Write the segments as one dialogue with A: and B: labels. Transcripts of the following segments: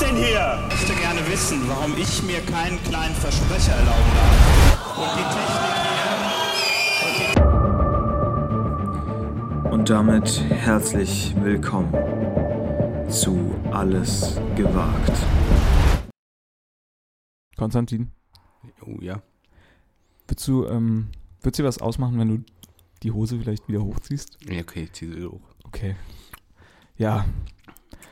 A: denn hier? Ich möchte gerne wissen, warum ich mir keinen kleinen Versprecher erlauben darf. Und die Technik hier.
B: Und damit herzlich willkommen zu Alles gewagt.
C: Konstantin,
D: Oh ja.
C: würdest du, ähm, würdest dir was ausmachen, wenn du die Hose vielleicht wieder hochziehst?
D: Ja, okay, ich zieh sie hoch.
C: Okay. Ja,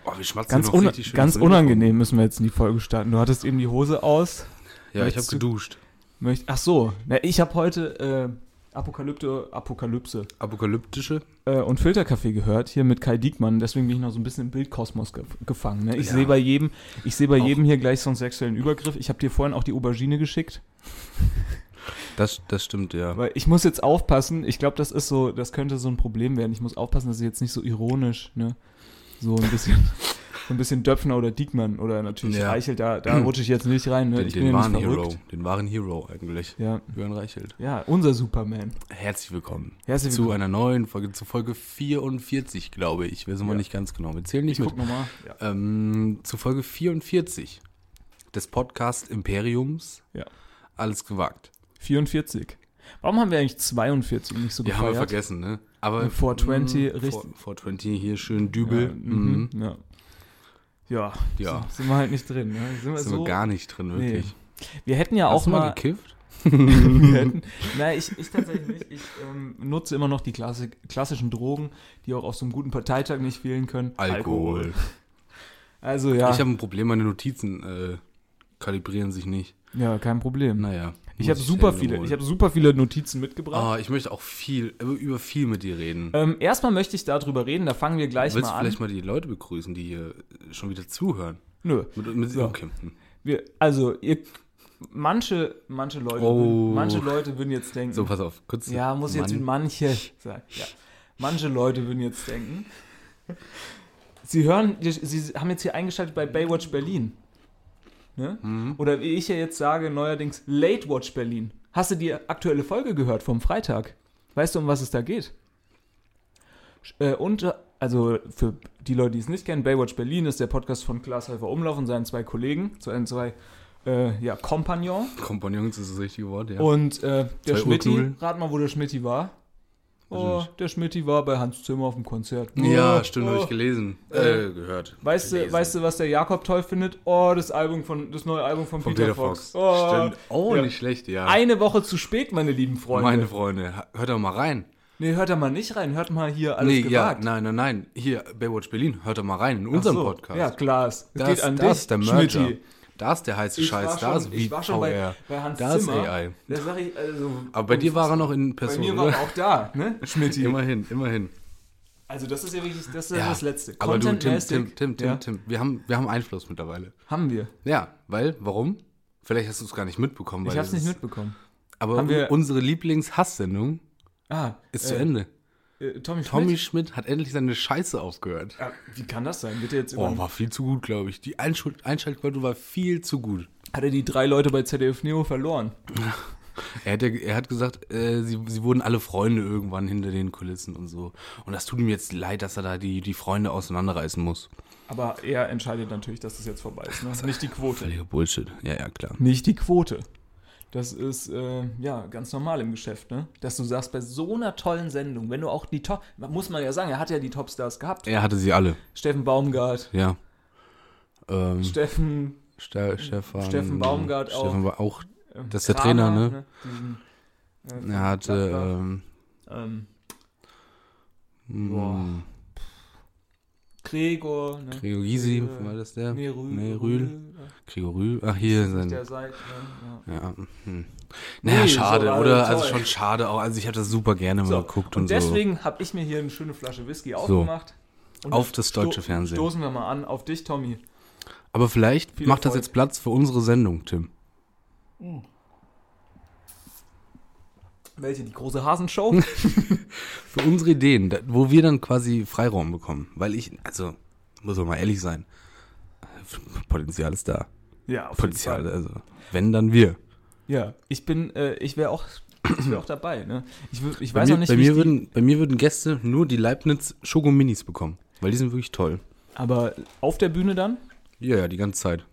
D: Oh, wir schmatzen
C: ganz,
D: noch
C: un
D: richtig um. schön
C: ganz
D: das Öl raus.
C: unangenehm müssen wir jetzt in die Folge starten. Du hattest eben die Hose aus.
D: Ja, ich habe
C: Möchtest du-
D: geduscht.
C: Möcht Ach so, na, ich habe heute äh, Apokalypte, Apokalypse
D: Apokalyptische.
C: äh, und Filterkaffee gehört, hier mit Kai Diekmann. Deswegen bin ich noch so ein bisschen im Bildkosmos ge gefangen. Ne? Ich
D: Ja.
C: sehe bei jedem, ich sehe bei
D: Auch.
C: jedem hier gleich so einen sexuellen Übergriff. Ich habe dir vorhin auch die Aubergine geschickt.
D: Das, das stimmt, ja.
C: Weil ich muss jetzt aufpassen, ich glaube, das ist so, das könnte so ein Problem werden. Ich muss aufpassen, dass ich jetzt nicht so ironisch, ne? So ein bisschen, so ein bisschen Döpfner oder Diekmann oder natürlich
D: Ja.
C: Reichelt, da, da rutsche ich jetzt nicht rein, ne?
D: Den,
C: ich
D: den
C: ja
D: wahren Hero. Den wahren Hero eigentlich.
C: Ja.
D: Björn Reichelt.
C: ja, unser Superman.
D: Herzlich willkommen.
C: Herzlich
D: zu
C: willkommen.
D: einer neuen Folge, zu Folge 44, glaube ich. Wir sind mal
C: Ja.
D: nicht ganz genau. Wir zählen nicht
C: Ich
D: mit.
C: guck nochmal. Ja.
D: Ähm, zu Folge 44 des Podcast Imperiums.
C: Ja.
D: Alles gewagt.
C: 44. Warum haben wir eigentlich 42 nicht so
D: Ja, haben wir
C: gefeiert?
D: vergessen, ne? Aber mm,
C: 420
D: mh,
C: richtig-
D: 420 hier schön Dübel.
C: Ja,
D: mhm.
C: mhm, ja. Ja,
D: Ja.
C: Sind, sind wir halt nicht drin. Ne? Sind wir
D: Sind
C: so,
D: wir gar nicht drin,
C: nee.
D: wirklich.
C: wir hätten ja auch
D: Hast du
C: mal,
D: gekifft?
C: Wir hätten- Nein, ich, ich tatsächlich nicht. Ich ähm, nutze immer noch die Klassik, klassischen Drogen, die auch auf so einem guten Parteitag nicht fehlen können.
D: Alkohol.
C: Also ja,
D: Ich habe ein Problem, meine Notizen äh, kalibrieren sich nicht.
C: ja, kein Problem.
D: Naja. muss
C: ich habe super
D: Hände
C: viele,
D: holen.
C: ich habe super viele Notizen mitgebracht.
D: Ah, ich möchte auch viel, über- über viel mit dir reden.
C: Ähm, erstmal möchte ich darüber reden, da fangen wir gleich
D: Willst du
C: mal an.
D: vielleicht mal die Leute begrüßen, die hier äh, schon wieder zuhören?
C: Nö.
D: Mit, mit,
C: So.
D: okay. hm.
C: Wir, also, ihr, manche, manche, Leute
D: Oh.
C: würden, manche Leute würden jetzt denken,
D: So, pass auf. Kurz
C: ja, muss jetzt
D: Mann,
C: manche sagen. Ja. Manche Leute würden jetzt denken. Sie hören, sie haben jetzt hier eingeschaltet bei Baywatch Berlin. Ne? Oder wie ich ja jetzt sage, neuerdings Late Watch Berlin. Hast du die aktuelle Folge gehört vom Freitag? Weißt du, um was es da geht? Sch- Äh, unter, also für die Leute, die es nicht kennen, Baywatch Berlin ist der Podcast von Klaas Helfer Umlauf und seinen zwei Kollegen, seinen zwei äh, ja, Kompagnons.
D: Kompagnons ist das richtige Wort, ja.
C: Und äh, der
D: Zwei
C: Schmidti,
D: Urknudel.
C: rat mal, wo der Schmidti war. Oh,
D: nicht.
C: der Schmidti war bei Hans Zimmer auf dem Konzert. Oh,
D: ja, stimmt,
C: oh.
D: habe ich gelesen. Äh, gehört.
C: Weißt du,
D: Gelesen.
C: weißt du, was der Jakob toll findet? Oh, das Album von, das neue Album von,
D: Von
C: Peter, Fox. Oh,
D: Oh, Stimmt. Oh,
C: Ja.
D: nicht schlecht, ja.
C: Eine Woche zu spät, meine lieben Freunde.
D: Meine Freunde, ha- hört doch mal rein.
C: nee, hört da mal nicht rein, hört mal hier alles
D: nee,
C: gewagt.
D: ja, nein, nein, nein. Hier, Baywatch Berlin, hört doch mal rein in
C: Ach
D: unserem
C: so.
D: Podcast.
C: Ja, Klaas. Es
D: Das,
C: geht an
D: das
C: dich,
D: ist der Merger.
C: Schmidti.
D: Da ist der heiße
C: Ich
D: Scheiß,
C: war
D: da ist
C: schon, ich war schon bei,
D: VR.
C: bei Hans
D: da ist
C: Zimmer.
D: AI.
C: Da sag ich, also,
D: Aber bei dir war er noch in
C: bei
D: Person,
C: mir war
D: oder?
C: er auch da, ne? Schmidti.
D: Immerhin, immerhin.
C: Also das ist ja wirklich, das ist ja, das Letzte.
D: Aber du, Tim,
C: Contentmäßig,
D: Tim, Tim, Tim,
C: ja,
D: Tim, wir haben, wir haben Einfluss mittlerweile.
C: Haben wir.
D: Ja, weil, warum? Vielleicht hast du es gar nicht mitbekommen.
C: Ich
D: weil
C: hab's
D: das
C: nicht
D: ist-
C: mitbekommen.
D: Aber
C: Haben wir-
D: unsere Lieblingshass-Sendung
C: Ah,
D: ist
C: äh,
D: zu Ende.
C: Äh, Tommy Schmidt.
D: Tommy Schmidt hat endlich seine Scheiße aufgehört.
C: Ah, wie kann das sein? Wird er jetzt
D: Oh,
C: über
D: war viel zu gut, glaube ich. Die Einschul- Einschaltquote war viel zu gut.
C: Hat er die drei Leute bei ZDF Neo verloren?
D: Er hat, ja, er hat gesagt, äh, sie, sie wurden alle Freunde irgendwann hinter den Kulissen und so. Und das tut ihm jetzt leid, dass er da die, die Freunde auseinanderreißen muss.
C: Aber er entscheidet natürlich, dass es das jetzt vorbei ist. Ne? Nicht die Quote.
D: Völliger Bullshit. Ja, ja, klar.
C: Nicht die Quote. Das ist äh, ja ganz normal im Geschäft, ne? Dass du sagst, bei so einer tollen Sendung, wenn du auch die Top, muss man ja sagen, er hat ja die Topstars gehabt.
D: Er hatte sie alle,
C: Steffen Baumgart,
D: ja. Ähm,
C: Steffen,
D: Ste Stefan,
C: Steffen Baumgart auch.
D: Steffen war auch.
C: äh,
D: Das ist der Trainer, ne?
C: Diesen, äh,
D: Er hatte.
C: Gladbach.
D: Ähm,
C: ähm, Boah.
D: mh,
C: Gregor, ne?
D: Gregor Gysi,
C: Äh,
D: war das der?
C: Nee, Rühl.
D: Nee, Rühl. Gregor Rühl. Ach, hier
C: Nicht
D: sein.
C: der Seid, ne?
D: Ja. Hm. Naja,
C: Nee, so
D: schade,
C: war
D: oder?
C: das
D: Also
C: toll.
D: schon schade auch. Also ich habe das super gerne
C: ja.
D: mal geguckt und,
C: deswegen habe ich mir hier eine schöne Flasche Whisky aufgemacht. Und
D: Auf das deutsche
C: sto-
D: Fernsehen.
C: Stoßen wir mal an, auf dich, Tommy.
D: so. Aber vielleicht
C: Viel
D: macht das
C: Erfolg.
D: jetzt Platz für unsere Sendung, Tim.
C: Welche, die große Hasenshow?
D: Für unsere Ideen, da, wo wir dann quasi Freiraum bekommen. Weil ich, also, muss man mal ehrlich sein, Potenzial ist da.
C: ja, auf jeden
D: Potenzial,
C: Fall.
D: also, wenn, dann wir.
C: Ja, ich bin, äh, ich wäre auch, ich wär auch dabei, ne? Ich, wür- ich
D: Bei
C: weiß
D: mir,
C: auch nicht,
D: bei
C: wie ich
D: mir
C: die-
D: würden, bei mir würden Gäste nur die Leibniz Schokominis bekommen, weil die sind wirklich toll.
C: aber auf der Bühne dann?
D: Ja, ja, die ganze Zeit.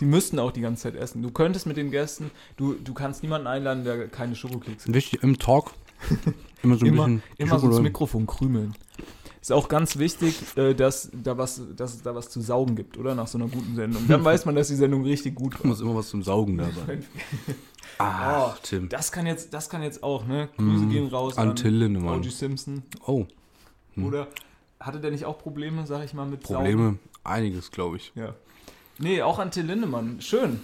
C: Die müssten auch die ganze Zeit essen. Du könntest mit den Gästen, du, du kannst niemanden einladen, der keine Schokokekse
D: Wichtig im Talk immer so ein
C: immer,
D: bisschen
C: immer so ins
D: Schokolade.
C: Mikrofon krümeln. Ist auch ganz wichtig, äh, dass, da was, dass es da was zu saugen gibt, oder? Nach so einer guten Sendung. Dann weiß man, dass die Sendung richtig gut war.
D: muss immer was zum Saugen dabei.
C: Oh,
D: Ah, Tim.
C: Das kann jetzt, das kann jetzt auch, ne?
D: Mhm.
C: Grüße gehen raus
D: An Till Lindemann.
C: O.G. Simpson.
D: Oh,
C: Oder hatte der nicht auch Probleme, sag ich mal, mit Saugen?
D: Probleme. Einiges, glaube ich.
C: Ja. Nee, auch an Till Lindemann. Schön.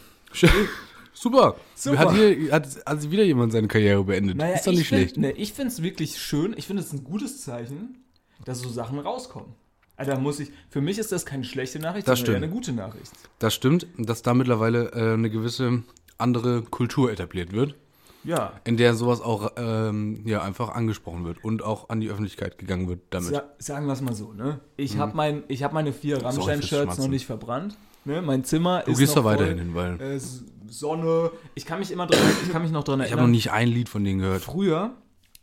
D: Super.
C: Super.
D: Hat, hier, hat, hat wieder jemand seine Karriere beendet.
C: Naja,
D: ist doch
C: ich
D: nicht
C: find- ne
D: schlecht.
C: Nee, ich finde es wirklich schön. Ich finde es ein gutes Zeichen, dass so Sachen rauskommen. Also da muss ich, für mich ist das keine schlechte Nachricht,
D: Das
C: sondern eher
D: stimmt.
C: eine gute Nachricht.
D: Das stimmt, dass da mittlerweile äh, eine gewisse andere Kultur etabliert wird,
C: Ja.
D: in der sowas auch ähm, ja, einfach angesprochen wird und auch an die Öffentlichkeit gegangen wird damit.
C: Sa sagen wir es mal so, ne? Ich habe
D: Mhm.
C: mein, ich hab meine vier Rammstein-Shirts noch
D: Schmatzen.
C: nicht verbrannt. Ne? Mein Zimmer
D: du
C: ist.
D: gehst
C: noch
D: da weiter
C: voll.
D: hin, weil
C: Äh, S- Sonne. Ich kann mich immer dran, ich kann mich noch dran
D: ich
C: erinnern.
D: habe noch nicht ein Lied von denen gehört.
C: früher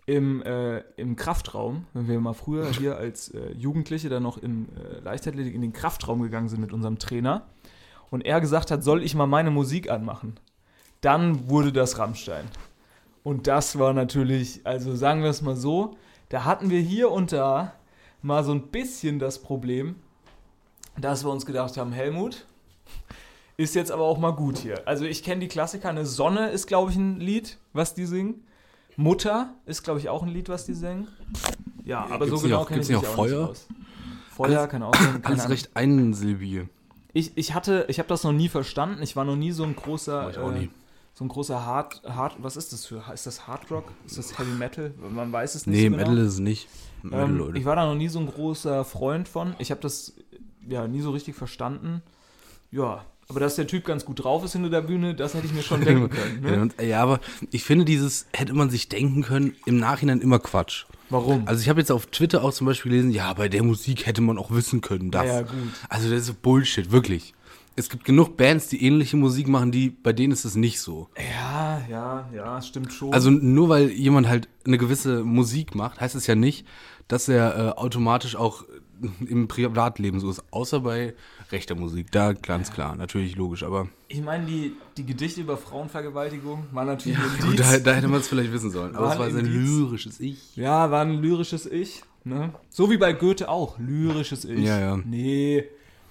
C: im, äh, im Kraftraum, wenn wir mal früher hier als äh, Jugendliche dann noch im äh, Leichtathletik in den Kraftraum gegangen sind mit unserem Trainer und er gesagt hat, soll ich mal meine Musik anmachen, dann wurde das Rammstein. Und das war natürlich, also sagen wir es mal so, da hatten wir hier und da mal so ein bisschen das Problem, dass wir uns gedacht haben, Helmut, ist jetzt aber auch mal gut hier. Also ich kenne die Klassiker, eine Sonne ist, glaube ich, ein Lied, was die singen. Mutter ist, glaube ich, auch ein Lied, was die singen. Ja, aber
D: Gibt's
C: so
D: nicht
C: genau
D: auch-
C: kenne ich
D: gibt's
C: mich
D: nicht auch
C: auch nicht
D: Feuer?
C: aus. Feuer
D: Alles-
C: kann auch sein. keine
D: Alles
C: Ahnung.
D: recht einsilbige.
C: Ich, ich hatte, ich habe das noch nie verstanden. Ich war noch nie so ein großer,
D: War ich auch
C: äh,
D: nie.
C: so ein großer Hard, Hard, was ist das für, ist das Hard Rock? Ist das Heavy Metal? Man weiß es nicht
D: Nee,
C: so genau.
D: Metal ist es nicht. Metal,
C: Ähm,
D: Leute.
C: Ich war da noch nie so ein großer Freund von. Ich habe das äh, ja nie so richtig verstanden. Ja, aber dass der Typ ganz gut drauf ist hinter der Bühne, das hätte ich mir schon denken können.
D: Ja,
C: Ne?
D: und- Ja, aber ich finde, dieses hätte man sich denken können, im Nachhinein immer Quatsch.
C: Warum?
D: Also ich habe jetzt auf Twitter auch zum Beispiel gelesen, ja, bei der Musik hätte man auch wissen können, das.
C: Ja, ja, gut.
D: Also das ist Bullshit, wirklich. Es gibt genug Bands, die ähnliche Musik machen, die bei denen ist es nicht so.
C: ja, ja, ja, stimmt schon.
D: Also nur weil jemand halt eine gewisse Musik macht, heißt es ja nicht, dass er äh, automatisch auch im Privatleben so ist. Außer bei rechter Musik, da ganz klar, natürlich logisch, aber
C: ich meine, die, die Gedichte über Frauenvergewaltigung waren natürlich ein
D: gut,
C: Indiz.
D: da, da hätte man es vielleicht wissen sollen. Aber
C: War
D: es war
C: ein
D: sein
C: Indiz.
D: lyrisches Ich.
C: Ja, war ein lyrisches Ich. Ne? So wie bei Goethe auch. Lyrisches Ich.
D: Ja, ja.
C: Nee,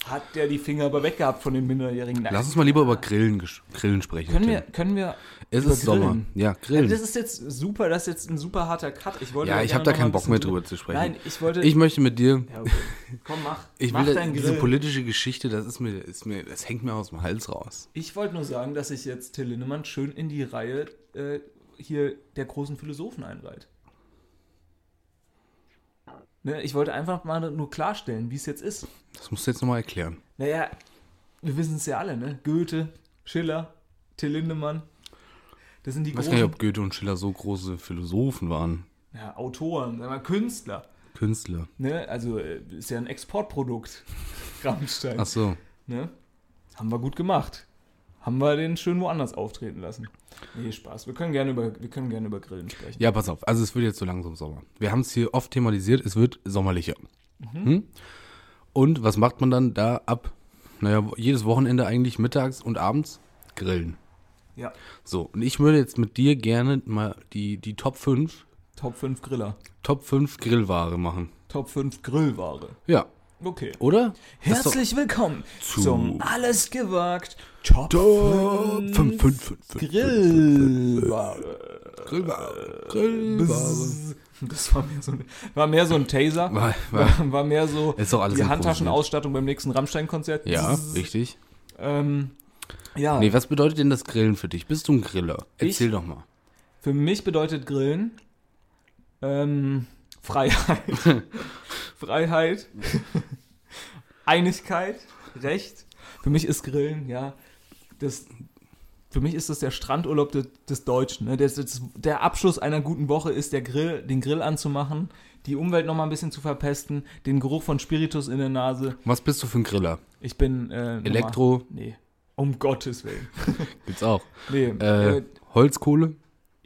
C: hat der die Finger aber weggehabt von den Minderjährigen. Nein.
D: Lass uns mal lieber über Grillen, gesch- Grillen sprechen.
C: können,
D: Tim.
C: wir, können wir.
D: es
C: über
D: ist Sommer.
C: Grillen?
D: Ja,
C: Also
D: Grillen.
C: das ist jetzt super, das ist jetzt ein super harter Cut. Ich wollte
D: Ja,
C: da
D: ich
C: gerne
D: habe da
C: noch
D: keinen
C: mal ein
D: Bock
C: bisschen
D: mehr
C: drü-
D: drüber zu sprechen.
C: Nein, ich wollte.
D: ich möchte mit dir
C: ja, okay. Komm, mach.
D: Ich
C: mach
D: will da,
C: deinen
D: diese
C: Grill.
D: politische Geschichte, das ist mir, ist mir, das hängt mir aus dem Hals raus.
C: ich wollte nur sagen, dass ich jetzt Till Lindemann schön in die Reihe äh, hier der großen Philosophen einreiht. Ne, ich wollte einfach mal nur klarstellen, wie es jetzt ist.
D: Das musst du jetzt nochmal erklären.
C: Naja, wir wissen es ja alle, ne? Goethe, Schiller, Till Lindemann. Das sind die
D: Ich weiß gar nicht,
C: großen
D: ob Goethe und Schiller so große Philosophen waren.
C: ja, Autoren, sagen wir mal Künstler.
D: Künstler.
C: Ne? Also äh, ist ja ein Exportprodukt, Rammstein.
D: Ach so.
C: Ne? Haben wir gut gemacht. Haben wir den schön woanders auftreten lassen. Nee, Spaß. Wir können gerne über, wir können gerne über Grillen sprechen.
D: Ja, pass auf. Also es wird jetzt so langsam Sommer. Wir haben es hier oft thematisiert, es wird sommerlicher.
C: Mhm.
D: Hm? Und was macht man dann da ab? Naja, jedes Wochenende eigentlich mittags und abends grillen.
C: Ja.
D: So, und ich würde jetzt mit dir gerne mal die, die Top 5,
C: Top 5 Griller.
D: Top 5 Grillware machen.
C: Top 5 Grillware.
D: Ja,
C: Okay.
D: oder? Das ist doch-
C: Herzlich willkommen
D: Zu-
C: zum Alles gewagt Top,
D: Top
C: 5
D: 5, 5, 5, 5.
C: Grillware. Äh,
D: Grillware. Grillware.
C: Bzzz. Das war mehr so ein, war mehr so ein Taser.
D: War-
C: war, mehr so
D: Ist doch alles
C: die
D: improvisiert.
C: Handtaschenausstattung beim nächsten Rammstein-Konzert.
D: Ja,
C: Bzzz.
D: richtig.
C: Ähm, ja.
D: Nee, was bedeutet denn das Grillen für dich? Bist du ein Griller?
C: Ich-
D: Erzähl doch mal.
C: Für mich bedeutet Grillen ähm, Freiheit. Freiheit. Einigkeit. Recht. Für mich ist Grillen, ja, das. Für mich ist das der Strandurlaub des, des Deutschen. Ne? Der, das, der Abschluss einer guten Woche ist, der Grill, den Grill anzumachen, die Umwelt nochmal ein bisschen zu verpesten, den Geruch von Spiritus in der Nase.
D: Was bist du für ein Griller?
C: Ich bin. Äh, nochmal-
D: Elektro
C: Nee. Um Gottes Willen.
D: gibt's auch.
C: Nee.
D: Äh, Holzkohle,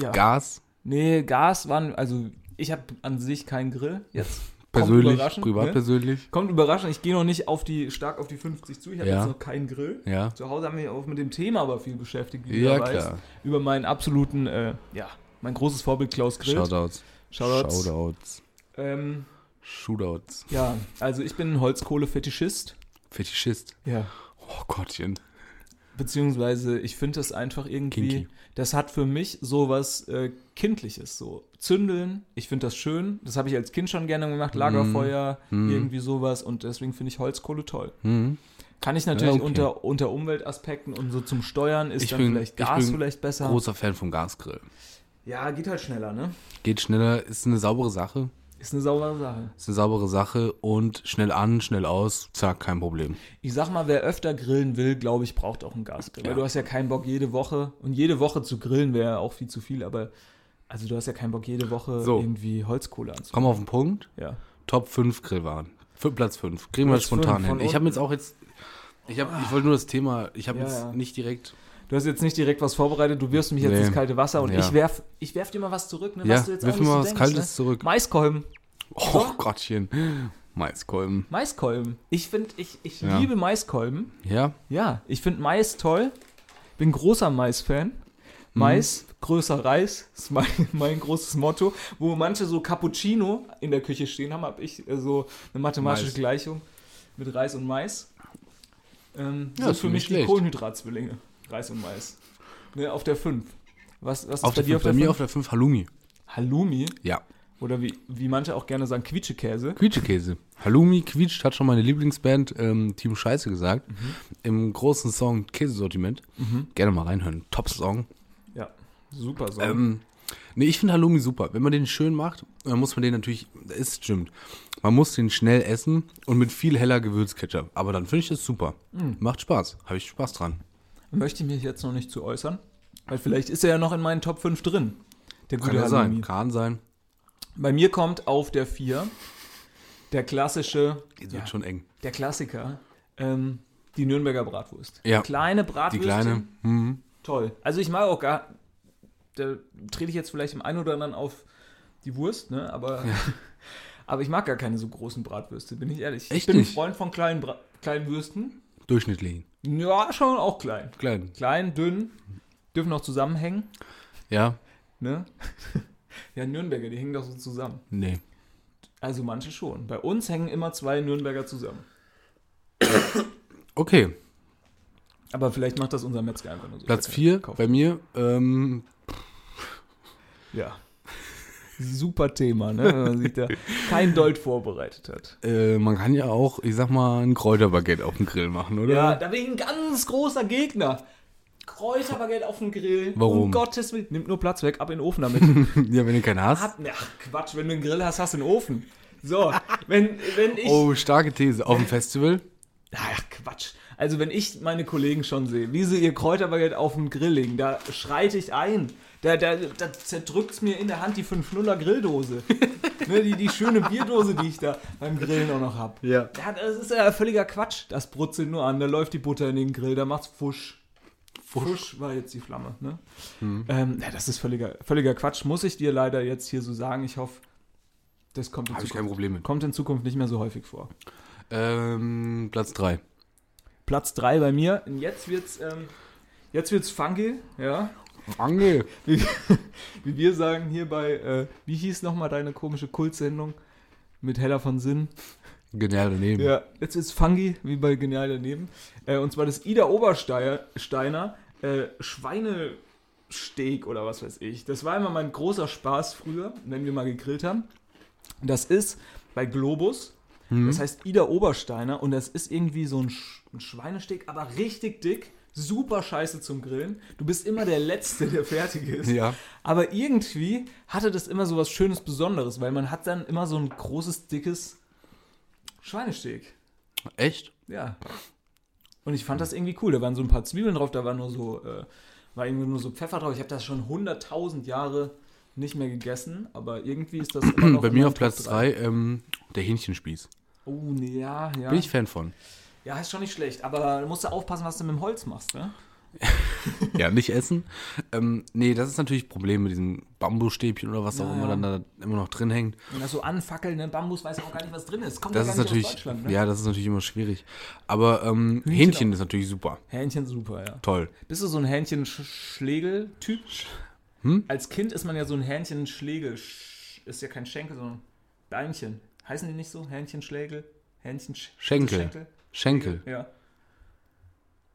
C: ja.
D: Gas,
C: Nee, Gas waren, also ich habe an sich keinen Grill jetzt.
D: persönlich,
C: überraschend,
D: privat
C: ne?
D: persönlich.
C: Kommt überraschend, ich gehe noch nicht auf die, stark auf die 50 zu. Ich habe
D: Ja.
C: jetzt noch keinen Grill.
D: Ja.
C: Zu Hause haben wir uns mit dem Thema aber viel beschäftigt, wie
D: Ja,
C: du ja weißt.
D: klar.
C: Über meinen absoluten, äh, ja, mein großes Vorbild Klaus Grill.
D: Shoutouts.
C: Shoutouts.
D: Shoutouts.
C: Ähm,
D: Shootouts.
C: ja, also ich bin ein Holzkohle-Fetischist.
D: Fetischist.
C: Ja.
D: Oh Gottchen.
C: Beziehungsweise ich finde das einfach irgendwie,
D: Kinky.
C: das hat für mich sowas äh, Kindliches, so Zündeln, ich finde das schön, das habe ich als Kind schon gerne
D: Mhm.
C: gemacht, Lagerfeuer, irgendwie sowas und deswegen finde ich Holzkohle toll.
D: Hm.
C: Kann ich natürlich
D: Ja, okay.
C: unter, unter Umweltaspekten und so zum Steuern ist
D: Ich
C: dann
D: bin-
C: vielleicht
D: ich
C: Gas
D: bin
C: vielleicht besser.
D: Großer Fan vom Gasgrill.
C: Ja, geht halt schneller, ne?
D: Geht schneller, ist eine saubere Sache.
C: Ist eine saubere Sache.
D: Ist eine saubere Sache und schnell an, schnell aus, zack, kein Problem.
C: Ich sag mal, wer öfter grillen will, glaube ich, braucht auch einen Gasgrill. Weil
D: Ja.
C: du hast ja keinen Bock jede Woche. Und jede Woche zu grillen wäre ja auch viel zu viel, aber also du hast ja keinen Bock jede Woche
D: So.
C: irgendwie Holzkohle anzunehmen.
D: Komm auf den Punkt.
C: Ja.
D: Top 5 Grillwaren. Für Platz 5. Kriegen wir
C: Platz
D: spontan
C: fünf von
D: hin. Ich habe
C: unten.
D: jetzt auch jetzt. Ich, hab, ich wollte nur das Thema. Ich habe
C: Ja,
D: jetzt
C: ja.
D: nicht direkt.
C: Du hast jetzt nicht direkt was vorbereitet, du wirfst mich jetzt
D: Nee.
C: ins kalte Wasser und
D: Ja.
C: ich werf, ich werf dir mal was zurück, ne?
D: Ja,
C: du jetzt
D: wirf
C: auch
D: mir
C: nicht
D: mal
C: so ne?
D: was Kaltes zurück.
C: Maiskolben.
D: Oh Gottchen. Maiskolben.
C: Maiskolben. Ich finde, ich, ich
D: Ja.
C: liebe Maiskolben.
D: Ja,
C: Ja, ich finde Mais toll. Bin großer
D: Mhm.
C: Mais-Fan. Mais, größer Reis, ist mein, mein großes Motto. Wo manche so Cappuccino in der Küche stehen haben, habe ich äh, so eine mathematische
D: Mais.
C: Gleichung mit Reis und Mais. Ähm,
D: Ja,
C: sind
D: ist
C: für
D: nicht
C: mich die
D: schlecht.
C: Kohlenhydratzwillinge. Reis und Mais. Ne, auf der 5. Was, was ist
D: auf
C: bei
D: der
C: dir
D: fünf,
C: auf
D: bei
C: der
D: mir
C: 5?
D: auf der 5 Halloumi.
C: Halloumi
D: Ja.
C: oder wie, wie manche auch gerne sagen, Quietschekäse.
D: Quietschekäse. Halloumi quietscht, hat schon meine Lieblingsband ähm, Team Scheiße gesagt.
C: Mhm.
D: Im großen Song Käsesortiment. Gerne mal reinhören. Top-Song.
C: Ja, super so.
D: Ähm, nee, ich finde Halloumi super. Wenn man den schön macht, dann muss man den natürlich, es stimmt, man muss den schnell essen und mit viel heller Gewürzketchup. Aber dann finde ich das super. Macht Spaß. Habe ich Spaß dran.
C: Möchte ich mich jetzt noch nicht zu äußern, weil vielleicht ist er ja noch in meinen Top 5 drin. Der
D: Kann
C: gute
D: ja
C: Halloumi.
D: sein. Kann sein.
C: Bei mir kommt auf der 4 der klassische,
D: Jetzt
C: ja,
D: wird schon eng.
C: der Klassiker, ähm, die Nürnberger Bratwurst.
D: Ja.
C: Kleine
D: Die
C: Bratwurst.
D: kleine. Mhm.
C: Toll. Also ich mag auch gar, da trete ich jetzt vielleicht im einen oder anderen auf die Wurst, ne? Aber, aber ich mag gar keine so großen Bratwürste, bin ich ehrlich. ich
D: Echt
C: bin ein
D: nicht?
C: Freund von kleinen, Bra kleinen Würsten.
D: Durchschnittlich.
C: Ja, schon auch klein.
D: Klein.
C: Klein, dünn, dürfen auch zusammenhängen,
D: Ja?
C: ne? ja, Nürnberger, die hängen doch so zusammen.
D: Nee.
C: Also manche schon. Bei uns hängen immer zwei Nürnberger zusammen.
D: Okay.
C: Aber vielleicht macht das unser Metzger einfach nur so.
D: Platz
C: Der
D: 4
C: kauft.
D: bei mir. Ähm,
C: Ja. Super Thema, ne? Wenn man sich da kein Deut vorbereitet hat.
D: äh, man kann ja auch, ich sag mal, ein Kräuterbaguette auf dem Grill machen, oder?
C: Ja, da bin ich ein ganz großer Gegner. Kräuterbaguette auf dem Grill. Um
D: Warum?
C: Gottes Willen. Nimmt nur Platz weg, ab in den Ofen damit.
D: ja wenn du keinen hast.
C: Ab, ach, Quatsch, wenn du einen Grill hast, hast du einen Ofen. So, wenn, wenn ich.
D: Oh, starke These. Auf dem Festival?
C: Ach, Quatsch. Also wenn ich meine Kollegen schon sehe, wie sie ihr Kräuterbaguette auf den Grill legen, da schreite ich ein. Da, da, da zerdrückt es mir in der Hand die 5-0er Grilldose. ne, die, die schöne Bierdose, die ich da beim Grillen auch noch habe.
D: Ja.
C: ja. Das ist ja völliger Quatsch. Das brutzelt nur an, da läuft die Butter in den Grill, da macht's Fusch. Fusch, war jetzt die Flamme. Ne?
D: Hm.
C: Ähm, ja, das ist völliger, völliger Quatsch, muss ich dir leider jetzt hier so sagen. Ich hoffe, das kommt in,
D: Hab ich kein
C: Zukunft,
D: Problem mit.
C: kommt in Zukunft nicht mehr so häufig vor.
D: Ähm, Platz 3.
C: Platz 3 bei mir. Und jetzt wird's, ähm, jetzt wird's funky, ja.
D: Angel.
C: Wie, wie wir sagen hier bei, äh, wie hieß nochmal deine komische Kultsendung mit Hella von Sinn?
D: Genial Genau, daneben.
C: Ja, jetzt wird's funky, wie bei Genial daneben. Äh, und zwar das Ida Obersteiner äh, Schweinesteak oder was weiß ich. Das war immer mein großer Spaß früher, wenn wir mal gegrillt haben. Das ist bei Globus.
D: Mhm.
C: Das heißt Ida Obersteiner und das ist irgendwie so ein, Sch ein Schweinesteak, aber richtig dick. Super scheiße zum Grillen. Du bist immer der Letzte, der fertig ist.
D: Ja.
C: Aber irgendwie hatte das immer so was Schönes Besonderes, weil man hat dann immer so ein großes, dickes Schweinesteak.
D: Echt?
C: Ja. Und ich fand das irgendwie cool. Da waren so ein paar Zwiebeln drauf, da war nur so, äh, war irgendwie nur so Pfeffer drauf. Ich habe das schon 100.000 Jahre nicht mehr gegessen, aber irgendwie ist das immer noch
D: Bei
C: in
D: mir
C: meinen
D: auf
C: Top
D: Platz
C: drei.
D: 3 ähm, der Hähnchenspieß.
C: Oh, nee, ja, ja.
D: Bin ich Fan von.
C: Ja, ist schon nicht schlecht, aber da musst du aufpassen, was du mit dem Holz machst, ne?
D: ja, nicht essen. Ähm, nee, das ist natürlich ein Problem mit diesem Bambusstäbchen oder was auch immer dann da immer noch drin hängt.
C: Wenn das so anfackelt, ne? Bambus weiß auch gar nicht, was drin ist. Kommt
D: Das
C: ja
D: ist
C: gar nicht aus
D: natürlich,
C: Deutschland, ne?
D: ja, das ist natürlich immer schwierig. Aber ähm, Hähnchen, ist natürlich super.
C: Hähnchen super, ja.
D: Toll.
C: Bist du so ein Hähnchen-Schlegel-Typ?
D: Hm?
C: Als Kind ist man ja so ein Hähnchen-Schlegel. Sch- Ist ja kein Schenkel, sondern Beinchen. Heißen die nicht so? Hähnchen-Schlegel? Hähnchen
D: Schenkel.
C: Schenkel?
D: Schenkel.
C: Ja.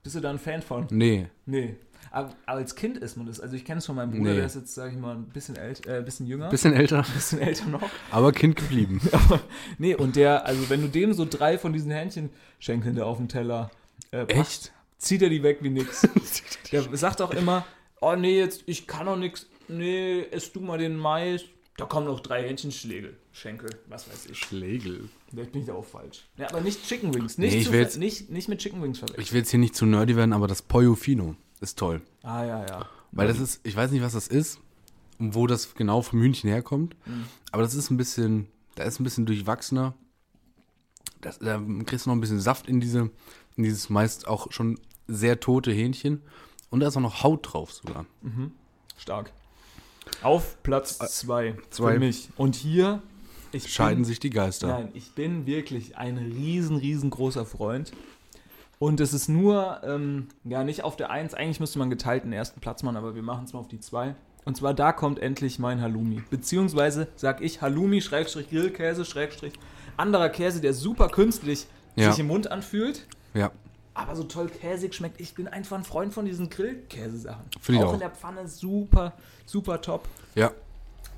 C: Bist du da ein Fan von?
D: Nee,
C: Nee. Aber, aber als Kind ist man das. Also ich kenne es von meinem Bruder,
D: Nee.
C: der ist jetzt, sage ich mal, ein bisschen, ält, äh, bisschen jünger.
D: bisschen älter,
C: bisschen älter noch.
D: aber Kind geblieben.
C: Nee, und der, also wenn du dem so drei von diesen Hähnchenschenkeln da auf dem Teller äh, packst,
D: Echt?
C: zieht er die weg wie nix. der sagt auch immer, oh nee, jetzt, ich kann doch nix, nee, ess du mal den Mais. Da kommen noch drei Hähnchenschläge, Schenkel, was weiß ich.
D: Schlegel.
C: Vielleicht bin ich da auch falsch. Ja, aber nicht Chicken Wings. Nicht,
D: Nee, ich
C: zu
D: will
C: ver-
D: jetzt-
C: nicht, nicht mit Chicken Wings verwechseln.
D: Ich will jetzt hier nicht zu nerdy werden, aber das Pollo Fino ist toll.
C: Ah, ja, ja.
D: Weil das ist, ich weiß nicht, was das ist und wo das genau vom Hühnchen herkommt,
C: Mhm.
D: aber das ist ein bisschen, da ist ein bisschen durchwachsener. Das, da kriegst du noch ein bisschen Saft in, diese, in dieses meist auch schon sehr tote Hähnchen. Und da ist auch noch Haut drauf sogar.
C: Stark. Auf Platz 2
D: Äh, zwei.
C: für mich. Und hier, ich
D: Scheiden
C: bin,
D: sich die Geister.
C: Mhm. Nein, ich bin wirklich ein riesen, riesengroßer Freund. Und es ist nur, ähm, ja, nicht auf der 1. Eigentlich müsste man geteilt den ersten Platz machen, aber wir machen es mal auf die 2. Und zwar da kommt endlich mein Halloumi. Beziehungsweise sag ich Halloumi, Schrägstrich Grillkäse, Schrägstrich anderer Käse, der super künstlich
D: Ja.
C: sich im Mund anfühlt,
D: Ja,
C: aber so toll käsig schmeckt. Ich bin einfach ein Freund von diesen Grillkäsesachen.
D: Finde ich auch.
C: in der Pfanne super, super top
D: ja.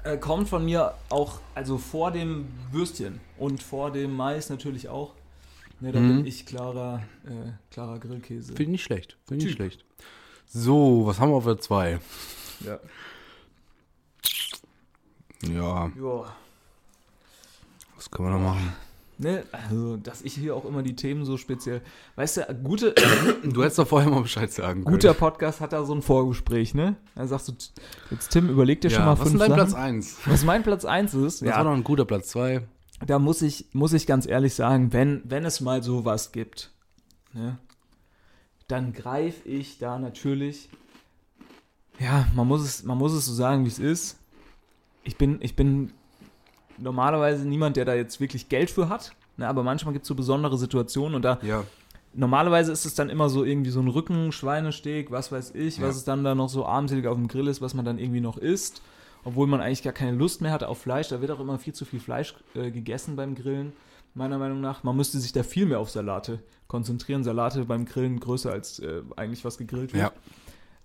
C: äh, kommt von mir auch, also vor dem Würstchen und vor dem Mais natürlich auch. Ne, da
D: Mhm.
C: bin ich klarer, äh, klarer Grillkäse.
D: Finde ich nicht schlecht. Finde ich nicht
C: Typ.
D: schlecht. So, was haben wir auf der 2?
C: Ja.
D: Ja,
C: Joa.
D: was können wir noch machen?
C: Ne, also, dass ich hier auch immer die Themen so speziell. Weißt du, gute,
D: Du hättest doch vorher mal Bescheid sagen können.
C: guter Podcast hat da so ein Vorgespräch, ne? Da sagst du, jetzt Tim, überleg dir schon
D: ja,
C: mal
D: was
C: fünf
D: ist denn dein
C: Sachen.
D: Platz 1?
C: was mein Platz 1 ist,
D: Das war noch ein guter Platz 2.
C: da muss ich, muss ich ganz ehrlich sagen, wenn, wenn es mal sowas gibt, ne, dann greife ich da natürlich, ja, man muss es, man muss es so sagen, wie es ist. Ich bin, ich bin normalerweise niemand, der da jetzt wirklich Geld für hat, ne, aber manchmal gibt es so besondere Situationen und da
D: Ja.
C: normalerweise ist es dann immer so irgendwie so ein Rücken, Schweinesteg, was weiß ich, was
D: Ja.
C: es dann da noch so armselig auf dem Grill ist, was man dann irgendwie noch isst, obwohl man eigentlich gar keine Lust mehr hatte auf Fleisch. Da wird auch immer viel zu viel Fleisch äh, gegessen beim Grillen, meiner Meinung nach. Man müsste sich da viel mehr auf Salate konzentrieren. Salate beim Grillen größer als äh, eigentlich was gegrillt wird.
D: Ja.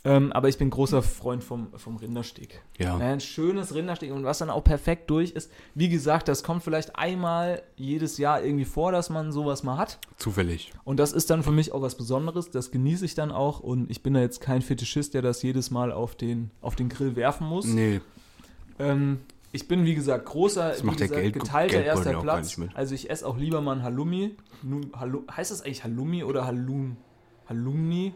C: Ähm, aber ich bin großer Freund vom, vom Rindersteg.
D: Ja.
C: Ja, Ein schönes Rinderstück und was dann auch perfekt durch ist. Wie gesagt, das kommt vielleicht einmal jedes Jahr irgendwie vor, dass man sowas mal hat.
D: Zufällig.
C: Und das ist dann für mich auch was Besonderes, das genieße ich dann auch und ich bin da jetzt kein Fetischist, der das jedes Mal auf den, auf den Grill werfen muss.
D: Nee,
C: Ähm, ich bin, wie gesagt, großer,
D: macht
C: wie
D: der
C: gesagt,
D: Geld-
C: geteilter
D: Geldbeutel
C: erster
D: auch gar
C: Platz.
D: nicht mit.
C: Also ich esse auch lieber mal ein Halloumi. Nu- Hallo, heißt das eigentlich Halloumi oder Hallum? Hallumni?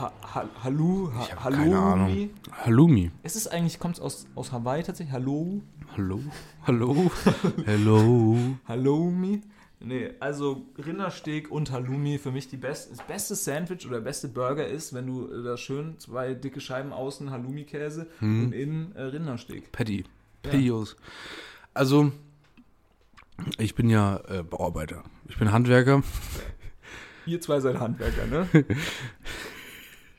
C: Ha, ha, Hallu? Ha,
D: ich habe keine
C: Halloumi?
D: Ahnung. Halloumi.
C: Ist es eigentlich, kommt es aus, aus Hawaii tatsächlich? Hallo?
D: Hallo? Hallo? Hallo?
C: Halloumi? Nee, also Rindersteak und Halloumi für mich die best, das beste Sandwich oder beste Burger ist, wenn du äh, da schön zwei dicke Scheiben außen Halloumi-Käse
D: Hm.
C: und innen äh, Rindersteak.
D: Patty. Patios. Also, ich bin ja äh, Bauarbeiter. Ich bin Handwerker.
C: Ihr zwei seid Handwerker, ne?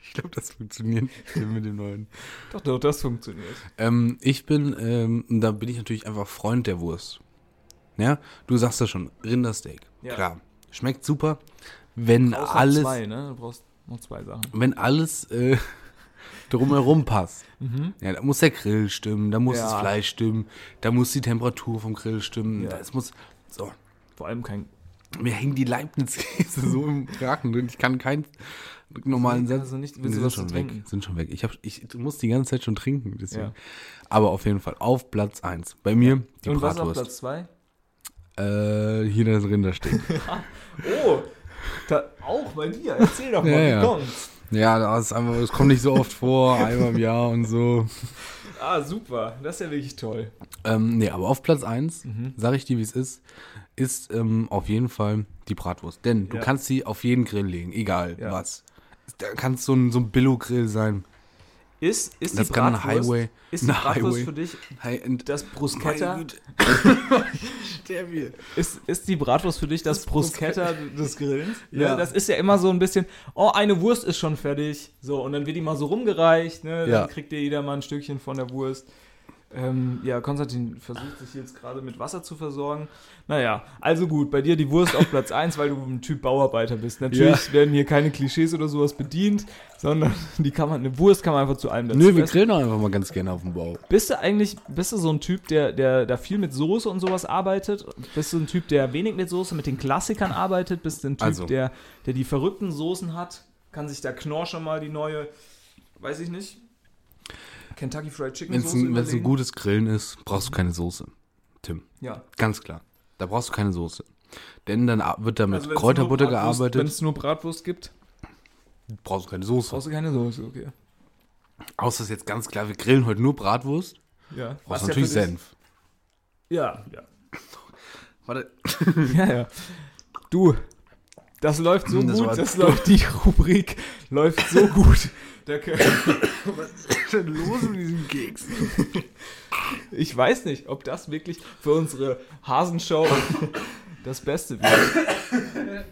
D: Ich glaube, das funktioniert mit dem neuen.
C: doch, doch, das funktioniert.
D: Ähm, ich bin, ähm, da bin ich natürlich einfach Freund der Wurst. Ja, du sagst das schon, Rindersteak.
C: Ja.
D: Klar. Schmeckt super, wenn
C: Außer
D: alles,
C: zwei, ne? Du brauchst noch zwei Sachen.
D: wenn alles äh, drumherum passt. Ja, da muss der Grill stimmen, da muss
C: Mhm. Ja.
D: das Fleisch stimmen, da muss die Temperatur vom Grill stimmen,
C: Ja.
D: das muss. So,
C: Vor allem kein
D: mir hängen die Leibniz-Käse so im Kraken drin. Ich kann keinen normalen Satz.
C: Also nicht- also nicht-
D: Die
C: willst du
D: sind
C: was zu
D: schon
C: trinken?
D: weg. Sind schon weg. Ich, hab, ich muss die ganze Zeit schon trinken. Deswegen.
C: Ja.
D: Aber auf jeden Fall auf Platz 1. Bei mir die
C: Und was ist auf
D: Bratwurst.
C: Platz zwei?
D: Äh, hier das Rindersteak.
C: Oh! Da, auch bei dir, erzähl doch mal,
D: Ja,
C: wie
D: ja.
C: kommt's?
D: ja, das ist einfach, das kommt nicht so oft vor, einmal im Jahr und so.
C: Ah, super, das ist ja wirklich toll.
D: Ähm, nee, aber auf Platz 1,
C: Mhm.
D: sage ich dir, wie es ist, ist ähm, auf jeden Fall die Bratwurst. Denn du
C: Ja.
D: kannst sie auf jeden Grill legen, egal
C: Ja.
D: was. Da kann es so ein, so ein Billo-Grill sein.
C: Ist, ist die
D: Das kann ein
C: Bratwurst,
D: Highway-
C: ist die
D: eine
C: Bratwurst
D: Highway.
C: für dich
D: High-End.
C: das Bruschetta?
D: Sterb hier.
C: Ist, ist die Bratwurst für dich das, Bruschetta des Grillens? Ne?
D: Ja.
C: Das ist ja immer so ein bisschen, oh, eine Wurst ist schon fertig. So, und dann wird die mal so rumgereicht, ne? Dann
D: Ja.
C: kriegt dir jeder mal ein Stückchen von der Wurst. Ähm, ja, Konstantin versucht sich jetzt gerade mit Wasser zu versorgen. Naja, also gut, bei dir die Wurst auf Platz 1, weil du ein Typ Bauarbeiter bist. Natürlich werden hier keine Klischees oder sowas bedient, sondern die kann man, eine Wurst kann man einfach zu allem dazu
D: Nö, wir
C: essen.
D: grillen doch einfach mal ganz gerne auf dem Bau.
C: Bist du eigentlich, bist du so ein Typ, der, der da viel mit Soße und sowas arbeitet? Bist du ein Typ, der wenig mit Soße, mit den Klassikern arbeitet? Bist du ein Typ,
D: Also.
C: der, der die verrückten Soßen hat? Kann sich da Knorr schon mal die neue, weiß ich nicht, Kentucky Fried Chicken
D: Wenn es
C: Soße
D: ein, wenn's ein
C: überlegen?
D: gutes Grillen ist, brauchst du keine Soße. Tim,
C: Ja. Also,
D: ganz klar. Da brauchst du keine Soße. Denn dann a- wird da mit
C: Also wenn's
D: Kräuterbutter
C: nur Bratwurst- Wenn
D: gearbeitet,
C: es nur Bratwurst gibt,
D: brauchst du keine Soße.
C: brauchst du keine Soße, okay.
D: Außer ist jetzt ganz klar, wir grillen heute nur Bratwurst,
C: Ja. Was
D: brauchst
C: ja
D: natürlich
C: für dich-
D: Senf.
C: Ja, ja.
D: Warte,
C: Ja, ja. Du, das läuft so
D: Hm, das war
C: gut, das läuft, die Rubrik läuft so gut. Da können,
D: denn los mit diesem Keks?
C: Ich weiß nicht, ob das wirklich für unsere Hasenshow das Beste wird.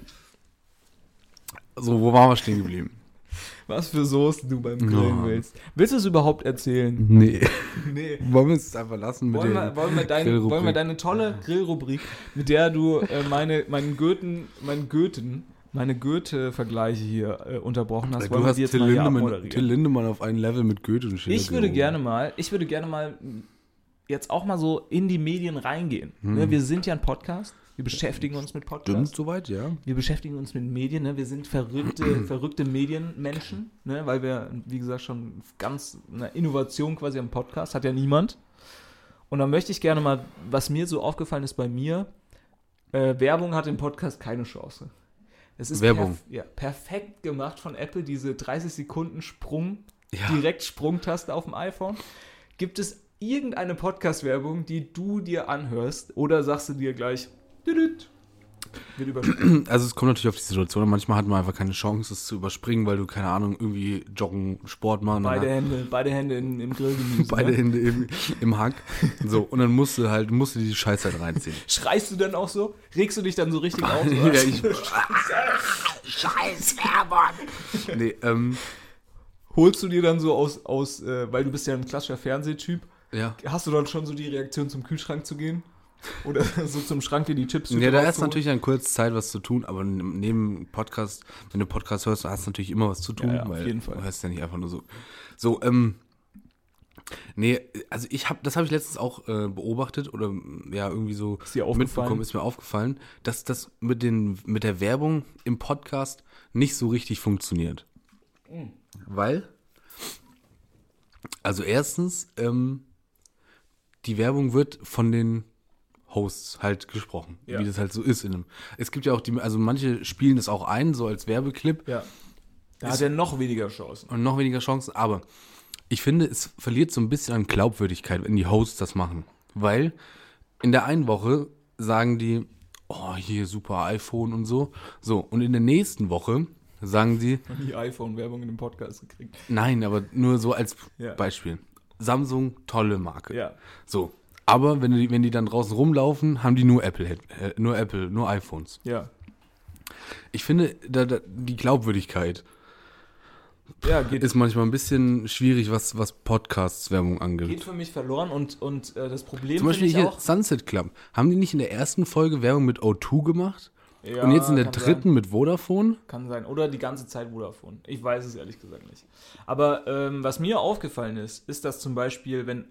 D: So, wo waren wir stehen geblieben?
C: Was für Soßen du beim Grillen
D: Ja.
C: willst. Willst du es überhaupt erzählen?
D: Nee.
C: Nee.
D: Wollen wir es einfach lassen mit
C: Wollen wir,
D: den
C: wollen, wir dein,
D: Grillrubrik?
C: wollen wir deine tolle Grillrubrik, mit der du äh, meine, meinen Goethen, meinen Goethen, meine Goethe-Vergleiche hier äh, unterbrochen hast, wollen
D: Du
C: wir
D: hast
C: die jetzt
D: Till
C: mal hier
D: Lindemann, Till
C: abmoderieren.
D: Lindemann auf einen Level mit Goethe und Schiller.
C: Ich würde
D: gehoben.
C: gerne mal, ich würde gerne mal jetzt auch mal so in die Medien reingehen. Ne, wir sind ja ein Podcast, wir beschäftigen uns mit
D: Hm. Stimmt
C: Podcasts.
D: soweit, ja.
C: wir beschäftigen uns mit Medien, ne? wir sind verrückte, verrückte Medienmenschen, ne? weil wir, wie gesagt, schon ganz eine Innovation quasi am Podcast, hat ja niemand. Und dann möchte ich gerne mal, was mir so aufgefallen ist bei mir, äh, Werbung hat im Podcast keine Chance. Es ist
D: Werbung.
C: perf ja, perfekt gemacht von Apple, diese 30 Sekunden Sprung,
D: Ja.
C: direkt Sprungtaste auf dem iPhone. Gibt es irgendeine Podcast-Werbung, die du dir anhörst oder sagst du dir gleich, "Düdüt", wird übersprungen?
D: Also es kommt natürlich auf die Situation an. Manchmal hat man einfach keine Chance, es zu überspringen, weil du, keine Ahnung, irgendwie joggen, Sport machen.
C: Beide
D: dann-
C: Hände, beide Hände in, im Grillgemüse.
D: beide
C: ne?
D: Hände im, im Hack. So, und dann musst du halt, musst du die Scheiße halt reinziehen.
C: Schreist du dann auch so? Regst du dich dann so richtig auf? So?
D: ja, ich, Scheiß Werbung! Nee, ähm,
C: Holst du dir dann so aus, aus äh, weil du bist ja ein klassischer Fernsehtyp,
D: ja.
C: hast du dann schon so die Reaktion zum Kühlschrank zu gehen? Oder so zum Schrank dir die Chips
D: Ja, da ist natürlich dann kurz Zeit, was zu tun, aber n- neben dem Podcast, wenn du Podcast hörst, hast du natürlich immer was zu tun,
C: Ja, ja, auf
D: weil
C: jeden Fall.
D: du hörst ja nicht einfach nur so. So, ähm, nee, also ich habe, das habe ich letztens auch äh, beobachtet oder mm, ja irgendwie so
C: Ist dir aufgefallen?
D: mitbekommen, ist mir aufgefallen, dass das mit den, mit der Werbung im Podcast nicht so richtig funktioniert,
C: Mhm.
D: weil, also erstens, ähm, die Werbung wird von den Hosts halt gesprochen,
C: Ja.
D: wie das halt so ist in einem. Es gibt ja auch die, also manche spielen das auch ein, so als Werbeclip
C: Ja. Da hat er noch weniger Chancen.
D: und noch weniger Chancen, aber ich finde, es verliert so ein bisschen an Glaubwürdigkeit, wenn die Hosts das machen. Weil in der einen Woche sagen die, oh, hier super iPhone und so. So, und in der nächsten Woche sagen sie,
C: Die iPhone-Werbung in dem Podcast gekriegt.
D: nein, aber nur so als
C: Ja.
D: Beispiel. Samsung, tolle Marke.
C: Ja.
D: So. Aber wenn die, wenn die dann draußen rumlaufen, haben die nur Apple, äh, nur Apple, nur iPhones.
C: Ja.
D: Ich finde, da, da, die Glaubwürdigkeit
C: Ja, geht,
D: ist manchmal ein bisschen schwierig, was, was Podcasts-Werbung
C: geht
D: angeht.
C: für mich verloren und, und äh, das Problem
D: Zum Beispiel
C: finde ich
D: hier
C: auch.
D: Sunset Club. Haben die nicht in der ersten Folge Werbung mit O2 gemacht?
C: Ja,
D: und jetzt in der
C: kann
D: dritten mit Vodafone?
C: Kann sein. Oder die ganze Zeit Vodafone. Ich weiß es ehrlich gesagt nicht. Aber ähm, was mir aufgefallen ist, ist, dass zum Beispiel, wenn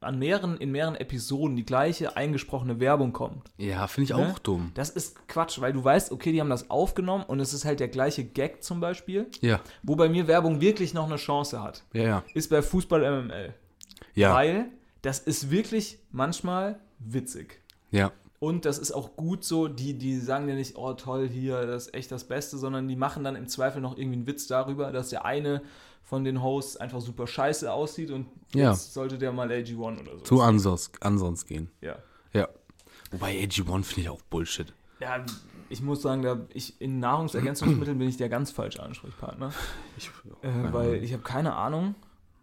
C: an mehreren, in mehreren Episoden die gleiche eingesprochene Werbung kommt.
D: Ja, finde ich
C: ne?
D: auch dumm.
C: Das ist Quatsch, weil du weißt, okay, die haben das aufgenommen und es ist halt der gleiche Gag zum Beispiel,
D: Ja,
C: wo bei mir Werbung wirklich noch eine Chance hat.
D: ja, ja.
C: Ist bei Fußball MML.
D: Ja,
C: Weil das ist wirklich manchmal witzig.
D: ja.
C: Und das ist auch gut so, die, die sagen ja nicht, oh toll, hier, das ist echt das Beste, sondern die machen dann im Zweifel noch irgendwie einen Witz darüber, dass der eine von den Hosts einfach super scheiße aussieht und
D: Ja.
C: jetzt sollte der mal AG1 oder so.
D: Zu ansonst, ansonst gehen.
C: ja.
D: Ja. Wobei AG1 finde ich auch Bullshit.
C: ja, Ich muss sagen, da ich, in Nahrungsergänzungsmitteln bin ich der ganz falsche Ansprechpartner,
D: Ich,
C: äh, weil ich habe keine Ahnung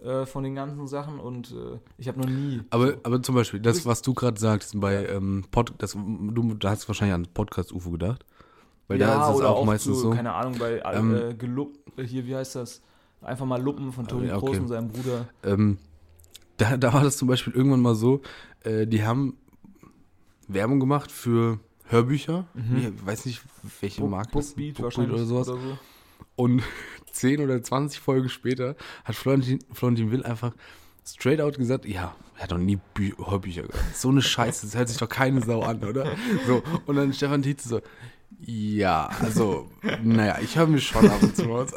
C: äh, von den ganzen Sachen und äh, ich habe noch nie.
D: aber, aber zum Beispiel, das, was du gerade sagst, bei ähm, Pod, das, du da hast wahrscheinlich an Podcast-UFO gedacht. Weil da ist es
C: oder
D: auch meistens
C: so,
D: so.
C: Keine Ahnung, bei äh,
D: Ähm,
C: äh, Gelup, hier, wie heißt das? Einfach mal Luppen von Toni
D: ja,
C: Kroos
D: okay.
C: und seinem Bruder.
D: Ähm, da, da war das zum Beispiel irgendwann mal so, äh, die haben Werbung gemacht für Hörbücher. Ich weiß nicht, welche Marke das ist.
C: Mhm. Bookbeat
D: Bookbeat
C: wahrscheinlich
D: oder sowas.
C: so.
D: Und 10 oder 20 Folgen später hat Florentin, Florentin Will einfach straight out gesagt, ja, er hat doch nie Bü Hörbücher gehört. So eine Scheiße, das hört sich doch keine Sau an, oder? So, und dann Stefan Tietze so, ja, also, naja, ich höre mir schon ab und zu was.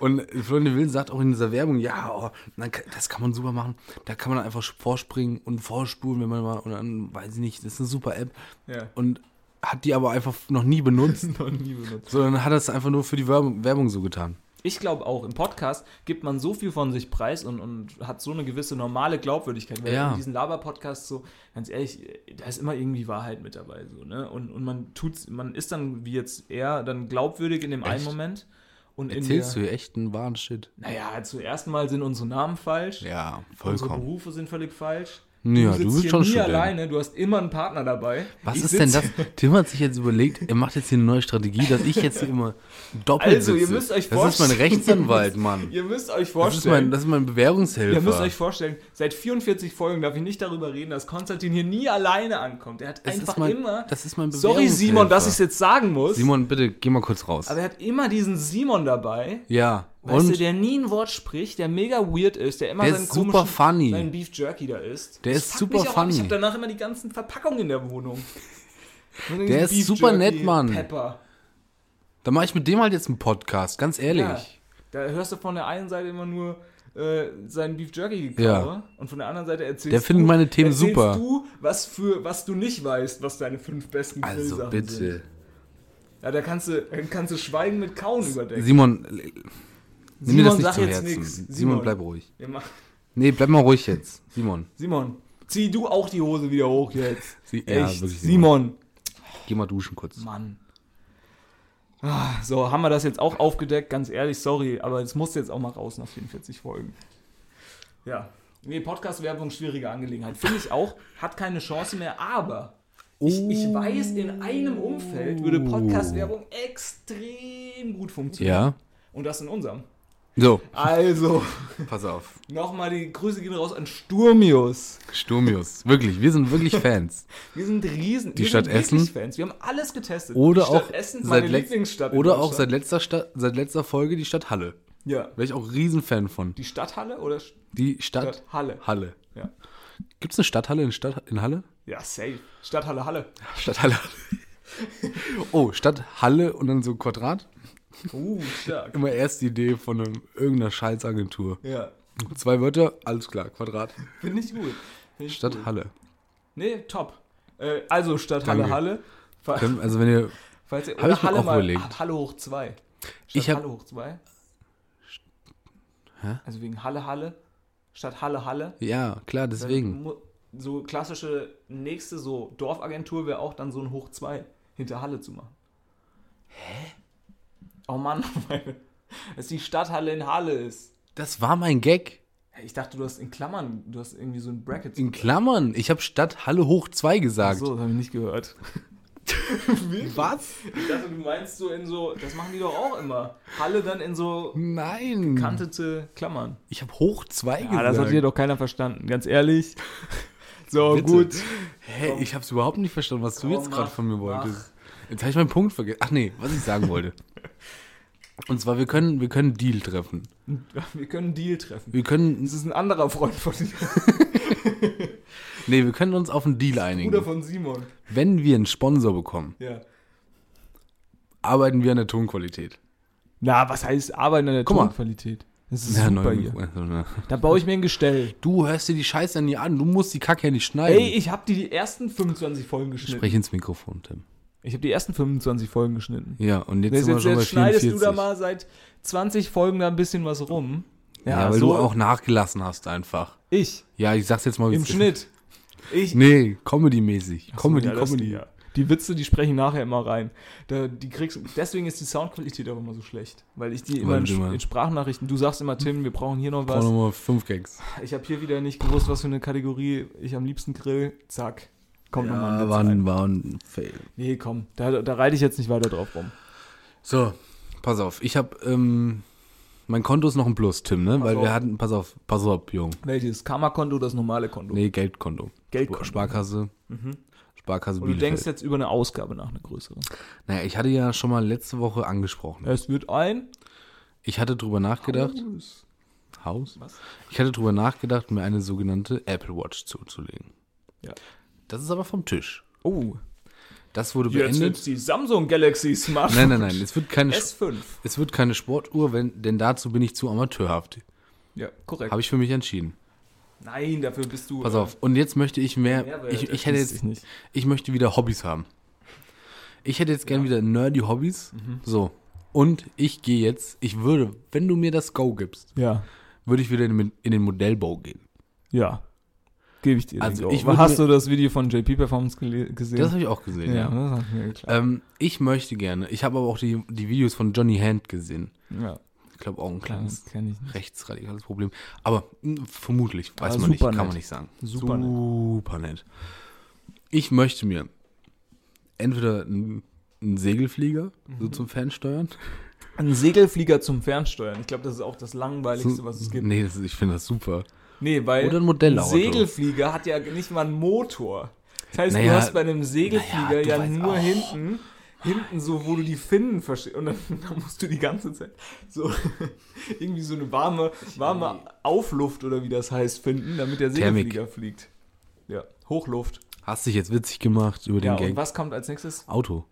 D: Und Florentin Will sagt auch in dieser Werbung, ja, oh, dann kann- das kann man super machen. Da kann man einfach vorspringen und vorspulen, wenn man mal, und dann, weiß ich nicht, das ist eine super App.
C: Ja.
D: Und hat die aber einfach noch nie benutzt
C: Noch nie benutzt.
D: sondern hat das einfach nur für die Werbung, Werbung so getan.
C: Ich glaube auch, im Podcast gibt man so viel von sich preis und, und hat so eine gewisse normale Glaubwürdigkeit. Weil
D: Ja.
C: in diesen Laber-Podcasts so, ganz ehrlich, da ist immer irgendwie Wahrheit mit dabei. So, ne? und, und man tut's, man ist dann, wie jetzt er, dann glaubwürdig in dem einen
D: Echt?
C: Moment. Und
D: Erzählst
C: in
D: du hier echt einen wahren Shit?
C: der, Naja, zuerst mal sind unsere Namen falsch.
D: Ja,
C: Unsere Berufe sind völlig falsch.
D: Ja, du
C: sitzt
D: bist
C: hier
D: schon
C: nie
D: Student.
C: alleine, du hast immer einen Partner dabei.
D: Was
C: Ich
D: ist
C: sitz-
D: denn das? Tim hat sich jetzt überlegt, er macht jetzt hier eine neue Strategie, dass ich jetzt hier immer doppelt
C: Also, ihr
D: sitze.
C: müsst euch
D: das ist mein
C: vorstellen-
D: Rechtsanwalt, Mann.
C: Ihr müsst euch
D: Das ist mein,
C: vorstellen.
D: das ist mein Bewährungshelfer.
C: Ihr müsst euch vorstellen, seit 44 Folgen darf ich nicht darüber reden, dass Konstantin hier nie alleine ankommt. Er hat
D: Das ist
C: einfach
D: mein-
C: immer.
D: das ist mein
C: Sorry, Simon,
D: Bewährungshelfer.
C: dass ich es jetzt sagen muss.
D: Simon, bitte, geh mal kurz raus.
C: Aber er hat immer diesen Simon dabei,
D: ja,
C: weißt du,
D: und
C: der nie ein Wort spricht, der mega weird ist, der immer
D: Der
C: seinen
D: ist super
C: komischen-
D: funny.
C: seinen Beef Jerky da ist.
D: Der
C: Das
D: ist
C: fuckt
D: super
C: mich auch ab. Ich
D: funny.
C: hab danach immer die ganzen Verpackungen in der Wohnung.
D: Der ist super nett, Mann.
C: Pepper.
D: dann mache ich mit dem halt jetzt einen Podcast, ganz ehrlich.
C: Ja, da hörst du von der einen Seite immer nur äh, seinen Beef Jerky gekauft
D: Ja.
C: und von der anderen Seite erzählst
D: Der findet
C: du,
D: meine Themen
C: erzählst
D: super.
C: du, was für was du nicht weißt, was deine fünf besten
D: Also
C: Grillsachen
D: bitte.
C: sind. Ja, da kannst du, dann kannst du Schweigen mit Kauen überdenken.
D: Simon, äh, nimm dir das nicht zu Herzen.
C: nix.
D: Simon, bleib ruhig.
C: Wir machen-
D: Nee, bleib mal ruhig jetzt. Simon,
C: Simon, zieh du auch die Hose wieder hoch jetzt.
D: Sie- ja, wirklich,
C: Simon.
D: geh mal duschen kurz.
C: Mann. Ah, So, haben wir das jetzt auch aufgedeckt, ganz ehrlich, sorry, aber es muss jetzt auch mal raus nach 44 Folgen. Ja. Nee, Podcast-Werbung, schwierige Angelegenheit. Finde ich auch, hat keine Chance mehr, aber ich,
D: Oh.
C: ich weiß, in einem Umfeld würde Podcast-Werbung extrem gut funktionieren.
D: Ja.
C: Und das in unserem.
D: So,
C: Also,
D: pass auf.
C: nochmal die Grüße gehen raus an Sturmius.
D: Sturmius. Wirklich, wir sind wirklich Fans.
C: Wir sind riesen
D: Die
C: wir
D: Stadt
C: sind wirklich
D: Essen.
C: Fans. Wir haben alles getestet.
D: Oder
C: Die Stadt
D: auch
C: Essen,
D: seit
C: meine
D: letz-
C: Lieblingsstadt. in
D: Oder auch seit
C: Deutschland.
D: letzter, Sta seit letzter Folge die Stadt Halle.
C: Ja.
D: Wäre ich auch Riesenfan von.
C: Die Stadthalle oder? St-
D: Die Stadt,
C: Stadt Halle.
D: Halle.
C: Ja.
D: Gibt es eine Stadthalle in, Stadt in Halle?
C: Ja, safe. Stadthalle Halle.
D: Stadthalle. oh, Stadthalle und dann so ein Quadrat.
C: Uh, stark.
D: Immer erst die Idee von einem, irgendeiner Scheißagentur.
C: Ja.
D: Zwei Wörter, alles klar, Quadrat.
C: Finde ich gut. Find ich gut.
D: Stadthalle.
C: Nee, top. Äh, also Stadthalle
D: Danke.
C: Halle. Fa-
D: Können- Also wenn ihr
C: Falls ihr,
D: Hab ich mir auch überlegt.
C: Halle hoch 2.
D: Ich hab-
C: Halle hoch 2.
D: Hä?
C: Also wegen Halle Halle. Statt Halle Halle.
D: Ja, klar,
C: Dann
D: deswegen.
C: mu- So klassische nächste so Dorfagentur wäre auch dann so ein Hoch 2 hinter Halle zu machen. Hä? Oh Mann, dass die Stadthalle in Halle ist.
D: Das war mein Gag.
C: Hey, Ich dachte, du hast in Klammern, du hast irgendwie so ein Bracket.
D: In Klammern. Ich habe Stadt Halle hoch 2 gesagt.
C: so, das habe ich nicht gehört.
D: Was?
C: Ich dachte, du meinst so in so, das machen die doch auch immer. Halle dann in so
D: Hm. Nein.
C: kantete Klammern.
D: Ich habe hoch 2
C: Ah,
D: gesagt.
C: das hat hier doch keiner verstanden, ganz ehrlich. So,
D: Bitte.
C: gut.
D: Hä, ich habe es überhaupt nicht verstanden, was du
C: Komm,
D: jetzt gerade
C: mach,
D: von mir wolltest. Jetzt habe ich meinen Punkt vergessen. Ach nee, was ich sagen wollte. Und zwar, wir können, wir können einen Deal treffen.
C: Wir können einen Deal treffen.
D: Wir können,
C: Das ist ein anderer Freund von dir,
D: nee, wir können uns auf einen Deal
C: Bruder
D: einigen.
C: von Simon.
D: Wenn wir einen Sponsor bekommen,
C: Ja.
D: arbeiten wir an der Tonqualität.
C: Na, was heißt Arbeiten an der
D: Guck mal.
C: Tonqualität? Das ist
D: Ja,
C: super
D: neue
C: hier.
D: Mikro- also, ne.
C: Da baue ich mir ein Gestell.
D: Du hörst dir die Scheiße nie an, du musst die Kacke ja nicht schneiden.
C: Ey, ich habe die, die ersten 25 Folgen geschnitten.
D: Sprich ins Mikrofon, Tim.
C: Ich habe die ersten 25 Folgen geschnitten.
D: Ja, und jetzt
C: Jetzt,
D: sind wir
C: jetzt,
D: schon
C: jetzt
D: bei
C: schneidest
D: 44.
C: du da mal seit 20 Folgen da ein bisschen was rum.
D: ja, weil du auch nachgelassen hast einfach.
C: Ich,
D: Ja, ich sag's jetzt mal. wie
C: im
D: es ist.
C: Schnitt. Ich.
D: Nee, Comedy-mäßig. Comedy,
C: ja, das-
D: Comedy.
C: ja. Die Witze, die sprechen nachher immer rein. Da, die kriegst, deswegen ist die Soundqualität auch immer so schlecht. Weil ich die immer
D: Weil
C: in,
D: du
C: Sch-
D: immer-
C: in Sprachnachrichten, du sagst immer, Tim, wir brauchen hier noch
D: Brauch
C: was.
D: nochmal fünf Gags.
C: Ich habe hier wieder nicht gewusst, was für eine Kategorie ich am liebsten grill. Zack. Kommt nochmal ein Witz rein.
D: war ein Fail.
C: Nee, komm, da, da reite ich jetzt nicht weiter drauf rum.
D: So, pass auf. Ich habe ähm, mein Konto ist noch ein Plus, Tim, ne? Weil
C: auf.
D: wir hatten, pass auf, pass auf, Jung.
C: Welches? Karma-Konto oder das normale Konto?
D: Nee, Geldkonto.
C: Geldkonto. Mhm.
D: Sparkasse. Sparkasse
C: Und du denkst
D: Bielefeld.
C: jetzt über eine Ausgabe nach, eine größere.
D: Naja, ich hatte ja schon mal letzte Woche angesprochen.
C: Es wird ein.
D: Ich hatte drüber nachgedacht. Haus.
C: Was?
D: Ich hatte drüber nachgedacht, mir eine sogenannte Apple Watch zuzulegen.
C: Ja.
D: Das ist aber vom Tisch.
C: Oh.
D: Das wurde
C: Jetzt
D: beendet.
C: wird's die Samsung Galaxy Smart.
D: Nein, nein, nein. Es wird keine,
C: S5.
D: es wird keine Sportuhr, wenn, denn dazu bin ich zu amateurhaft.
C: Ja, korrekt.
D: Habe ich für mich entschieden.
C: Nein, dafür bist du. äh,
D: Pass auf. Und jetzt möchte ich mehr.
C: Mehrwert
D: Ich, ich hätte jetzt.
C: erschließt sich nicht.
D: Ich möchte wieder Hobbys haben. Ich hätte jetzt gern wieder nerdy Hobbys. So. Und ich gehe jetzt. Ich würde, wenn du mir das Go gibst,
C: Ja,
D: würde ich wieder in, den- in den Modellbau gehen.
C: ja. Gebe ich dir.
D: Also,
C: den
D: ich
C: Go.
D: würd
C: Hast
D: mir-
C: du das Video von JP Performance gele- gesehen?
D: Das habe ich auch gesehen. Ja.
C: ja, das hat mir geklappt.
D: Ähm, ich möchte gerne. Ich habe aber auch die, die Videos von Johnny Hand gesehen.
C: Ja,
D: Ich glaube auch ein kleines
C: das kenne ich nicht.
D: rechtsradikales Problem. Aber mh, vermutlich. Weiß
C: Aber
D: man nicht.
C: super
D: Kann
C: nett.
D: man nicht sagen.
C: Super nett.
D: super nett. Ich möchte mir entweder einen einen Segelflieger
C: Mhm.
D: so zum Fernsteuern
C: Ein Segelflieger zum Fernsteuern. Ich glaube, das ist auch das Langweiligste,
D: So-
C: was es gibt.
D: Nee, das ist, ich finde das super.
C: Nee, weil
D: Oder ein Modellauto.
C: ein Segelflieger hat ja nicht mal einen Motor. Das heißt,
D: Naja,
C: du hast bei einem Segelflieger
D: naja, du
C: ja
D: weißt
C: nur
D: auch.
C: hinten, hinten so, wo du die Finnen verstehst. Und dann, dann musst du die ganze Zeit so irgendwie so eine warme, warme Aufluft oder wie das heißt finden, damit der
D: Thermik.
C: Segelflieger fliegt. Ja, Hochluft.
D: Hast dich jetzt witzig gemacht über den
C: Ja, und
D: Gang.
C: was kommt als nächstes?
D: Auto.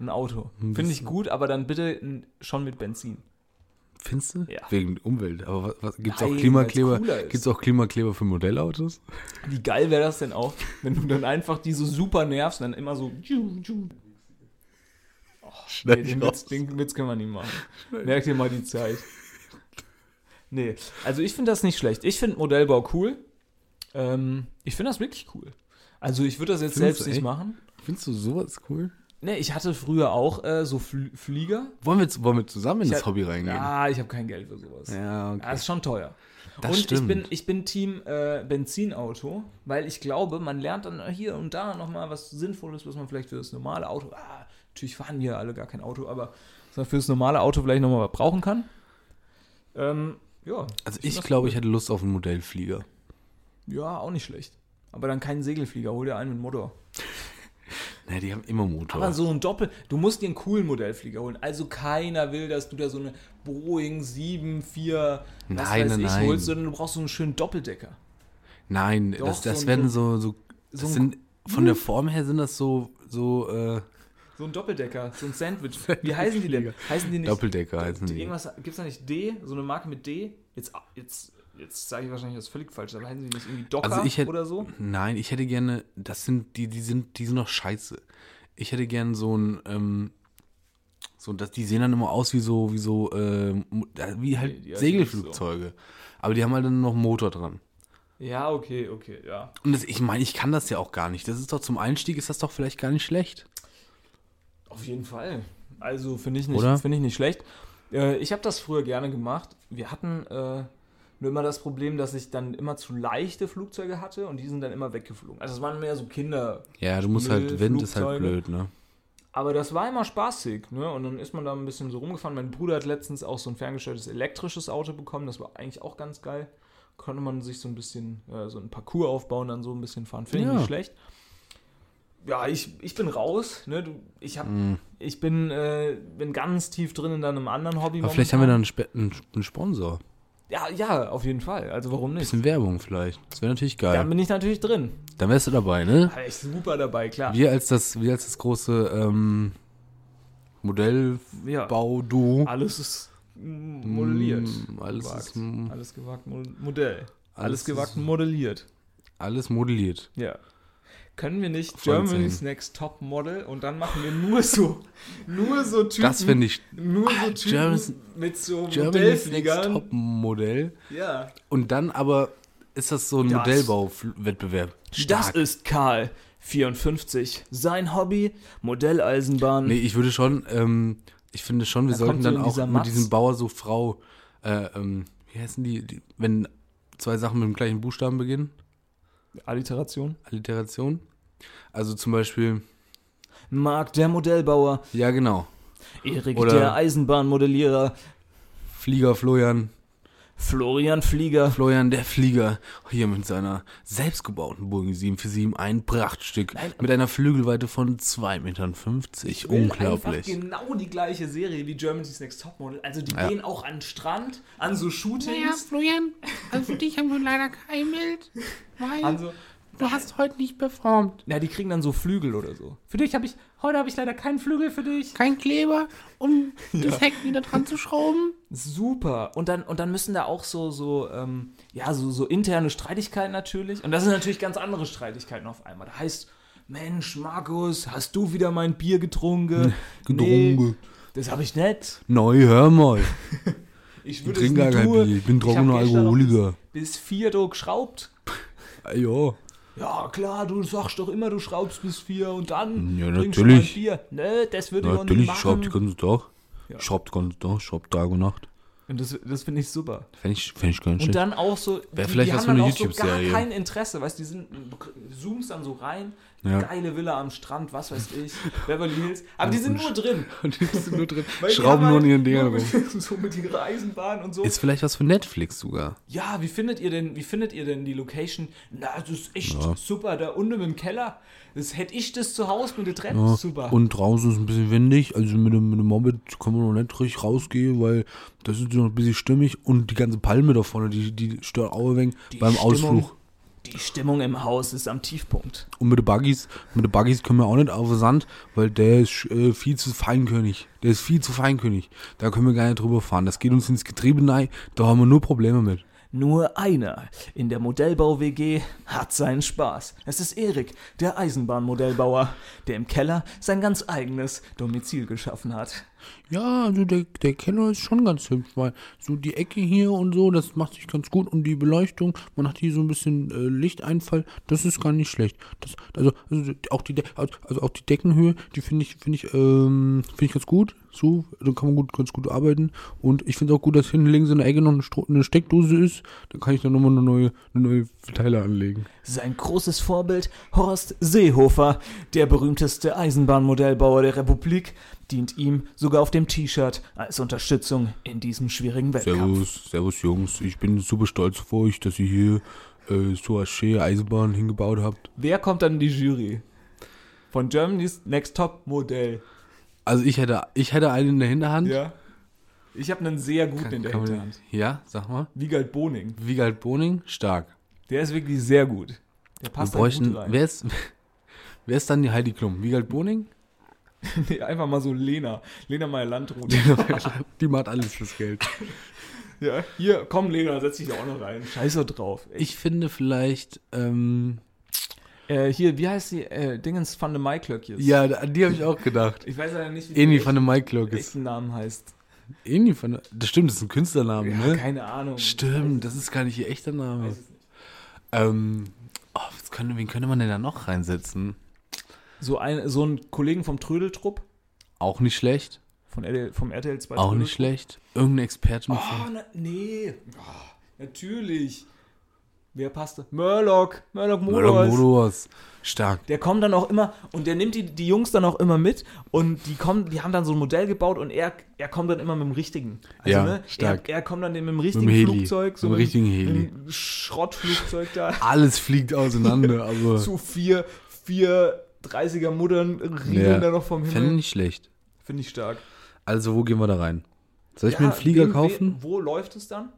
C: Ein Auto. Finde ich gut, aber dann bitte n- schon mit Benzin.
D: Findest du?
C: Ja.
D: Wegen Umwelt. Aber was, was, gibt's
C: Nein,
D: auch Klimakleber?
C: weil's cooler ist.
D: Gibt's auch Klimakleber für Modellautos?
C: Wie geil wäre das denn auch, wenn du dann einfach die so super nervst und dann immer so. Nee,
D: Schnell
C: den, Witz, den Witz können wir nicht machen. Merkt ihr mal die Zeit. Nee, also ich finde das nicht schlecht. Ich finde Modellbau cool. Ähm, ich finde das wirklich cool. Also ich würde das jetzt
D: Findest
C: selbst
D: du
C: nicht
D: echt?
C: machen.
D: Findest du sowas cool?
C: Nee, ich hatte früher auch äh, so Fl Flieger.
D: Wollen wir, wollen wir zusammen in
C: Ich
D: das
C: hab-
D: Hobby reingehen?
C: Ah, ich habe kein Geld für sowas.
D: Ja,
C: Ah, ist schon teuer.
D: Das
C: und ich
D: stimmt.
C: bin, ich bin Team äh, Benzinauto, weil ich glaube, man lernt dann hier und da nochmal was Sinnvolles, was man vielleicht für das normale Auto, ah, natürlich fahren wir alle gar kein Auto, aber was man für das normale Auto vielleicht nochmal was brauchen kann. Ähm, ja.
D: Also
C: find
D: ich
C: das
D: glaube,
C: cool.
D: ich hätte Lust auf einen Modellflieger.
C: Ja, auch nicht schlecht. Aber dann keinen Segelflieger, hol dir einen mit Motor.
D: Naja, die haben immer Motor.
C: Aber so ein Doppel, du musst dir einen coolen Modellflieger holen. Also keiner will, dass du da so eine Boeing 7, 4, was
D: Nein,
C: weiß
D: nein,
C: ich,
D: nein.
C: holst, sondern du brauchst so einen schönen Doppeldecker.
D: Nein,
C: Doch,
D: das, das
C: so ein-
D: werden so, so, das
C: so ein- Hm?
D: sind, von der Form her sind das so, so äh,
C: So ein Doppeldecker, so ein Sandwich. Wie heißen die denn? Heißen die nicht?
D: Doppeldecker heißen
C: die,
D: die.
C: irgendwas gibt's da nicht D, so eine Marke mit D? Jetzt, jetzt, jetzt sage ich wahrscheinlich was völlig falsch, aber heißen die nicht irgendwie Docker
D: Also ich hätte-
C: oder so?
D: Nein, ich hätte gerne, das sind, die, die sind, die sind noch scheiße. Ich hätte gerne so ein, ähm, so, das, die sehen dann immer aus wie so, wie so, ähm, wie halt
C: die heißen
D: Segelflugzeuge. Aber die haben halt dann noch einen Motor dran.
C: Ja, okay, okay, ja.
D: Und das, ich meine, ich kann das ja auch gar nicht. Das ist doch zum Einstieg, ist das doch vielleicht gar nicht schlecht.
C: Auf jeden Fall. Also finde ich, nicht-
D: Oder?
C: finde ich nicht schlecht. Äh, ich habe das früher gerne gemacht. Wir hatten äh, nur immer das Problem, dass ich dann immer zu leichte Flugzeuge hatte und die sind dann immer weggeflogen. Also es waren mehr so Kinder.
D: Ja, du musst halt, Wind ist halt
C: Flugzeuge.
D: blöd, ne?
C: Aber das war immer spaßig, ne? Und dann ist man da ein bisschen so rumgefahren. Mein Bruder hat letztens auch so ein ferngesteuertes elektrisches Auto bekommen. Das war eigentlich auch ganz geil. Konnte man sich so ein bisschen, äh, so ein Parcours aufbauen, dann so ein bisschen fahren. Finde ich
D: Ja.
C: nicht schlecht. Ja, ich, ich bin raus, ne? Du, ich hab,
D: Mhm.
C: ich bin, äh, bin ganz tief drin in einem anderen Hobby.
D: Aber vielleicht haben wir dann einen, Spe- einen, einen Sponsor.
C: Ja, ja, auf jeden Fall. Also warum nicht?
D: Bisschen Werbung vielleicht. Das wäre natürlich geil.
C: Dann bin ich natürlich drin.
D: Dann wärst du dabei, ne?
C: Da wär ich super dabei, klar.
D: Wir als das, wir als das große ähm,
C: Ja.
D: Modellbau-Duo.
C: Alles ist mm, modelliert.
D: Mm, alles
C: gewagt.
D: ist, mm,
C: alles gewagt Mo- Modell. Alles
D: Alles
C: gewagt
D: ist-
C: modelliert.
D: Alles modelliert.
C: Ja. Können wir nicht
D: Voll
C: Germany's Next Top Model und dann machen wir nur so nur so Typen.
D: Das finde ich Ah,
C: nur so Typen
D: Germany's-
C: mit so
D: Germany's Next
C: Modellfliegern.
D: Top-Modell.
C: Ja.
D: Und dann aber ist das so ein
C: Das-
D: Modellbau-Wettbewerb.
C: Das ist Karl 54. Sein Hobby? Modelleisenbahn.
D: Nee, ich würde schon, ähm, ich finde schon, wir
C: Da
D: sollten
C: kommt
D: dann
C: so
D: auch
C: dieser
D: mit
C: Matz.
D: diesem Bauer so Frau, äh, ähm, wie heißen die, die, wenn zwei Sachen mit dem gleichen Buchstaben beginnen?
C: Alliteration.
D: Alliteration? Also zum Beispiel,
C: Marc, der Modellbauer.
D: ja genau,
C: Erik,
D: Oder-
C: der Eisenbahnmodellierer.
D: Flieger Florian,
C: Florian Flieger.
D: Florian der Flieger, hier mit seiner selbstgebauten Boeing 747, ein Prachtstück, mit einer Flügelweite von 2,50 Metern. Unglaublich.
C: Einfach genau die gleiche Serie wie Germany's Next Topmodel. Also die
D: Ja.
C: gehen auch an den Strand, an so
E: Ja,
C: Shootings.
E: Florian, also dich haben wir leider kein Bild, weil
C: an so,
E: du hast heute nicht performt.
C: Also, na, die kriegen dann so Flügel oder so. Für dich habe ich, heute habe ich leider keinen Flügel für dich.
E: Kein Kleber, um das Heck wieder dran zu schrauben.
C: Super. Und dann, und dann müssen da auch so, so, ähm, ja, so, so interne Streitigkeiten natürlich. Und das sind natürlich ganz andere Streitigkeiten auf einmal. Da heißt, Mensch, Markus, hast du wieder mein Bier getrunken? Nee,
D: Gedrungen.
C: das habe ich nicht.
D: Neu, hör mal.
C: Ich
D: Ich
C: würde
D: trinke gar
C: es nicht
D: kein
C: tun.
D: Bier, ich bin
C: Ich hab
D: trockener
C: gestern noch
D: Alkoholiker.
C: Bis, bis vier Uhr geschraubt.
D: Ah, Ja.
C: Ja, klar, du sagst doch immer, du schraubst bis vier und dann
D: Ja,
C: trinkst du mal ein
D: natürlich.
C: Bier. Ne, das würde ich auch nicht
D: Natürlich, ich schraub den
C: machen.
D: ganzen Tag. Ich schraub den ganzen Tag, ich schraub Tag und Nacht.
C: Und das, das finde ich super.
D: Fände ich, fänd ich ganz schön.
C: Und dann auch so,
D: Wär
C: die,
D: vielleicht
C: die
D: was
C: haben
D: für
C: dann
D: eine
C: auch so gar
D: YouTube-Serie.
C: kein Interesse, weißt du, die sind, du zoomst dann so rein,
D: Ja.
C: geile Villa am Strand, was weiß ich, Beverly Hills, aber die sind nur drin.
D: Und die sind nur drin.
C: Weil die
D: Schrauben
C: haben
D: nur
C: halt
D: in ihren Dingern
C: nur
D: rum.
C: mit- So mit ihrer Eisenbahn und so.
D: Ist vielleicht was für Netflix sogar.
C: ja, wie findet ihr denn, wie findet ihr denn die Location? Na, das ist echt
D: Ja.
C: super, da unten im Keller, das hätte ich das zu Hause mit der Treppe,
D: Ja.
C: super.
D: Und draußen ist ein bisschen windig. Also mit dem, mit dem Moped kann man noch nicht richtig rausgehen, weil das ist noch ein bisschen stimmig. Und die ganze Palme da vorne, die, die stört auch ein wenig
C: Die
D: beim
C: Stimmung-
D: Ausflug.
C: Die Stimmung im Haus ist am Tiefpunkt.
D: Und mit den Buggies, mit den Buggies können wir auch nicht auf den Sand, weil der ist äh, viel zu feinkönig. Der ist viel zu feinkönig. Da können wir gar nicht drüber fahren. Das geht uns ins Getriebe rein. Da haben wir nur Probleme mit.
C: Nur einer in der Modellbau-WG hat seinen Spaß. Es ist Erik, der Eisenbahnmodellbauer, der im Keller sein ganz eigenes Domizil geschaffen hat.
D: Ja, also der, der Keller ist schon ganz hübsch, weil so die Ecke hier und so, das macht sich ganz gut und die Beleuchtung, man hat hier so ein bisschen äh, Lichteinfall, das ist gar nicht schlecht. Das, also, also auch die De also auch die Deckenhöhe, die finde ich finde ich ähm, finde ich ganz gut. So, da kann man gut ganz gut arbeiten und ich finde auch gut, dass hinten links in der Ecke noch eine, Stro eine Steckdose ist, da kann ich dann nochmal eine neue eine neue Verteiler anlegen.
C: Sein großes Vorbild, Horst Seehofer, der berühmteste Eisenbahnmodellbauer der Republik, dient ihm sogar auf dem T-Shirt als Unterstützung in diesem schwierigen Wettkampf.
D: Servus, servus Jungs, ich bin super stolz auf euch, dass ihr hier äh, so eine schöne Eisenbahn hingebaut habt.
C: Wer kommt dann in die Jury? Von Germany's Next Top Modell.
D: Also ich hätte, ich hätte einen in der Hinterhand.
C: Ja. Ich habe einen sehr guten in der
D: Kann man-
C: Hinterhand.
D: Ja, sag mal.
C: Wiegald Boning.
D: Wiegald Boning, stark.
C: Der ist wirklich sehr gut. Der
D: Wir
C: passt da gut
D: bräuchten,
C: rein.
D: wer ist, wer ist dann die Heidi Klum? Wiegald Boning?
C: Nee, einfach mal so Lena. Lena mal Landrut.
D: die macht alles fürs Geld.
C: ja, hier, komm Lena, setz dich da auch noch rein. Scheiße drauf. ey.
D: Ich finde vielleicht, ähm,
C: äh, hier, wie heißt die? Äh, Dingens van de Maiklöckjes.
D: ja, an die habe ich auch gedacht.
C: Ich weiß leider nicht, wie
D: Eni
C: die
D: van der Maiklöck
C: echt-
D: ist.
C: echten Namen heißt.
D: Eni van der, das stimmt, das ist ein Künstlername,
C: Ja,
D: ne?
C: keine Ahnung.
D: Stimmt, das ist gar nicht ihr echter Name.
C: es nicht.
D: Ähm, oh, was könnte, wen könnte man denn da noch reinsetzen?
C: So ein, so ein Kollegen vom Trödeltrupp.
D: Auch nicht schlecht.
C: Von RTL, vom RTL 2.
D: Auch nicht schlecht. Irgendein Experten.
C: Oh, na, nee. Ah, natürlich. Wer passte? Murloc. Murloc
D: Oder
C: Modus.
D: Modus. Stark.
C: Der kommt dann auch immer und der nimmt die, die Jungs dann auch immer mit und die kommen, die haben dann so ein Modell gebaut und er, er kommt dann immer mit dem richtigen. Also, ne,
D: Ja, stark.
C: Er, er kommt dann mit dem richtigen
D: Heli.
C: Flugzeug, so
D: Mit dem richtigen Heli.
C: mit dem Schrottflugzeug da.
D: Alles fliegt auseinander, aber
C: zu vier, vier 30er Muttern riedeln
D: Ja.
C: da noch vom
D: fände ich
C: Himmel.
D: nicht schlecht.
C: Finde ich stark.
D: Also, wo gehen wir da rein? Soll ich mir
C: Ja,
D: einen Flieger
C: wen-
D: kaufen?
C: wen- Wo läuft es dann?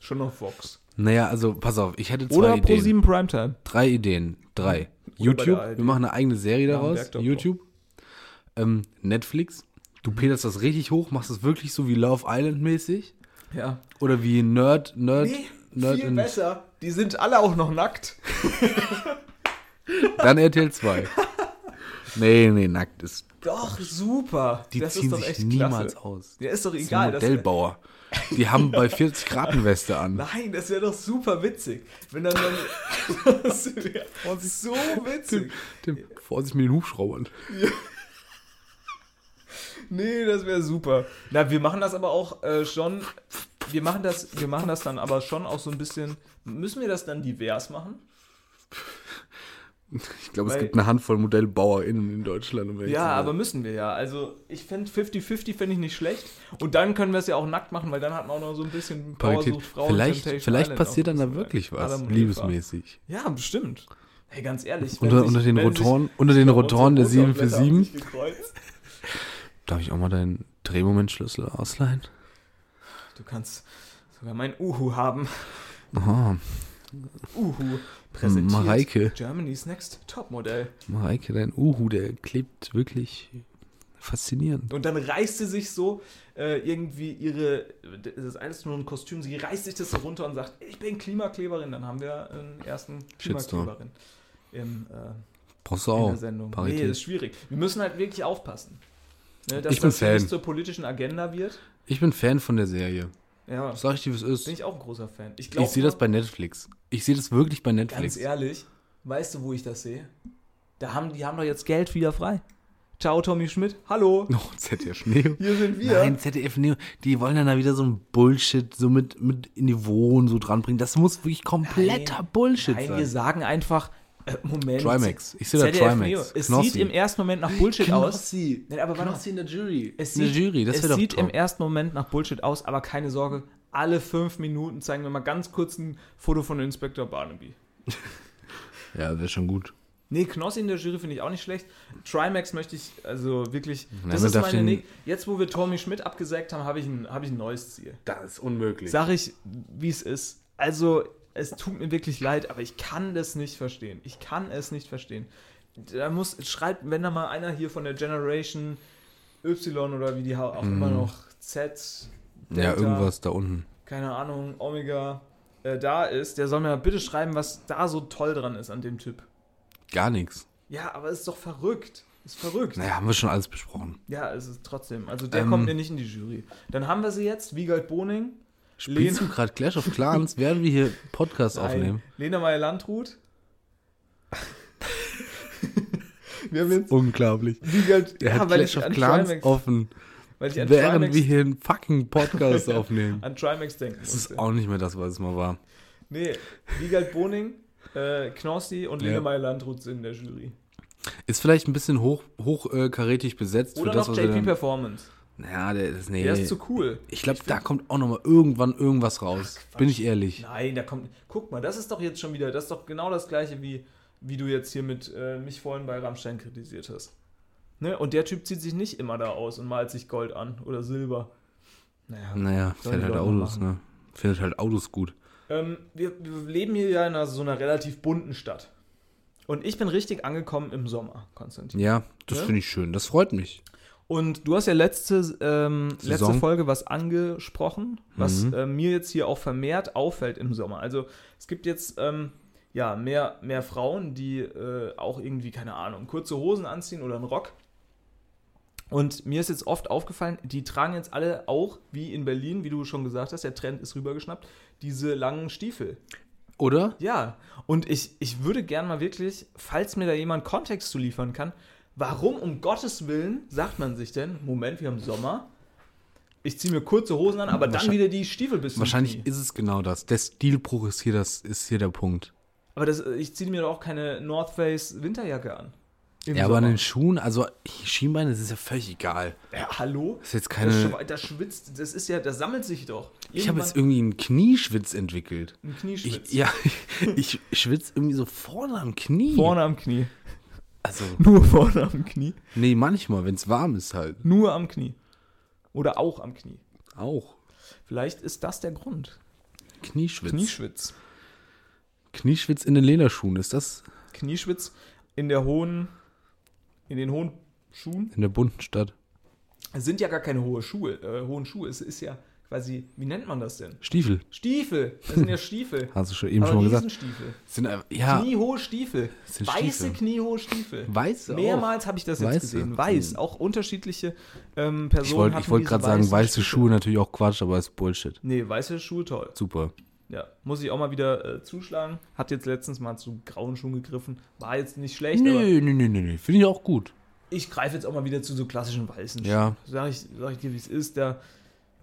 C: Schon auf Vox.
D: Naja, also, pass auf, ich hätte zwei
C: Oder
D: Ideen.
C: Pro7 Primetime.
D: Drei Ideen. Drei.
C: bei
D: YouTube,
C: der ARD.
D: wir machen eine eigene Serie
C: Ja, am
D: daraus.
C: Bergdoktor.
D: YouTube. Ähm, Netflix. Du
C: Mhm.
D: peterst das richtig hoch, machst es wirklich so wie Love Island mäßig.
C: Ja.
D: Oder wie Nerd, Nerd,
C: Nee,
D: Nerd
C: viel
D: in-
C: besser. Die sind alle auch noch nackt.
D: Dann RTL 2. Nee, nee, nackt ist.
C: Doch, super.
D: Die
C: das
D: ziehen
C: ist doch
D: sich
C: echt
D: niemals
C: klasse.
D: aus.
C: Ja, ist doch
D: Das sind
C: egal. Das
D: Modellbauer. Die haben bei 40 Grad eine Weste an.
C: nein, das wäre doch super witzig. Wenn dann, dann das wäre so witzig.
D: Dem, Vorsicht mit den Hubschraubern.
C: Nee, das wäre super. Na, wir machen das aber auch äh, schon. Wir machen, das, wir machen das dann aber schon auch so ein bisschen. Müssen wir das dann divers machen?
D: Ich glaube, es
C: Weil-
D: gibt eine Handvoll ModellbauerInnen in Deutschland. um ehrlich
C: Ja,
D: zu sein.
C: aber müssen wir ja. Also, ich fände 50-50 fände ich nicht schlecht. Und dann können wir es ja auch nackt machen, weil dann hat man auch noch so ein bisschen
D: Parität.
C: sucht Frauen,
D: Vielleicht,
C: Temptation
D: vielleicht
C: Island
D: passiert
C: auch
D: dann da
C: so
D: wirklich
C: rein.
D: was,
C: Adam und Eva.
D: liebesmäßig.
C: Ja, bestimmt. Hey, ganz ehrlich. wenn
D: Unter,
C: sich-
D: unter den
C: wenn sich-
D: Rotoren, unter den Rotoren der 7 für
C: Rotorblätter haben
D: 7.
C: sich gekreuzt.
D: Darf ich auch mal deinen Drehmomentschlüssel ausleihen?
C: Du kannst sogar mein Uhu haben.
D: Aha,
C: Uhu präsentiert
D: Mareike.
C: Germany's Next Topmodell.
D: Mareike, dein Uhu, der klebt wirklich faszinierend.
C: Und dann reißt sie sich so äh, irgendwie ihre, das ist alles nur ein Kostüm, sie reißt sich das so runter und sagt, ich bin Klimakleberin. Dann haben wir einen ersten
D: Shitstorm.
C: Klimakleberin im, äh,
D: Brauchst du
C: in
D: auch.
C: der Sendung.
D: Parität.
C: Nee, das ist schwierig. Wir müssen halt wirklich aufpassen. Ne, dass
D: Ich bin
C: das
D: Fan.
C: nicht zur politischen Agenda wird.
D: Ich bin Fan von der Serie.
C: Ja,
D: Sag ich dir, was ist.
C: bin
D: Ich,
C: ich auch ein großer Fan. Ich, glaub
D: sehe
C: nur-
D: das bei Netflix. Ich sehe das wirklich bei
C: Ganz
D: Netflix.
C: ehrlich, weißt du, wo ich das sehe? Da haben, die haben doch jetzt Geld wieder frei. Ciao, Tommy Schmidt. Hallo,
D: Noch ZDF Neo.
C: hier sind wir.
D: Nein, ZDF Neo, die wollen dann da wieder so ein Bullshit so mit, mit Niveau und so dranbringen. Das muss wirklich kompletter
C: Nein.
D: Bullshit
C: Nein, wir
D: sein.
C: sagen einfach, äh, Moment.
D: Trimax. Ich sehe da
C: ZDF
D: Trimax.
C: Neo. Es
D: Knossi.
C: sieht im ersten Moment nach Bullshit aus.
D: Knossi.
C: Nein, aber warte mal.
D: Knossi in der Jury.
C: Es
D: in der
C: sieht,
D: Jury, das
C: es
D: wäre doch
C: sieht
D: top.
C: im ersten Moment nach Bullshit aus, aber keine Sorge. Alle fünf Minuten zeigen wir mal ganz kurz ein Foto von Inspektor Barnaby.
D: Ja, wäre schon gut.
C: Nee, Knossi in der Jury finde ich auch nicht schlecht. Trimax möchte ich, also wirklich, das
D: man
C: ist
D: darf
C: meine
D: den-
C: Neg Jetzt, wo wir Tommy Schmidt abgesägt haben, habe ich, ein- habe ich ein neues Ziel.
D: Das ist unmöglich.
C: Sag ich, wie es ist. Also, es tut mir wirklich leid, aber ich kann das nicht verstehen. Ich kann es nicht verstehen. Da muss, schreibt, wenn da mal einer hier von der Generation Y oder wie die hau- auch immer noch Z,
D: Mhm. ja,
C: Delta,
D: irgendwas da unten.
C: keine Ahnung, Omega äh, da ist, der soll mir bitte schreiben, was da so toll dran ist an dem Typ.
D: Gar nichts.
C: Ja, aber ist doch verrückt. Ist verrückt.
D: Naja, haben wir schon alles besprochen.
C: Ja, es ist trotzdem. Also der
D: Ähm.
C: kommt mir nicht in die Jury. Dann haben wir sie jetzt, Wiegald Boning,
D: Spielst du gerade Clash of Clans, während wir hier Podcast aufnehmen?
C: Lena Meyer Landrut. wir haben jetzt
D: Unglaublich.
C: Wiegald,
D: Er hat
C: weil
D: Clash
C: ich
D: of
C: an
D: Clans
C: Trimax,
D: offen,
C: weil ich an
D: während wir
C: Trimax,
D: hier einen fucking Podcast aufnehmen.
C: an Trimax denken
D: Das ist
C: musste.
D: auch nicht mehr das, was es mal war.
C: Nee, Wiegald Boning, äh, Knossi und
D: Ja.
C: Lena Meyer Landrut sind in der Jury.
D: Ist vielleicht ein bisschen hoch, hochkarätig besetzt
C: Oder
D: für das,
C: noch
D: was er
C: JP
D: dann,
C: Performance.
D: Ja, der ist nee.
C: Der ist zu cool.
D: ich glaube, da kommt auch noch mal irgendwann irgendwas raus. Bin ich ehrlich.
C: Nein, da kommt. Guck mal, das ist doch jetzt schon wieder, das ist doch genau das gleiche wie, wie du jetzt hier mit äh, mich vorhin bei Rammstein kritisiert hast. Ne? Und der Typ zieht sich nicht immer da aus und malt sich Gold an oder Silber. Naja.
D: Naja,
C: Sollen
D: fährt halt
C: die Leute mal
D: Autos, ne? Findet halt Autos gut.
C: Ähm, wir, wir leben hier ja in einer, so einer relativ bunten Stadt. Und ich bin richtig angekommen im Sommer, Konstantin.
D: Ja, das
C: Ja.
D: finde ich schön. Das freut mich.
C: Und du hast ja letzte, ähm, letzte
D: Saison.
C: Folge was angesprochen, was äh, mir jetzt hier auch vermehrt auffällt im Sommer. Also es gibt jetzt ähm, ja mehr, mehr Frauen, die äh, auch irgendwie, keine Ahnung, kurze Hosen anziehen oder einen Rock. Und mir ist jetzt oft aufgefallen, die tragen jetzt alle auch, wie in Berlin, wie du schon gesagt hast, der Trend ist rübergeschnappt, diese langen Stiefel.
D: Oder?
C: Ja, und ich, ich würde gern mal wirklich, falls mir da jemand Kontext zu liefern kann, warum um Gottes Willen sagt man sich denn, Moment, wir haben Sommer, ich ziehe mir kurze Hosen an, aber dann
D: Wahrscheinlich-
C: wieder die Stiefel bis zum
D: Wahrscheinlich
C: Knie.
D: ist es genau das. Der Stilbruch ist hier das ist hier der Punkt.
C: Aber das, ich ziehe mir doch auch keine North Face Winterjacke an. Im
D: Ja, aber an
C: Sommer.
D: den Schuhen, also Schienbeine, das ist ja völlig egal.
C: Ja, hallo?
D: Das ist jetzt
C: Das,
D: keine
C: schw das schwitzt, das ist ja, das sammelt sich doch.
D: Ich habe
C: Irgendwann
D: jetzt irgendwie einen Knieschwitz entwickelt.
C: einen Knieschwitz.
D: Ich, ja, ich schwitze irgendwie so vorne am Knie.
C: Vorne am Knie.
D: Also,
C: Nur vorne am Knie.
D: nee, manchmal, wenn es warm ist halt.
C: Nur am Knie. Oder auch am Knie.
D: Auch.
C: Vielleicht ist das der Grund.
D: Knieschwitz.
C: Knieschwitz.
D: Knieschwitz in den Lederschuhen, ist das
C: Knieschwitz in der hohen, in den hohen Schuhen.
D: in der bunten Stadt?
C: Es sind ja gar keine hohe Schuhe, äh, hohen Schuhe. Es ist ja quasi, wie nennt man das denn?
D: Stiefel.
C: Stiefel. Das sind ja Stiefel.
D: Hast du schon eben
C: Aber
D: schon mal gesagt.
C: Riesenstiefel.
D: Sind, einfach- ja,
C: Kniehohe Stiefel.
D: sind
C: Weiße
D: Stiefel.
C: kniehohe Stiefel.
D: weiß
C: Mehrmals habe ich das jetzt
D: Weiße.
C: gesehen. Weiß. Auch unterschiedliche ähm,
D: Ich
C: Personen.
D: wollte
C: hatten
D: ich wollt
C: diese
D: gerade sagen,
C: weißen
D: weiße
C: Stiefel.
D: Schuhe natürlich auch Quatsch, aber ist Bullshit.
C: Nee, weiße Schuhe toll.
D: Super.
C: Ja, muss ich auch mal wieder äh, zuschlagen. Hat jetzt letztens mal zu grauen Schuhen gegriffen. War jetzt nicht schlecht, aber
D: nee, nee, nee, nee. Finde ich auch gut.
C: ich greife jetzt auch mal wieder zu so klassischen weißen
D: Ja.
C: Schuhen. Sag ich, sag ich dir, wie es ist, da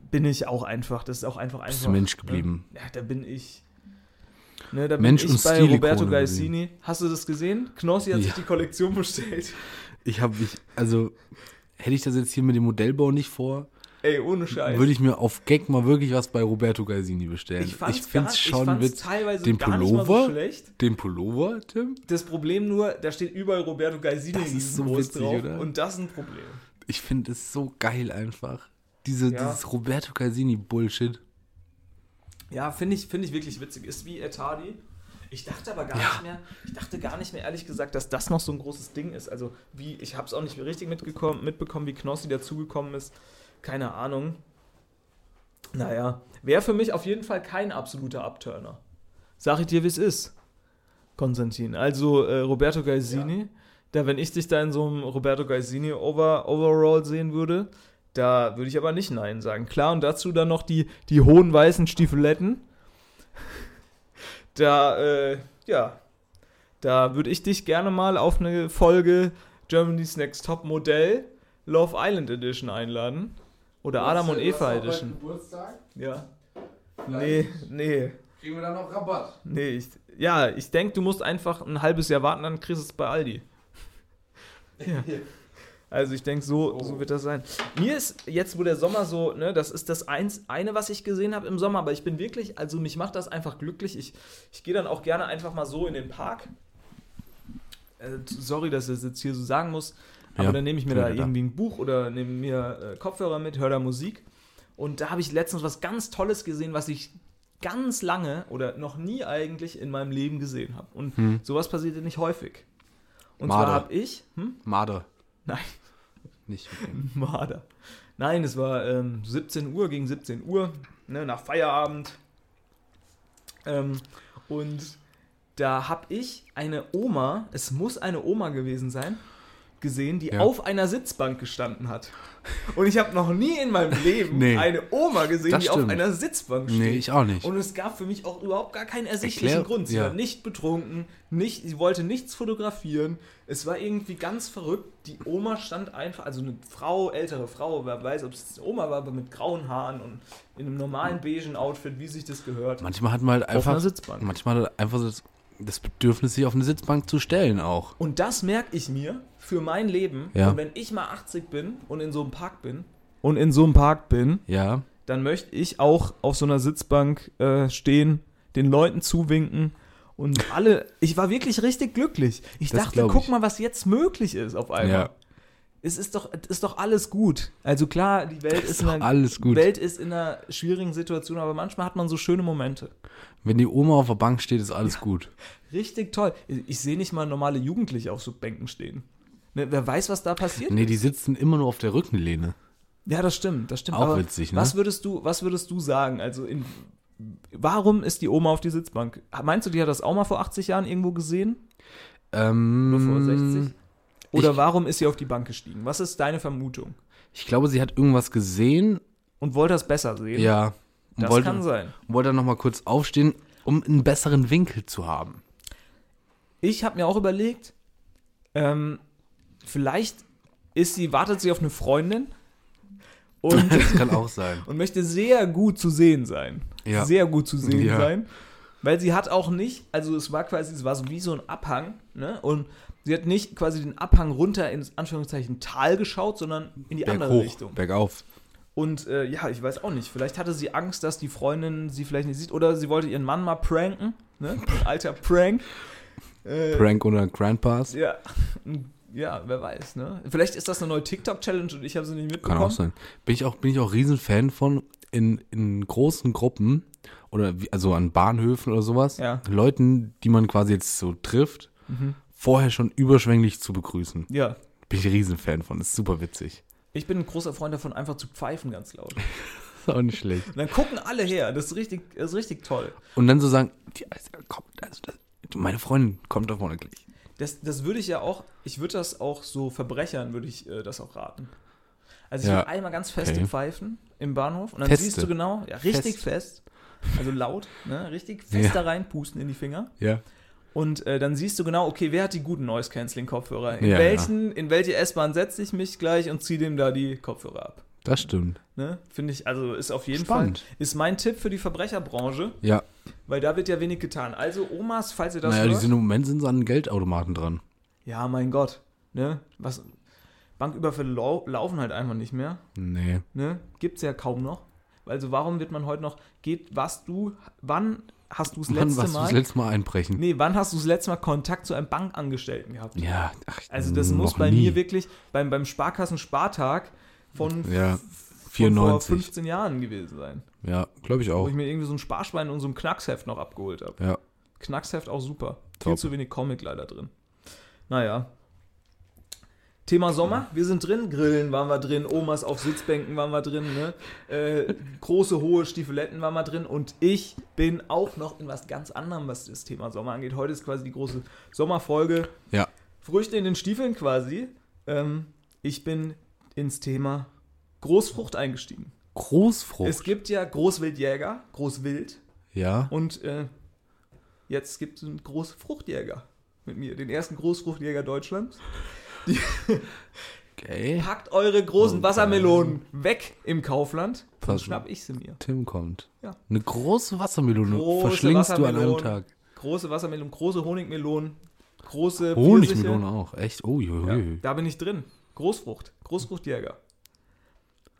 C: bin ich auch einfach. Das ist auch einfach einfach.
D: Bist du Mensch geblieben.
C: Ne? Ja, da bin ich. Ne, da
D: Mensch
C: bin ich
D: und
C: bei
D: Stilikone
C: Roberto
D: geblieben.
C: Gaisini. Hast du das gesehen? Knossi hat sich
D: Ja.
C: die Kollektion bestellt.
D: Ich habe mich, also hätte ich das jetzt hier mit dem Modellbau nicht vor,
C: Ey, ohne Scheiß.
D: würde ich mir auf Gag mal wirklich was bei Roberto Gaisini bestellen.
C: ich fand's,
D: find's
C: gar,
D: schon
C: ich fand's
D: witz-
C: teilweise
D: den
C: gar nicht mal so
D: Pullover?
C: schlecht.
D: Den Pullover, Tim?
C: Das Problem nur, da steht überall Roberto Gaisini
D: Das ist
C: riesen
D: so
C: groß
D: witzig, oder?
C: Und das ist ein Problem.
D: Ich finde es so geil einfach. Diese,
C: Ja.
D: Dieses Roberto Gaisini-Bullshit.
C: Ja, finde ich, find ich wirklich witzig. Ist wie Etadi. Ich dachte aber gar nicht mehr, ich dachte gar nicht mehr, ehrlich gesagt, dass das noch so ein großes Ding ist. Also, wie, ich habe es auch nicht richtig mitgekommen, mitbekommen, wie Knossi dazugekommen ist. Keine Ahnung. Naja, wäre für mich auf jeden Fall kein absoluter Abturner. Sag ich dir, wie es ist, Konstantin. Also, äh, Roberto Gaisini, da, wenn ich dich da in so einem Roberto Gaisini Over Overall sehen würde, da würde ich aber nicht Nein sagen. Klar, und dazu dann noch die, die hohen weißen Stiefeletten. Da, äh, ja, da würde ich dich gerne mal auf eine Folge Germany's Next Top Modell Love Island Edition einladen. Oder Adam und Eva Edition.
D: Geburtstag?
C: Ja. Nee, nee,
D: Kriegen wir dann noch Rabatt?
C: nee. Ich, ja, ich denke, du musst einfach ein halbes Jahr warten, dann kriegst du es bei Aldi. Ja. Also ich denke, so, so wird das sein. Mir ist jetzt, wo der Sommer so, ne, das ist das eins, eine, was ich gesehen habe im Sommer, aber ich bin wirklich, also mich macht das einfach glücklich. Ich, ich gehe dann auch gerne einfach mal so in den Park. Äh, sorry, dass ich das jetzt hier so sagen muss, aber
D: Ja,
C: dann nehme ich mir
D: bin
C: da
D: wieder da.
C: irgendwie ein Buch oder nehme mir äh, Kopfhörer mit, höre da Musik. Und da habe ich letztens was ganz Tolles gesehen, was ich ganz lange oder noch nie eigentlich in meinem Leben gesehen habe. Und sowas passiert nicht häufig. Und
D: Marder.
C: zwar habe ich, hm?
D: Marder.
C: Nein.
D: Nicht.
C: Marder. Nein, es war ähm, 17 Uhr gegen 17 Uhr, ne, nach Feierabend. Ähm, und da habe ich eine Oma, es muss eine Oma gewesen sein, gesehen, die
D: Ja.
C: auf einer Sitzbank gestanden hat. Und ich habe noch nie in meinem Leben
D: Nee.
C: eine Oma gesehen,
D: Das
C: die auf
D: stimmt.
C: einer Sitzbank steht.
D: Nee, ich auch nicht.
C: Und es gab für mich auch überhaupt gar keinen ersichtlichen
D: Erklär-
C: Grund. Sie
D: ja.
C: war nicht betrunken, nicht, sie wollte nichts fotografieren. Es war irgendwie ganz verrückt. Die Oma stand einfach, also eine Frau, ältere Frau, wer weiß, ob es eine Oma war, aber mit grauen Haaren und in einem normalen beigen Outfit, wie sich das gehört.
D: Manchmal hat man halt einfach.
C: einer Sitzbank.
D: Manchmal hat man einfach so das, das Bedürfnis, sich auf eine Sitzbank zu stellen auch.
C: Und das merke ich mir für mein Leben.
D: Ja.
C: Und wenn ich mal 80 bin und in so einem Park bin und in so einem Park bin,
D: Ja.
C: dann möchte ich auch auf so einer Sitzbank äh, stehen, den Leuten zuwinken und alle. Ich war wirklich richtig glücklich. Ich
D: Das
C: dachte,
D: glaub
C: guck
D: ich.
C: mal, was jetzt möglich ist auf einmal.
D: Ja.
C: Es ist doch, es ist doch alles gut. Also klar, die Welt ist, in einer,
D: alles gut.
C: Welt ist in einer schwierigen Situation, aber manchmal hat man so schöne Momente.
D: Wenn die Oma auf der Bank steht, ist alles gut.
C: Richtig toll. Ich sehe nicht mal normale Jugendliche auf so Bänken stehen. Ne, wer weiß, was da passiert?
D: Nee, die sitzen immer nur auf der Rückenlehne.
C: Ja, das stimmt, das stimmt.
D: Auch witzig, ne?
C: Was würdest du, was würdest du sagen? Also in, warum ist die Oma auf die Sitzbank? Meinst du, die hat das auch mal vor 80 Jahren irgendwo gesehen?
D: Ähm,
C: Nur vor 60? Oder warum ist sie auf die Bank gestiegen? Was ist deine Vermutung?
D: Ich glaube, sie hat irgendwas gesehen.
C: Und wollte das besser sehen?
D: Ja. Und
C: das
D: wollte,
C: kann sein.
D: wollte dann nochmal kurz aufstehen, um einen besseren Winkel zu haben.
C: Ich habe mir auch überlegt, ähm, vielleicht ist sie, wartet sie auf eine Freundin und
D: Das kann auch sein.
C: und möchte sehr gut zu sehen sein.
D: Ja.
C: Sehr gut zu sehen
D: Ja.
C: sein. Weil sie hat auch nicht, also es war quasi, es war so wie so ein Abhang, ne? Und sie hat nicht quasi den Abhang runter ins Anführungszeichen Tal geschaut, sondern in die andere Richtung.
D: bergauf.
C: Und äh, ja, ich weiß auch nicht, vielleicht hatte sie Angst, dass die Freundin sie vielleicht nicht sieht oder sie wollte ihren Mann mal pranken, ne? Ein alter Prank. Äh,
D: Prank oder Grandpass.
C: ja. Ja, wer weiß, ne? Vielleicht ist das eine neue TikTok-Challenge und ich habe sie nicht mitbekommen.
D: Kann auch sein. Bin ich auch, bin ich auch Riesenfan von in, in großen Gruppen oder wie, also an Bahnhöfen oder sowas,
C: Ja. Mhm.
D: Leuten, die man quasi jetzt so trifft, vorher schon überschwänglich zu begrüßen.
C: Ja.
D: Bin ich Riesenfan von, ist super witzig.
C: Ich bin ein großer Freund davon, einfach zu pfeifen ganz laut.
D: ist auch nicht schlecht.
C: Und dann gucken alle her. Das ist richtig, das ist richtig toll.
D: Und dann so sagen, die, also, komm, also, das, meine Freundin kommt da vorne gleich.
C: Das, das würde ich ja auch, ich würde das auch so Verbrechern, würde ich äh, das auch raten. Also ich
D: Ja.
C: würde einmal ganz feste
D: Okay.
C: pfeifen im Bahnhof und dann
D: Feste.
C: siehst du genau, ja, richtig fest. Also laut, ne? richtig fest
D: Ja.
C: da reinpusten in die Finger.
D: Ja.
C: Und äh, dann siehst du genau, okay, wer hat die guten Noise-Canceling-Kopfhörer? In
D: Ja,
C: welchen, in welche S-Bahn setze ich mich gleich und ziehe dem da die Kopfhörer ab?
D: Das stimmt.
C: Ne? Finde ich, also ist auf jeden
D: Spannend.
C: Fall, ist mein Tipp für die Verbrecherbranche,
D: Ja.
C: weil da wird ja wenig getan. Also Omas, falls ihr das
D: naja, die
C: hört,
D: sind im Moment sind sie an Geldautomaten dran.
C: ja, mein Gott, ne, was, Banküberfälle lau laufen halt einfach nicht mehr,
D: Nee.
C: ne, gibt's ja kaum noch. Also warum wird man heute noch, geht, was du, wann hast du das
D: Wann
C: letzte
D: warst du
C: Mal,
D: das letzte Mal einbrechen?
C: nee, wann hast du das letzte Mal Kontakt zu einem Bankangestellten gehabt?
D: Ja. Ach,
C: Also das
D: noch
C: muss bei
D: nie.
C: mir wirklich beim, beim Sparkassen-Spartag von,
D: Ja.
C: von vor
D: 94.
C: 15 Jahren gewesen sein.
D: Ja, glaube ich
C: Wo
D: auch.
C: ich mir irgendwie so ein Sparschwein und so ein Knacksheft noch abgeholt habe.
D: Ja.
C: Knacksheft auch super. Viel
D: Top.
C: zu wenig Comic leider drin. Naja. Thema Sommer, wir sind drin, Grillen waren wir drin, Omas auf Sitzbänken waren wir drin, ne? äh, große, hohe Stiefeletten waren wir drin und ich bin auch noch in was ganz anderem, was das Thema Sommer angeht. Heute ist quasi die große Sommerfolge,
D: Ja.
C: Früchte in den Stiefeln quasi. Ähm, ich bin ins Thema Großfrucht eingestiegen.
D: Großfrucht.
C: Es gibt ja Großwildjäger, Großwild
D: ja.
C: und äh, jetzt gibt es einen Großfruchtjäger mit mir, den ersten Großfruchtjäger Deutschlands.
D: Okay.
C: Packt eure großen Wassermelonen weg im Kaufland, dann
D: Passen.
C: schnapp ich sie mir.
D: Tim kommt.
C: Ja.
D: Eine große Wassermelone
C: Große
D: verschlingst du an einem
C: Wassermelonen,
D: Tag.
C: Große Wassermelonen, große Honigmelonen, große
D: Honigmelone auch. Echt? Oh, jo, jo,
C: Ja,
D: jo.
C: da bin ich drin. Großfrucht, Großfruchtjäger.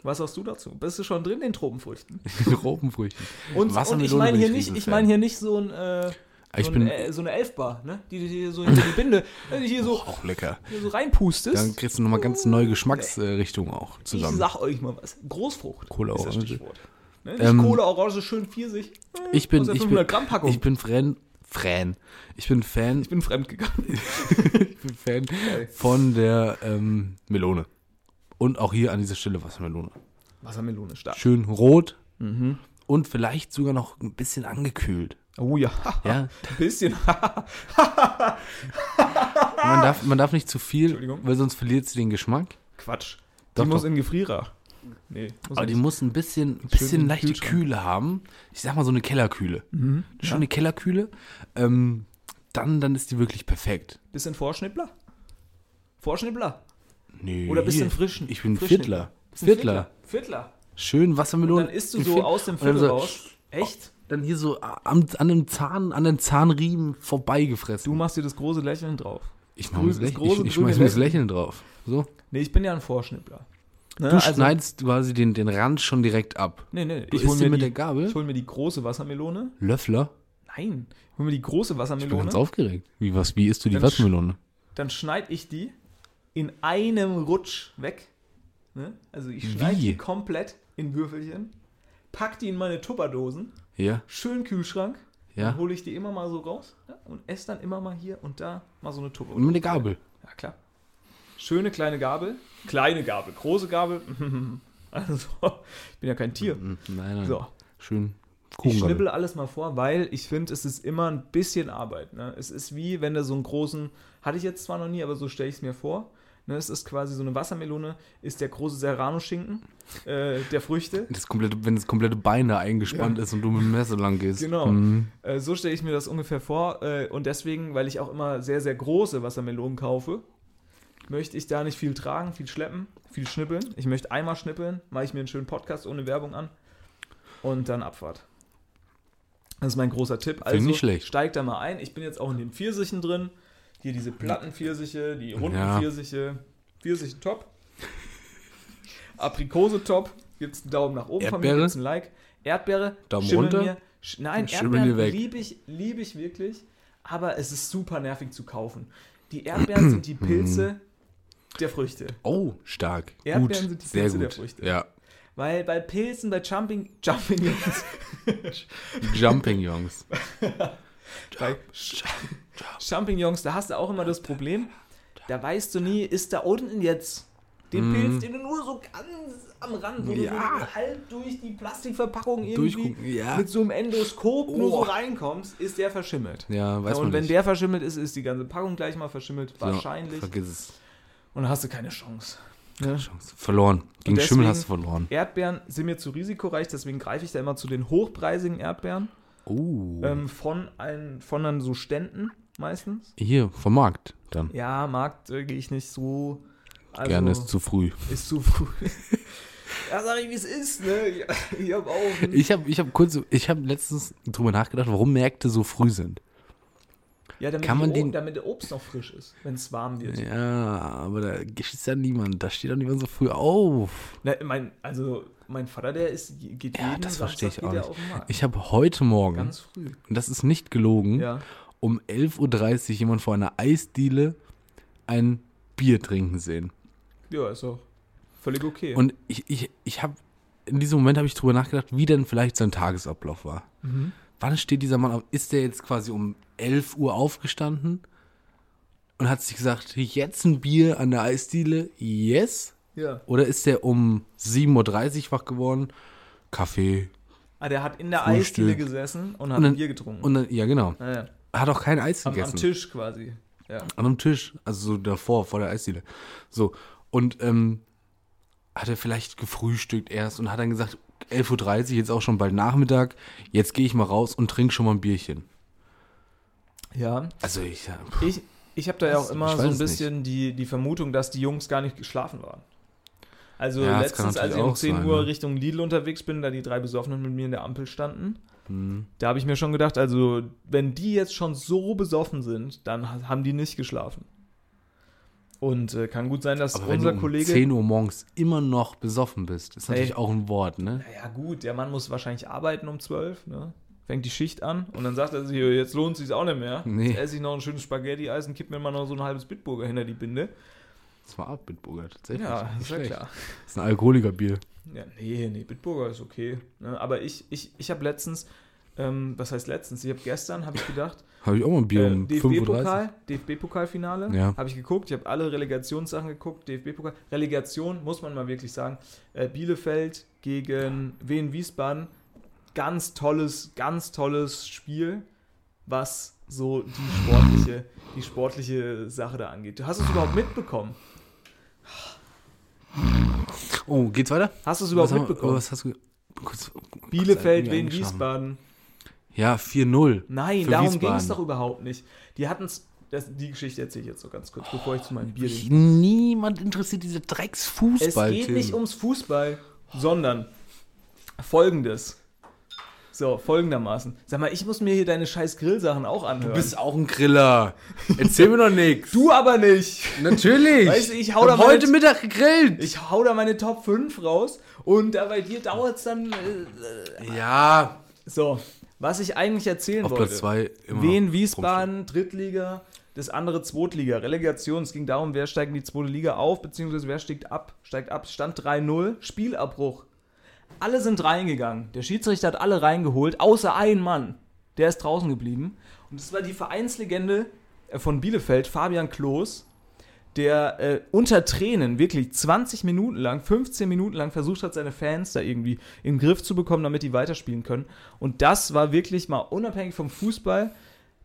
C: Was sagst du dazu? Bist du schon drin in Tropenfrüchten?
D: Robenfrüchten.
C: Und, und
D: Wassermelone
C: ich meine
D: bin
C: hier
D: ich
C: nicht, ich
D: Riesenfan.
C: meine hier nicht so ein äh,
D: Ah, Ich
C: so,
D: bin-
C: ein, äh, so eine Elfbar, ne? Die, die, die so in die Binde, wenn du hier so,
D: Auch lecker.
C: hier so reinpustest.
D: Dann kriegst du nochmal ganz neue Geschmacksrichtungen auch
C: Ich
D: zusammen.
C: sag euch mal was. Großfrucht.
D: Cola,
C: ist das
D: Orange.
C: Stichwort. Ne? Nicht
D: Ähm,
C: Cola, Orange, schön Pfirsich. Äh,
D: Ich bin,
C: Aus der
D: ich bin,
C: 500 Gramm Packung.
D: ich bin Fan, Fan. Ich bin Fan,
C: Ich bin fremdgegangen.
D: ich bin Fan von der ähm, Melone. Und auch hier an dieser Stelle Wassermelone.
C: Wassermelone stark.
D: Schön rot Mhm. und vielleicht sogar noch ein bisschen angekühlt.
C: Oh ja.
D: Ja,
C: Ein bisschen.
D: man darf, man darf nicht zu viel,
C: Entschuldigung.
D: weil sonst verliert sie den Geschmack.
C: Quatsch.
D: Doch,
C: die muss
D: doch.
C: in den Gefrierer. Nee, muss
D: Aber die
C: nicht.
D: muss ein bisschen, ein
C: Schön
D: bisschen
C: im
D: leichte
C: Kühlschrank. Mhm.
D: Kühle haben. Ich sag mal so eine Kellerkühle. Eine schöne Kellerkühle. Ähm, dann, dann ist die wirklich perfekt.
C: bisschen Vorschnippler. Vorschnippler.
D: Nee.
C: Oder bisschen frischen.
D: Ich bin Viertler.
C: Frischnippler. Bisschen
D: Viertler.
C: Viertler.
D: Schön Wassermelone.
C: Dann isst du
D: im
C: so
D: Viertel-
C: aus dem
D: und dann
C: Viertel
D: so-
C: raus. Echt?
D: Dann hier so am, an dem Zahn, an den Zahnriemen vorbeigefressen.
C: Du machst dir das große Lächeln drauf.
D: ich mach mir das
C: grünes-
D: Lächeln.
C: große
D: Ich, ich schmeiß
C: grüne
D: mir das Lächeln drauf. So.
C: Nee, ich bin ja ein Vorschnippler. Ne,
D: Du
C: also-
D: schneidest quasi den, den Rand schon direkt ab.
C: Nee, nee,
D: Du
C: ich hol
D: isst den
C: mir
D: mit
C: die,
D: der Gabel?
C: Ich hol mir die große Wassermelone.
D: Löffler.
C: Nein, ich hol mir die große
D: Ich bin
C: Wassermelone.
D: ganz aufgeregt. Wie, was, wie isst du die
C: Dann sch-
D: Wassermelone?
C: dann schneide ich die in einem Rutsch weg. Ne? Also ich
D: Wie?
C: schneide die komplett in Würfelchen, pack die in meine Tupperdosen,
D: Ja,
C: schön Kühlschrank,
D: ja.
C: dann hole ich die immer mal so raus ja, und esse dann immer mal hier und da mal so eine Tuppe.
D: Und mit der Gabel.
C: Ja, klar. Schöne kleine Gabel. Kleine Gabel, große Gabel. Also, ich bin ja kein Tier.
D: Nein, Hm, nein.
C: So.
D: Schön.
C: Ich
D: Kuchen.
C: schnibbel alles mal vor, weil ich finde, es ist immer ein bisschen Arbeit. Ne? Es ist wie, wenn du so einen großen, hatte ich jetzt zwar noch nie, aber so stelle ich es mir vor. Ne? Es ist quasi so eine Wassermelone, ist der große Serrano-Schinken äh, der Früchte.
D: Das komplette, wenn das komplette Bein da eingespannt ist und du mit dem Messer lang gehst.
C: Genau.
D: Mhm.
C: Äh, so stelle ich mir das ungefähr vor. Äh, und deswegen, weil ich auch immer sehr, sehr große Wassermelonen kaufe, möchte ich da nicht viel tragen, viel schleppen, viel schnippeln. Ich möchte einmal schnippeln, mache ich mir einen schönen Podcast ohne Werbung an und dann Abfahrt. Das ist mein großer Tipp. Also
D: ich nicht schlecht.
C: steigt da mal ein. Ich bin jetzt auch in den Pfirsichen drin. Hier diese platten Pfirsiche, die runden
D: Ja.
C: Pfirsiche. Pfirsichen top. Aprikose top. Gibt's einen Daumen nach oben
D: Erdbeere?
C: gibt's ein Like. Erdbeere,
D: Daumen
C: schimmel
D: runter?
C: Mir, sch nein,
D: Schimmel dir
C: Erdbeeren
D: weg.
C: liebe ich, lieb ich wirklich, aber es ist super nervig zu kaufen. Die Erdbeeren sind
D: Mhm.
C: die Pilze der Früchte.
D: Oh, stark.
C: Erdbeeren
D: gut.
C: sind die
D: Sehr
C: Pilze der
D: gut.
C: Früchte.
D: ja.
C: Weil bei Pilzen, bei Jumping, Jumping Jungs,
D: Jumping Jungs.
C: bei Sch- Jumping Jungs, da hast du auch immer das Problem, da weißt du nie, ist da unten jetzt Den Pilz, den du nur so ganz am Rand, wo du
D: Mhm. Ja.
C: so halb durch die Plastikverpackung irgendwie
D: Durchgucken, ja.
C: mit so einem Endoskop nur so
D: Oh.
C: reinkommst, ist der verschimmelt.
D: Ja, weiß
C: und
D: man
C: wenn
D: nicht.
C: der verschimmelt ist, ist die ganze Packung gleich mal verschimmelt, wahrscheinlich.
D: Ja, vergiss es.
C: und dann hast du keine Chance.
D: Chance. Verloren. Gegen
C: deswegen-
D: Schimmel hast du verloren.
C: Erdbeeren sind mir zu risikoreich, deswegen greife ich da immer zu den hochpreisigen Erdbeeren
D: Oh.
C: ähm, von, allen, von dann so Ständen meistens.
D: Hier, vom Markt dann.
C: Ja, Markt äh, gehe ich nicht so. Also,
D: Gerne ist zu früh.
C: Ist zu früh. ja, sag ich, wie es ist, ne? Ich, ich hab auch.
D: Ich habe ich hab kurz, ich habe letztens drüber nachgedacht, warum Märkte so früh sind.
C: Ja, damit,
D: Kann man
C: die, O-
D: den-
C: damit der Obst noch frisch ist, wenn es warm wird.
D: Ja, aber da schießt ja niemand. Da steht doch niemand so früh auf.
C: Na, mein, also, mein Vater, der ist, geht
D: Ja,
C: jeden
D: das
C: Samstag
D: verstehe ich
C: geht
D: auch
C: er
D: nicht.
C: auf den Markt.
D: Ich Hm? habe heute Morgen,
C: Ganz früh.
D: und das ist nicht gelogen,
C: Ja.
D: um 11.30 Uhr jemand vor einer Eisdiele ein Bier trinken sehen.
C: Ja, ist doch völlig okay.
D: Und ich, ich, ich habe, in diesem Moment habe ich drüber nachgedacht, wie denn vielleicht sein Tagesablauf war.
C: Mhm.
D: Wann steht dieser Mann auf? Ist der jetzt quasi um 11 Uhr aufgestanden und hat sich gesagt, jetzt ein Bier an der Eisdiele? Yes.
C: ja.
D: Oder ist der um 7.30 Uhr wach geworden? Kaffee.
C: Ah, der hat in der
D: Frühstück.
C: Eisdiele gesessen und hat
D: Und dann-
C: Bier getrunken.
D: Und dann, ja, genau.
C: Ah, ja.
D: Hat auch kein Eis
C: Am,
D: gegessen.
C: am Tisch quasi. Ja.
D: An einem Tisch, also so davor, vor der Eisdiele. So, und ähm, hat er vielleicht gefrühstückt erst und hat dann gesagt, 11.30 Uhr, jetzt auch schon bald Nachmittag, jetzt gehe ich mal raus und trinke schon mal ein Bierchen.
C: ja.
D: Also ich, ja, pff,
C: Ich, ich habe da ja auch immer
D: ich
C: so
D: weiß
C: ein
D: es
C: bisschen die, die Vermutung, dass die Jungs gar nicht geschlafen waren. Also
D: Ja, das kann
C: letztens,
D: natürlich
C: als ich um
D: auch
C: 10
D: sein,
C: Uhr
D: ne?
C: Richtung Lidl unterwegs bin, da die drei Besoffenen mit mir in der Ampel standen,
D: Mhm.
C: da habe ich mir schon gedacht, also wenn die jetzt schon so besoffen sind, dann ha- haben die nicht geschlafen. Und äh, kann gut sein, dass
D: aber wenn
C: unser
D: du um
C: Kollege...
D: 10 Uhr morgens immer noch besoffen bist, ist natürlich
C: Ey.
D: auch ein Wort, ne?
C: Ja gut, der Mann muss wahrscheinlich arbeiten um 12, ne? Fängt die Schicht an und dann sagt er sich, jetzt lohnt sich's auch nicht mehr.
D: Nee.
C: Jetzt esse ich noch ein schönes Spaghetti-Eis und kipp mir mal noch so ein halbes Bitburger hinter die Binde.
D: Das war ab, Bitburger, tatsächlich.
C: Ja,
D: Nicht
C: ist ja
D: schlecht.
C: klar.
D: Das ist ein Alkoholikerbier.
C: Ja, nee, nee, Bitburger ist okay. Ne? Aber ich, ich, ich habe letztens, ähm, was heißt letztens? Ich habe gestern, habe ich gedacht,
D: Habe ich auch mal ein Bier
C: äh,
D: um 5.30 Uhr.
C: DFB-Pokal, DFB-Pokalfinale,
D: Ja.
C: habe ich geguckt, ich habe alle Relegationssachen geguckt, DFB-Pokal. Relegation, muss man mal wirklich sagen, äh, Bielefeld gegen Wien Wiesbaden, ganz tolles, ganz tolles Spiel, was so die sportliche, die sportliche Sache da angeht. Hast du es überhaupt mitbekommen?
D: Oh, geht's weiter?
C: Hast du es überhaupt
D: was haben wir-
C: mitbekommen?
D: Was hast du kurz, kurz
C: Bielefeld,
D: irgendwie
C: Wien
D: eingeschlafen.
C: Wiesbaden.
D: Ja, 4-0.
C: Nein,
D: für
C: darum ging es
D: Wiesbaden.
C: doch überhaupt nicht. Die hatten es. Die Geschichte erzähle ich jetzt so ganz kurz, bevor ich zu meinem Bier gehe.
D: Niemand interessiert diese
C: Es
D: Drecksfußball.
C: geht nicht um ums Fußball, sondern folgendes. So, folgendermaßen. Sag mal, ich muss mir hier deine scheiß Grillsachen auch
D: Du
C: anhören.
D: bist auch ein Griller. Erzähl mir doch nichts.
C: Du aber nicht.
D: Natürlich.
C: Weißt du, ich hau da
D: Hab
C: mal
D: heute
C: jetzt-
D: Mittag gegrillt.
C: Ich hau da meine Top 5 raus und da bei dir dauert es dann. Äh,
D: ja.
C: so, was ich eigentlich erzählen
D: Auf
C: wollte.
D: Platz 2 immer.
C: Wien, Wiesbaden, Drittliga, das andere Zweitliga. Relegation, es ging darum, wer steigt in die zweite Liga auf, beziehungsweise wer steigt ab. Steigt ab, Stand 3-0, Spielabbruch. Alle sind reingegangen. Der Schiedsrichter hat alle reingeholt, außer ein Mann. Der ist draußen geblieben. Und das war die Vereinslegende äh, von Bielefeld, Fabian Klos, der äh, unter Tränen wirklich 20 Minuten lang, 15 Minuten lang versucht hat, seine Fans da irgendwie im Griff zu bekommen, damit die weiterspielen können. Und das war wirklich mal unabhängig vom Fußball,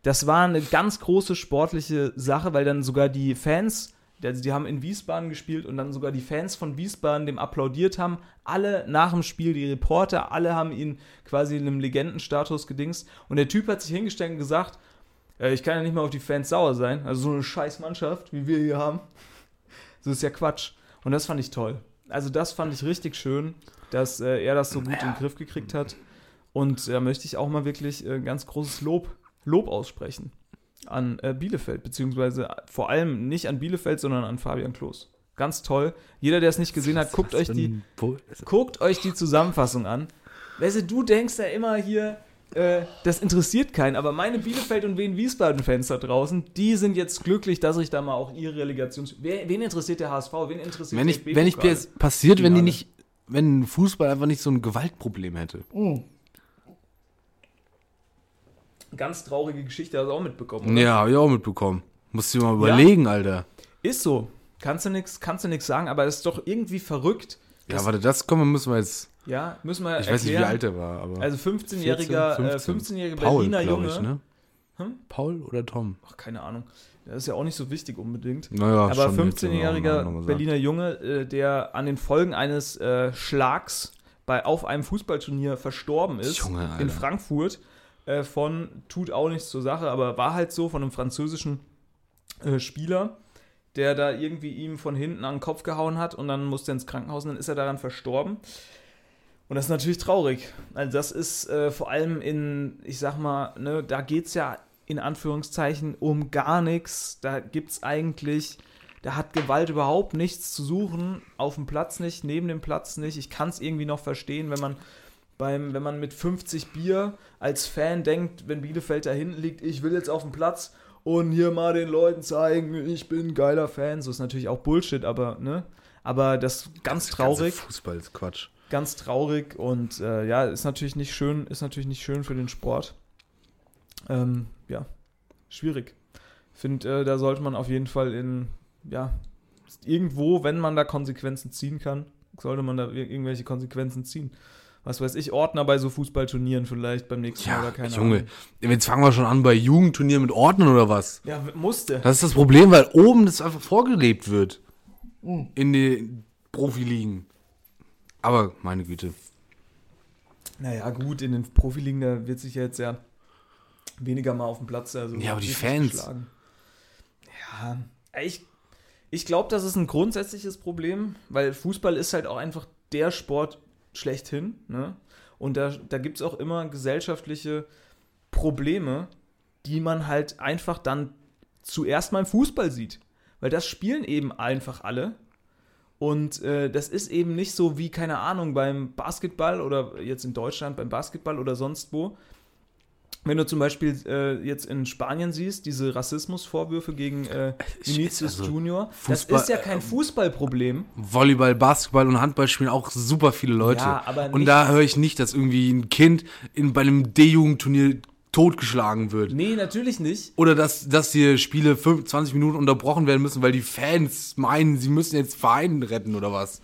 C: das war eine ganz große sportliche Sache, weil dann sogar die Fans, also die haben in Wiesbaden gespielt und dann sogar die Fans von Wiesbaden dem applaudiert haben, alle nach dem Spiel, die Reporter, alle haben ihn quasi in einem Legendenstatus gedingst. Und der Typ hat sich hingestellt und gesagt, äh, ich kann ja nicht mal auf die Fans sauer sein. Also so eine scheiß Mannschaft, wie wir hier haben. Das ist ja Quatsch. Und das fand ich toll. Also das fand ich richtig schön, dass äh, er das so gut in den Griff gekriegt hat. Und da möchte ich auch mal wirklich äh, ganz großes Lob, Lob aussprechen an äh, Bielefeld, beziehungsweise vor allem nicht an Bielefeld, sondern an Fabian Klos. Ganz toll. Jeder, der es nicht gesehen hat, guckt euch die, guckt euch die Zusammenfassung an. Weißt du, du denkst ja immer hier, äh, das interessiert keinen, aber meine Bielefeld- und Wien-Wiesbaden-Fans da draußen, die sind jetzt glücklich, dass ich da mal auch ihre Relegations... Wer, wen interessiert der HSV? Wen interessiert
D: Wenn
C: der
D: ich, wenn ich
C: DFB-Pokal?
D: das passiert, wenn die
C: Finale.
D: nicht, wenn Fußball einfach nicht so ein Gewaltproblem hätte.
C: Ganz traurige Geschichte hast du auch mitbekommen. oder?
D: Ja, hab ich auch mitbekommen. Musst du dir mal überlegen, Alter.
C: Ist so. Kannst du nichts, kannst du nichts sagen, aber es ist doch irgendwie verrückt.
D: Ja, warte, das kommen müssen wir jetzt.
C: Ja, müssen wir
D: Ich
C: erklären.
D: weiß nicht, wie alt er war, aber.
C: Also 15-jähriger
D: 14,
C: 15. 15
D: Paul,
C: Berliner
D: glaub
C: Junge.
D: Ich, ne?
C: Hm?
D: Paul oder Tom?
C: Ach, keine Ahnung. Das ist ja auch nicht so wichtig unbedingt.
D: Naja,
C: aber
D: schon jetzt, wenn man auch noch mal
C: 15-jähriger
D: sagt.
C: Berliner Junge, äh, der an den Folgen eines äh, Schlags bei, auf einem Fußballturnier verstorben ist
D: Junge, Alter.
C: in Frankfurt äh, von tut auch nichts zur Sache, aber war halt so von einem französischen äh, Spieler, der da irgendwie ihm von hinten an den Kopf gehauen hat und dann musste er ins Krankenhaus und dann ist er daran verstorben. Und das ist natürlich traurig. Also das ist äh, vor allem in, ich sag mal, ne, da geht's ja in Anführungszeichen um gar nichts. Da gibt's eigentlich, da hat Gewalt überhaupt nichts zu suchen. Auf dem Platz nicht, neben dem Platz nicht. Ich kann es irgendwie noch verstehen, wenn man beim, wenn man mit 50 Bier als Fan denkt, wenn Bielefeld da hinten liegt, ich will jetzt auf den Platz und hier mal den Leuten zeigen, ich bin ein geiler Fan. So ist natürlich auch Bullshit, aber, ne? Aber das ganz traurig
D: Ganze Fußball ist Quatsch.
C: ganz traurig und äh, ja, ist natürlich nicht schön, ist natürlich nicht schön für den Sport. Ähm, ja, schwierig. Finde, äh, da sollte man auf jeden Fall in, ja, irgendwo, wenn man da Konsequenzen ziehen kann, sollte man da ir- irgendwelche Konsequenzen ziehen. Was weiß ich, Ordner bei so Fußballturnieren vielleicht beim nächsten Mal
D: Ja,
C: oder keine
D: Junge.
C: Ahnung.
D: Jetzt fangen wir schon an bei Jugendturnieren mit Ordnern oder was?
C: Ja, w- musste.
D: Das ist das Problem, weil oben das einfach vorgelebt wird.
C: Hm.
D: In den Profiligen. Aber meine Güte.
C: Naja, gut, in den Profiligen, da wird sich ja jetzt ja weniger mal auf dem Platz. Also
D: Ja, aber die
C: richtig
D: Fans.
C: geschlagen. Ja, ich, ich glaube, das ist ein grundsätzliches Problem, weil Fußball ist halt auch einfach der Sport schlechthin. Ne? Und da, da gibt es auch immer gesellschaftliche Probleme, die man halt einfach dann zuerst mal im Fußball sieht. Weil das spielen eben einfach alle. Und äh, das ist eben nicht so wie, keine Ahnung, beim Basketball oder jetzt in Deutschland beim Basketball oder sonst wo. Wenn du zum Beispiel äh, jetzt in Spanien siehst, diese Rassismusvorwürfe gegen äh,
D: Ich-
C: Vinicius
D: also,
C: Junior,
D: Fußball- äh, ähm,
C: das ist ja kein Fußballproblem.
D: Volleyball, Basketball und Handball spielen auch super viele Leute.
C: Ja, aber
D: und
C: nicht-
D: da höre ich nicht, dass irgendwie ein Kind in, bei einem D-Jugendturnier totgeschlagen wird.
C: Nee, natürlich nicht.
D: Oder dass, dass hier Spiele 5, 20 Minuten unterbrochen werden müssen, weil die Fans meinen, sie müssen jetzt Vereinen retten oder was.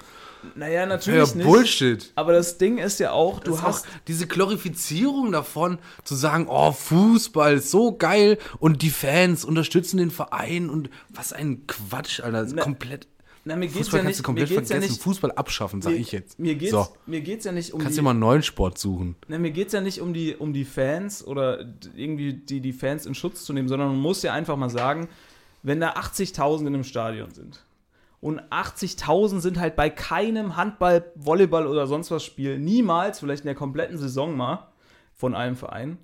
C: Naja,
D: Ja,
C: natürlich nicht.
D: Bullshit.
C: Aber das Ding ist ja auch, du
D: ist
C: hast.
D: auch diese Glorifizierung davon, zu sagen, oh, Fußball ist so geil und die Fans unterstützen den Verein und was ein Quatsch, Alter. Das ist
C: Na,
D: komplett.
C: na, mir geht's
D: Fußball
C: ja
D: kannst
C: nicht-
D: du komplett
C: mir geht's ja
D: vergessen.
C: nicht-
D: Fußball abschaffen, sag ich jetzt.
C: Mir geht's,
D: so,
C: mir geht's ja nicht um
D: kannst
C: die,
D: dir mal einen neuen Sport suchen.
C: Na, mir geht's ja nicht um die, um die Fans oder d- irgendwie die, die Fans in Schutz zu nehmen, sondern man muss ja einfach mal sagen, wenn da 80.000 in einem Stadion sind und 80.000 sind halt bei keinem Handball, Volleyball oder sonst was Spiel niemals, vielleicht in der kompletten Saison mal von einem Verein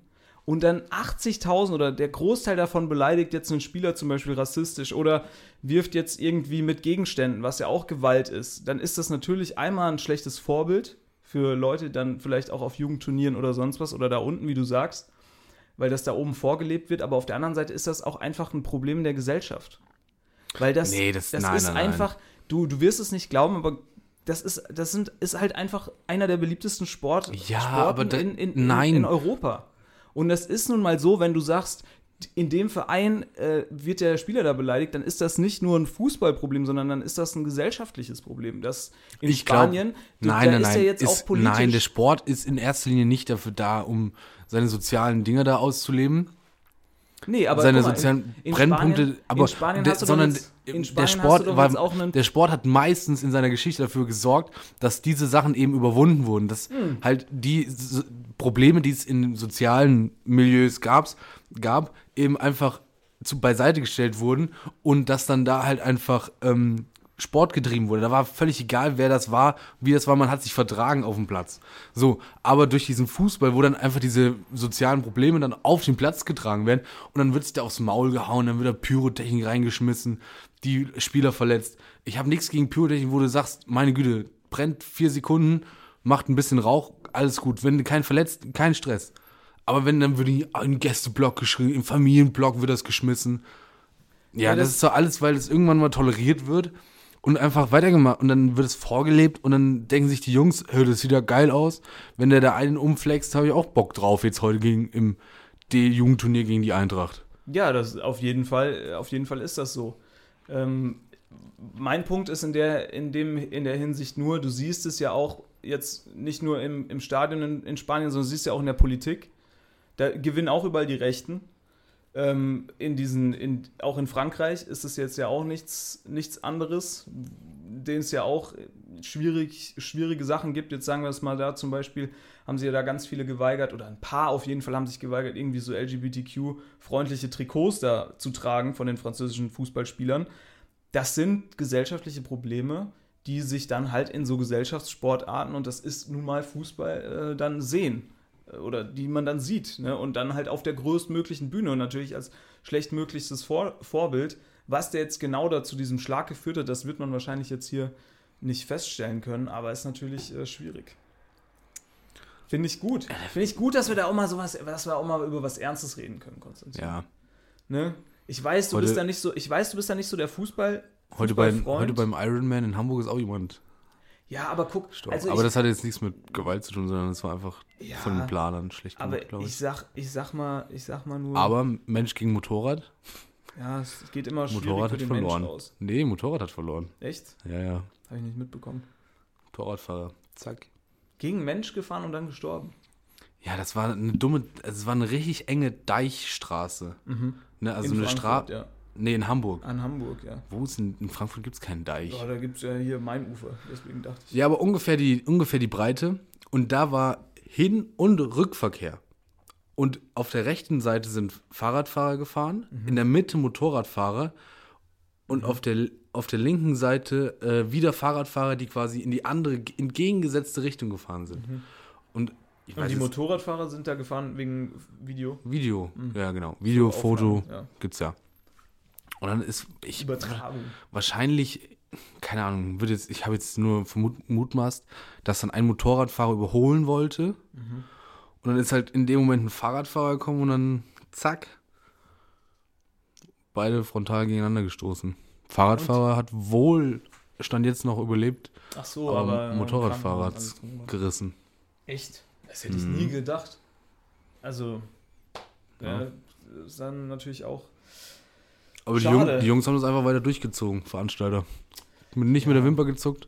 C: und dann 80.000 oder der Großteil davon beleidigt jetzt einen Spieler zum Beispiel rassistisch oder wirft jetzt irgendwie mit Gegenständen, was ja auch Gewalt ist, dann ist das natürlich einmal ein schlechtes Vorbild für Leute dann vielleicht auch auf Jugendturnieren oder sonst was oder da unten, wie du sagst, weil das da oben vorgelebt wird. Aber auf der anderen Seite ist das auch einfach ein Problem der Gesellschaft. Weil das,
D: Nee, das-
C: das
D: nein,
C: ist
D: nein, nein.
C: einfach, du, du wirst es nicht glauben, aber das ist, das sind, ist halt einfach einer der beliebtesten Sport,
D: Ja,
C: Sporten
D: aber da-
C: in, in, in,
D: nein.
C: in Europa. Und das ist nun mal so, wenn du sagst, in dem Verein äh, wird der Spieler da beleidigt, dann ist das nicht nur ein Fußballproblem, sondern dann ist das ein gesellschaftliches Problem. Das in
D: Ich glaub-
C: Spanien, du-
D: nein,
C: da
D: nein,
C: ist
D: nein.
C: ja jetzt
D: ist,
C: auch politisch.
D: Nein, der Sport ist in erster Linie nicht dafür da, um seine sozialen Dinge da auszuleben.
C: nee, aber
D: seine
C: guck mal,
D: sozialen Brennpunkte,
C: Spanien,
D: aber
C: in Spanien
D: der,
C: hast du doch
D: sondern
C: jetzt, in
D: der
C: Spanien hast
D: Sport
C: du doch
D: war,
C: jetzt auch einen
D: der Sport hat meistens in seiner Geschichte dafür gesorgt, dass diese Sachen eben überwunden wurden, dass halt die S- Probleme, die es in sozialen Milieus gab's, gab, eben einfach zu, beiseite gestellt wurden und dass dann da halt einfach ähm, Sport getrieben wurde. Da war völlig egal, wer das war, wie das war, man hat sich vertragen auf dem Platz. So, aber durch diesen Fußball, wo dann einfach diese sozialen Probleme dann auf den Platz getragen werden und dann wird sich da aufs Maul gehauen, dann wird da Pyrotechnik reingeschmissen, die Spieler verletzt. Ich habe nichts gegen Pyrotechnik, wo du sagst, meine Güte, brennt vier Sekunden, macht ein bisschen Rauch, alles gut. Wenn kein verletzt, kein Stress. Aber wenn, dann wird im Gästeblock geschrien, im Familienblock wird das geschmissen. Ja,
C: Ja,
D: das,
C: das-
D: ist so alles, weil es irgendwann mal toleriert wird und einfach weitergemacht. Und dann wird es vorgelebt und dann denken sich die Jungs, hör, das sieht ja geil aus. Wenn der da einen umflext, habe ich auch Bock drauf, jetzt heute gegen, im D-Jugendturnier gegen die Eintracht.
C: Ja, das auf jeden Fall, auf jeden Fall ist das so. Ähm, mein Punkt ist in der, in, dem, in der Hinsicht nur, du siehst es ja auch jetzt nicht nur im, im Stadion in, in Spanien, sondern du siehst ja auch in der Politik. Da gewinnen auch überall die Rechten. Ähm, in diesen, in, auch in Frankreich ist es jetzt ja auch nichts, nichts anderes, denen es ja auch schwierig, schwierige Sachen gibt. Jetzt sagen wir es mal da zum Beispiel, haben sie ja da ganz viele geweigert oder ein paar auf jeden Fall haben sich geweigert, irgendwie so LGBTQ-freundliche Trikots da zu tragen von den französischen Fußballspielern. Das sind gesellschaftliche Probleme, die sich dann halt in so Gesellschaftssportarten und das ist nun mal Fußball äh, dann sehen äh, oder die man dann sieht ne? und dann halt auf der größtmöglichen Bühne und natürlich als schlechtmöglichstes Vor Vorbild. Was der jetzt genau da zu diesem Schlag geführt hat, das wird man wahrscheinlich jetzt hier nicht feststellen können, aber ist natürlich äh, schwierig. Finde ich gut. Finde ich gut, dass wir da auch mal sowas, dass wir auch mal über was Ernstes reden können, Konstantin.
D: Ja.
C: Ne? Ich weiß, du
D: Heute-
C: bist da nicht so, ich weiß, du bist da nicht so der Fußball.
D: Heute, beim,
C: Fußballfreund.
D: heute beim Ironman in Hamburg ist auch jemand
C: Ja, aber guck,
D: gestorben.
C: also
D: aber
C: ich,
D: das hatte jetzt nichts mit Gewalt zu tun, sondern es war einfach
C: Ja.
D: von den Planern schlecht
C: aber
D: gemacht, glaube
C: ich
D: ich.
C: sag, ich sag mal, ich sag mal nur,
D: Aber Mensch gegen Motorrad.
C: ja, es geht immer schwierig
D: Motorrad
C: für
D: hat
C: den Menschen
D: verloren.
C: aus.
D: Nee, Motorrad hat verloren.
C: Echt?
D: Ja, ja.
C: Habe ich nicht mitbekommen.
D: Motorradfahrer. Zack.
C: Gegen Mensch gefahren und dann gestorben.
D: Ja, das war eine dumme, also es war eine richtig enge Deichstraße. Ne, also
C: In
D: eine
C: Frankfurt,
D: Straße.
C: ja.
D: Nee, in Hamburg.
C: An Hamburg, ja.
D: Wo ist denn, in Frankfurt gibt es keinen Deich.
C: Ja, da gibt es ja hier Mainufer, deswegen dachte ich.
D: Ja, aber ungefähr die, ungefähr die Breite. Und da war Hin- und Rückverkehr. Und auf der rechten Seite sind Fahrradfahrer gefahren,
C: Mhm.
D: in der Mitte Motorradfahrer und auf, der, auf der linken Seite äh, wieder Fahrradfahrer, die quasi in die andere, entgegengesetzte Richtung gefahren sind. Und ich
C: Mhm. Und
D: weiß
C: die
D: jetzt-
C: Motorradfahrer sind da gefahren wegen Video.
D: Video, ja genau. Video, Foto,
C: Mhm. Aufnahmen, ja.
D: gibt's ja. Und dann ist ich
C: Übertragung.
D: wahrscheinlich, keine Ahnung, würde jetzt, ich habe jetzt nur vermut, mutmaßt, dass dann ein Motorradfahrer überholen wollte. Und dann ist halt in dem Moment ein Fahrradfahrer gekommen und dann zack, beide frontal gegeneinander gestoßen. Fahrradfahrer hat wohl, stand jetzt noch überlebt,
C: Ach so,
D: aber,
C: aber.
D: Motorradfahrer hat
C: Krankenhaus, alles drum und dran.
D: gerissen.
C: Echt? Das hätte ich nie gedacht. Also. Ja. ist dann natürlich auch.
D: Aber die,
C: Schade.
D: Jung, die Jungs haben das einfach weiter durchgezogen, Veranstalter. Mit- Nicht mit der Wimper gezuckt.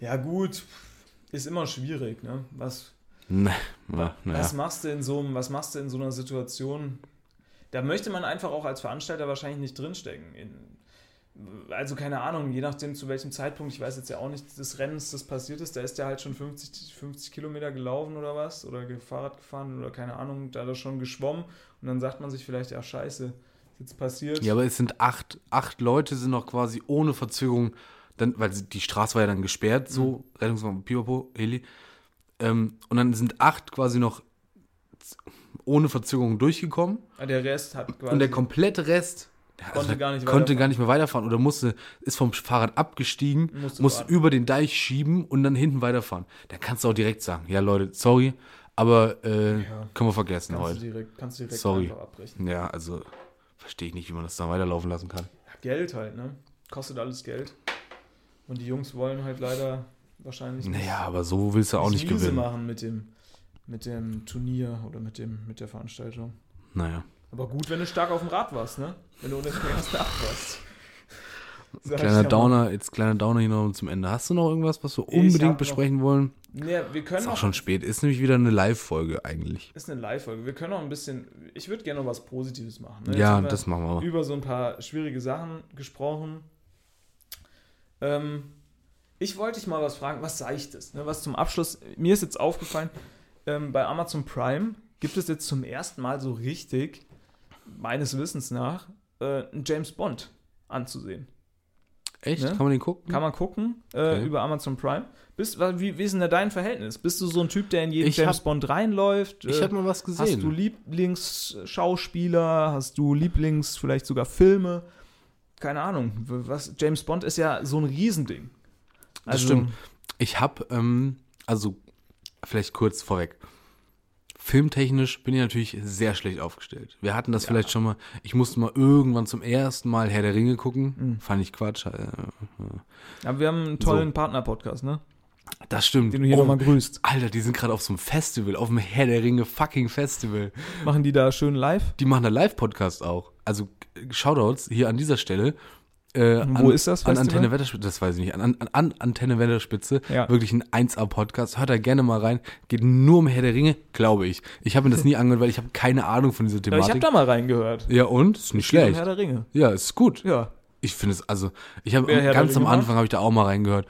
C: Ja, gut. Ist immer schwierig, ne? Was,
D: Ne, na, naja.
C: was, machst du in so einem, was machst du in so einer Situation? Da möchte man einfach auch als Veranstalter wahrscheinlich nicht drinstecken. In, also keine Ahnung, je nachdem zu welchem Zeitpunkt, ich weiß jetzt ja auch nicht des Rennens, das passiert ist, da ist der halt schon 50, 50 Kilometer gelaufen oder was oder ge- Fahrrad gefahren oder keine Ahnung, da hat er schon geschwommen und dann sagt man sich vielleicht, ja scheiße, ist jetzt passiert.
D: Ja, aber es sind acht, acht Leute sind noch quasi ohne Verzögerung, dann, weil sie- die Straße war ja dann gesperrt, so,
C: Mhm.
D: Rettungswagen, Pipapo, Heli. Ähm, und dann sind acht quasi noch z- ohne Verzögerung durchgekommen.
C: Ah, der Rest hat quasi...
D: Und der komplette Rest der-
C: Konnte
D: der
C: gar nicht
D: konnte
C: weiterfahren.
D: gar nicht mehr weiterfahren oder musste, ist vom Fahrrad abgestiegen,
C: Musste
D: musste,
C: warten.
D: über den Deich schieben und dann hinten weiterfahren. Dann kannst du auch direkt sagen, ja Leute, sorry, aber äh, können wir vergessen
C: kannst du
D: heute.
C: direkt, kannst du direkt
D: Sorry.
C: einfach abbrechen.
D: Ja, also verstehe ich nicht, wie man das dann weiterlaufen lassen kann.
C: Geld halt, ne? Kostet alles Geld. Und die Jungs wollen halt leider wahrscheinlich
D: Naja, aber so willst du auch nicht
C: Miese
D: gewinnen.
C: machen mit dem, mit dem Turnier oder mit, dem, mit der Veranstaltung.
D: Naja.
C: Aber gut, wenn du stark auf dem Rad warst, ne? Wenn du unter dem Rad warst. Sag
D: Kleiner
C: ich ja mal.
D: Downer, jetzt kleiner Downer hier noch zum Ende. Hast du noch irgendwas, was wir
C: Ich hab noch-
D: unbedingt besprechen wollen?
C: Nee, wir können
D: Ist auch
C: noch.
D: schon spät. Ist nämlich wieder eine Live-Folge eigentlich.
C: Ist eine Live-Folge. Wir können noch ein bisschen. Ich würde gerne noch was Positives machen. ne? Jetzt
D: Ja,
C: haben wir-
D: das machen wir.
C: über so ein paar schwierige Sachen gesprochen. Ähm, ich wollte dich mal was fragen, was Seichtes, ne? was zum Abschluss, mir ist jetzt aufgefallen, ähm, bei Amazon Prime gibt es jetzt zum ersten Mal so richtig, meines Wissens nach, äh, einen James Bond anzusehen.
D: Echt?
C: Ne?
D: Kann man den gucken?
C: Kann man gucken äh,
D: Hm. Okay.
C: über Amazon Prime. Bist, wa- wie, wie ist denn da dein Verhältnis? Bist du so ein Typ, der in jeden
D: Ich
C: James
D: hab-
C: Bond reinläuft?
D: ich
C: Äh,
D: habe mal was gesehen.
C: Hast du Lieblingsschauspieler? Hast du Lieblings, vielleicht sogar Filme? Keine Ahnung. w- Was, James Bond ist ja so ein Riesending. Also,
D: Das stimmt. Ich habe, ähm, also vielleicht kurz vorweg. Filmtechnisch bin ich natürlich sehr schlecht aufgestellt. Wir hatten das vielleicht schon mal. Ich musste mal irgendwann zum ersten Mal Herr der Ringe gucken.
C: Mhm.
D: Fand ich Quatsch. äh,
C: Aber wir haben einen tollen Partner-Podcast, ne?
D: Das stimmt. Oh,
C: Den du hier nochmal grüßt.
D: Alter, die sind gerade auf so einem Festival, auf dem Herr der Ringe fucking Festival.
C: Machen die da schön live?
D: Die machen da Live-Podcast auch. Also äh, Shoutouts hier an dieser Stelle. äh,
C: Wo ist das
D: An
C: Festival?
D: Antenne Wetterspitze, das weiß ich nicht. An, an, an Antenne Wetterspitze.
C: Ja.
D: Wirklich ein 1A-Podcast. Hört da gerne mal rein. Geht nur um Herr der Ringe, glaube ich. Ich habe mir das nie angehört, weil ich habe keine Ahnung von dieser
C: Aber ich habe
D: Thematik.
C: da mal reingehört.
D: ja, und? Ist nicht
C: Geht um
D: schlecht.
C: Herr der Ringe.
D: Ja, ist gut.
C: Ja.
D: Ich finde es, also, ich habe
C: Wer Herr
D: ganz
C: der
D: am
C: Ringe
D: Anfang habe ich da auch mal reingehört.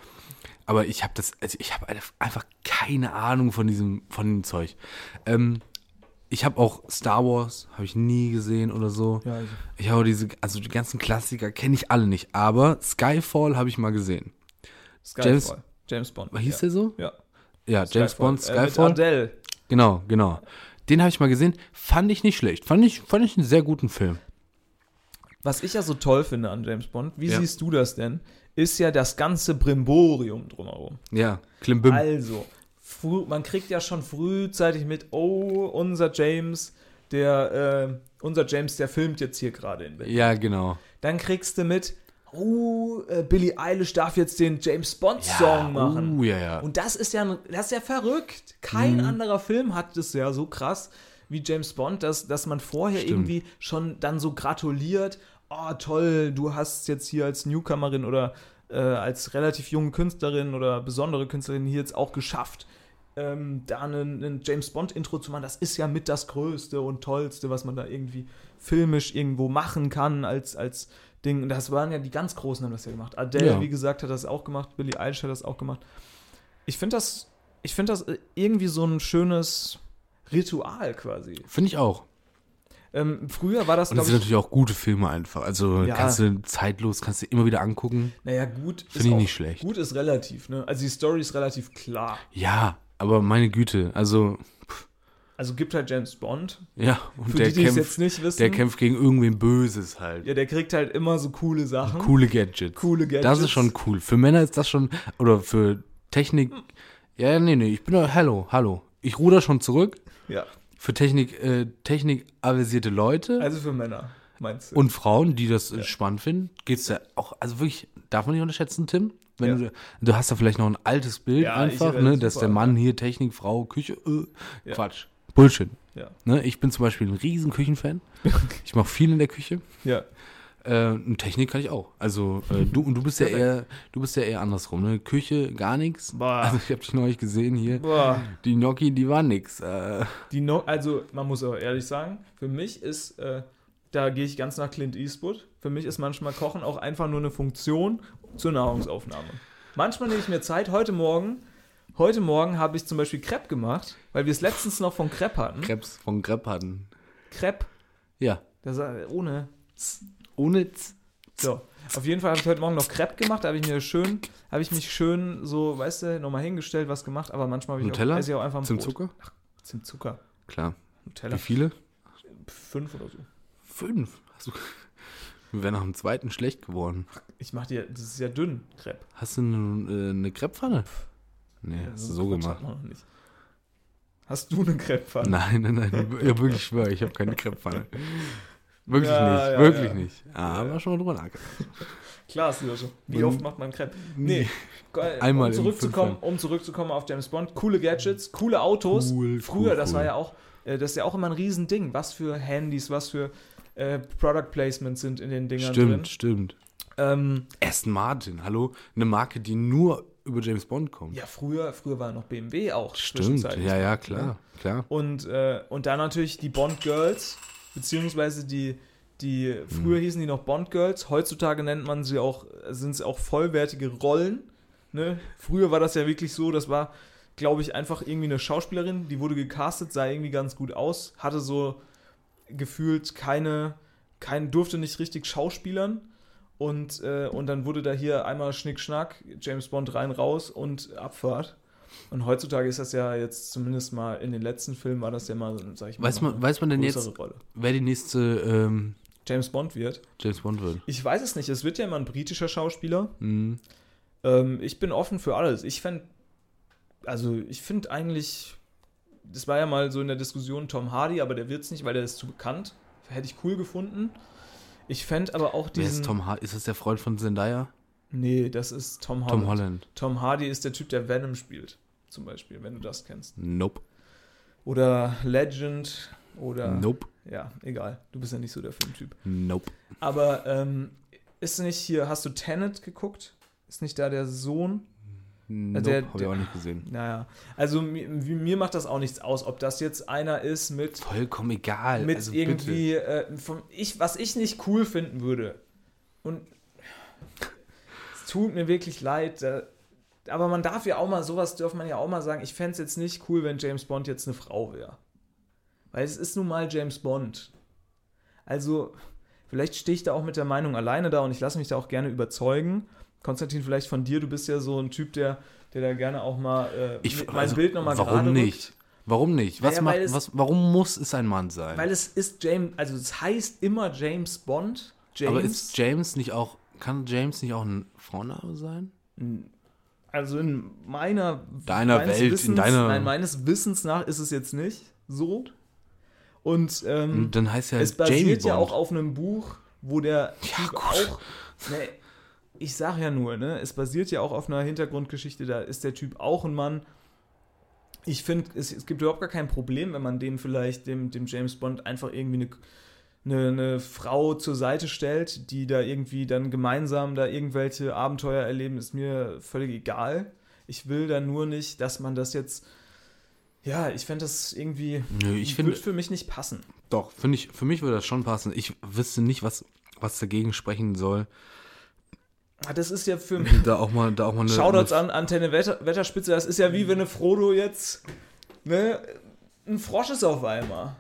D: Aber ich habe das, also ich habe einfach keine Ahnung von diesem, von dem Zeug. Ähm, ich habe auch Star Wars, habe ich nie gesehen oder so.
C: Ja, ich-
D: ich habe diese, also die ganzen Klassiker kenne ich alle nicht, aber Skyfall habe ich mal gesehen.
C: Skyfall.
D: James-
C: James Bond.
D: Hieß
C: ja.
D: der so?
C: Ja.
D: Ja, James Bond,
C: Äh, mit
D: Skyfall.
C: Adele.
D: genau, genau. Den habe ich mal gesehen, fand ich nicht schlecht. Fand ich, fand ich einen sehr guten Film.
C: Was ich ja so toll finde an James Bond, wie
D: Ja.
C: siehst du das denn, ist ja das ganze Brimborium drumherum.
D: Ja, Klimbim.
C: Also, früh, man kriegt ja schon frühzeitig mit, oh, unser James, der, äh, unser James, der filmt jetzt hier gerade in Berlin.
D: Ja, genau.
C: Dann kriegst du mit, oh, äh, Billie Eilish darf jetzt den James Bond-Song machen.
D: Oh, ja, ja.
C: Und das ist ja, ein- das ist ja verrückt. Kein anderer Film hat es ja so krass wie James Bond, dass, dass man vorher irgendwie schon dann so gratuliert. Oh, toll, du hast jetzt hier als Newcomerin oder äh, als relativ junge Künstlerin oder besondere Künstlerin hier jetzt auch geschafft, ähm, da einen, einen James Bond-Intro zu machen. Das ist ja mit das Größte und Tollste, was man da irgendwie filmisch irgendwo machen kann als, als Ding. Und das waren ja die ganz Großen, haben das ja gemacht. Adele,
D: Ja.
C: wie gesagt, hat das auch gemacht. Billie Eilish hat das auch gemacht. Ich finde das, ich finde das äh, irgendwie so ein schönes Ritual quasi.
D: Finde ich auch.
C: Ähm, früher war das,
D: Und das
C: glaube
D: sind
C: ich,
D: natürlich auch gute Filme einfach. Also
C: Ja.
D: kannst du zeitlos, kannst du immer wieder angucken.
C: naja, gut. ist
D: Finde ich
C: auch-
D: nicht schlecht.
C: Gut ist relativ, ne? Also die Story ist relativ klar.
D: Ja, aber meine Güte, also
C: Also gibt halt James Bond.
D: ja, und
C: Für
D: der
C: die, die es
D: kämpft,
C: jetzt nicht wissen.
D: der kämpft gegen irgendwen Böses halt.
C: Ja, der kriegt halt immer so coole Sachen.
D: Coole Gadgets.
C: Coole Gadgets.
D: Das ist schon cool. Für Männer ist das schon oder für Technik. Ja, nee, nee, ich bin doch hallo, hallo. Ich ruder schon zurück
C: Ja,
D: für Technik äh, technikaversierte Leute
C: also für Männer, meinst du?
D: und Frauen, die das äh, spannend finden. Geht's ja auch also wirklich darf man nicht unterschätzen, Tim. Wenn
C: Ja.
D: du, du hast da vielleicht noch ein altes Bild
C: Ja, ich
D: einfach,
C: wär
D: ne,
C: super,
D: dass der Mann hier Technik, Frau, Küche, äh,
C: Ja.
D: Quatsch. Bullshit.
C: ja.
D: Ne, ich bin zum Beispiel ein riesen Küchenfan. Ich mache viel in der Küche.
C: ja.
D: Äh, und Technik kann ich auch. Also äh, du und du bist ja eher, du bist ja eher andersrum. Ne? Küche gar nichts.
C: Boah.
D: Also ich habe dich neulich gesehen hier.
C: Boah.
D: Die Gnocchi, die war nix. Äh,
C: Die no also, man muss auch ehrlich sagen, für mich ist, äh, da gehe ich ganz nach Clint Eastwood, für mich ist manchmal Kochen auch einfach nur eine Funktion zur Nahrungsaufnahme. Manchmal nehme ich mir Zeit, heute Morgen, heute Morgen habe ich zum Beispiel Crepe gemacht, weil wir es letztens noch von Crepe hatten.
D: Krebs von Krepp hatten.
C: Crepe,
D: Ja.
C: das, äh, ohne,
D: Ohne Z.
C: So, auf jeden Fall habe ich heute Morgen noch Crepe gemacht, da habe ich mir schön, habe ich mich schön so, weißt du, nochmal hingestellt, was gemacht, aber manchmal habe ich
D: Nutella?
C: auch, esse ich auch einfach ein
D: Zum
C: Brot.
D: Zucker?
C: Zimtzucker.
D: Klar.
C: Nutella.
D: Wie viele?
C: Fünf oder so.
D: Fünf. Hast du, wir wären nach dem zweiten schlecht geworden.
C: Ich mache dir, das ist ja dünn, Crepe.
D: Hast du eine, äh, eine Krepppfanne? Nee, hast du so
C: Quatsch,
D: gemacht.
C: hat man noch nicht. Hast du eine Crepe?
D: Nein, nein, nein. Ja, wirklich, ich schwöre, ich habe keine Krepppfanne. Wirklich
C: Ja,
D: nicht,
C: ja,
D: wirklich
C: ja.
D: nicht. Aber schon mal drüber nachgedacht.
C: Klar, ist das schon. Wie oft macht man Crepe? Nee. Geil.
D: Einmal
C: um
D: in
C: zurückzukommen,
D: fünf
C: um zurückzukommen auf James Bond, coole Gadgets, coole Autos.
D: Cool,
C: Früher,
D: cool,
C: das
D: cool.
C: war ja auch, äh, das ist ja auch immer ein Riesending, was für Handys, was für äh, Product Placements sind in den Dingern
D: Stimmt,
C: drin.
D: stimmt.
C: Ähm,
D: Aston Martin, hallo, eine Marke, die nur über James Bond kommt.
C: ja, früher, früher war noch BMW auch.
D: stimmt.
C: zwischenzeitlich.
D: Ja, ja, klar,
C: ne?
D: klar.
C: Und, äh, und dann natürlich die Bond Girls, beziehungsweise die, die
D: Mhm.
C: früher hießen die noch Bond Girls, heutzutage nennt man sie auch, sind es auch vollwertige Rollen. Ne? Früher war das ja wirklich so, das war, glaube ich, einfach irgendwie eine Schauspielerin, die wurde gecastet, sah irgendwie ganz gut aus, hatte so gefühlt keine, kein, durfte nicht richtig schauspielern. Und, äh, und dann wurde da hier einmal Schnick-Schnack, James Bond rein, raus und Abfahrt. Und heutzutage ist das ja jetzt zumindest mal in den letzten Filmen war das ja mal, sag ich mal,
D: Weiß
C: noch
D: man, weiß man denn
C: größere
D: jetzt,
C: Rolle.
D: wer die nächste ähm,
C: James Bond wird.
D: James Bond wird?
C: Ich weiß es nicht, es wird ja immer ein britischer Schauspieler.
D: Mhm.
C: Ähm, ich bin offen für alles. Ich fände, also ich finde eigentlich, das war ja mal so in der Diskussion Tom Hardy, aber der wird es nicht, weil der ist zu bekannt. Hätte ich cool gefunden. Ich fände aber auch
D: Wer
C: diesen...
D: ist Tom Hardy? Ist das der Freund von Zendaya?
C: Nee, das ist Tom Holland.
D: Tom Holland.
C: Tom Hardy ist der Typ, der Venom spielt, zum Beispiel, wenn du das kennst.
D: Nope.
C: Oder Legend oder...
D: Nope.
C: Ja, egal. Du bist ja nicht so der Filmtyp.
D: Nope.
C: Aber ähm, Ist nicht hier, hast du Tenet geguckt? Ist nicht da der Sohn? Also der-
D: Nope, habe ich auch nicht gesehen.
C: Naja, also mir, wie- mir macht das auch nichts aus, ob das jetzt einer ist mit,
D: Vollkommen egal.
C: mit
D: also
C: irgendwie, äh, vom, ich, was ich nicht cool finden würde. Und es tut mir wirklich leid, da, aber man darf ja auch mal, sowas darf man ja auch mal sagen, ich fände es jetzt nicht cool, wenn James Bond jetzt eine Frau wäre. Weil es ist nun mal James Bond. Also, vielleicht stehe ich da auch mit der Meinung alleine da und ich lasse mich da auch gerne überzeugen. Konstantin, vielleicht von dir, du bist ja so ein Typ, der, der da gerne auch mal äh,
D: Ich,
C: mit- mein
D: also,
C: Bild nochmal gerade
D: Warum
C: rückt.
D: nicht? Warum nicht? Was
C: Naja, weil
D: macht,
C: es-
D: was, warum muss es ein Mann sein?
C: Weil es ist James, also es heißt immer James Bond. James.
D: Aber ist James nicht auch, kann James nicht auch ein Frauenname sein?
C: also in meiner
D: Deiner
C: meines
D: Welt, in
C: Wissens,
D: deiner-
C: Nein, meines Wissens nach ist es jetzt nicht so. Und ähm,
D: Dann heißt er
C: es
D: Jamie
C: basiert
D: Bond.
C: ja auch auf einem Buch, wo der Typ
D: gut.
C: auch. Ne, ich sag ja nur, ne, es basiert ja auch auf einer Hintergrundgeschichte, da ist der Typ auch ein Mann. Ich finde, es, es gibt überhaupt gar kein Problem, wenn man dem vielleicht, dem, dem James Bond, einfach irgendwie eine, eine, eine Frau zur Seite stellt, die da irgendwie dann gemeinsam da irgendwelche Abenteuer erleben, ist mir völlig egal. Ich will da nur nicht, dass man das jetzt. Ja, ich fände das irgendwie.
D: Nö, ich
C: würd
D: finde-
C: für mich nicht passen.
D: Doch, finde ich, für mich würde das schon passen. Ich wüsste nicht, was, was dagegen sprechen soll.
C: Ah, Das ist ja für
D: Da auch mal, da auch mal eine.
C: Shoutouts
D: eine,
C: an Antenne Wetter, Wetterspitze. Das ist ja wie wenn eine Frodo jetzt ne, ein Frosch ist auf einmal.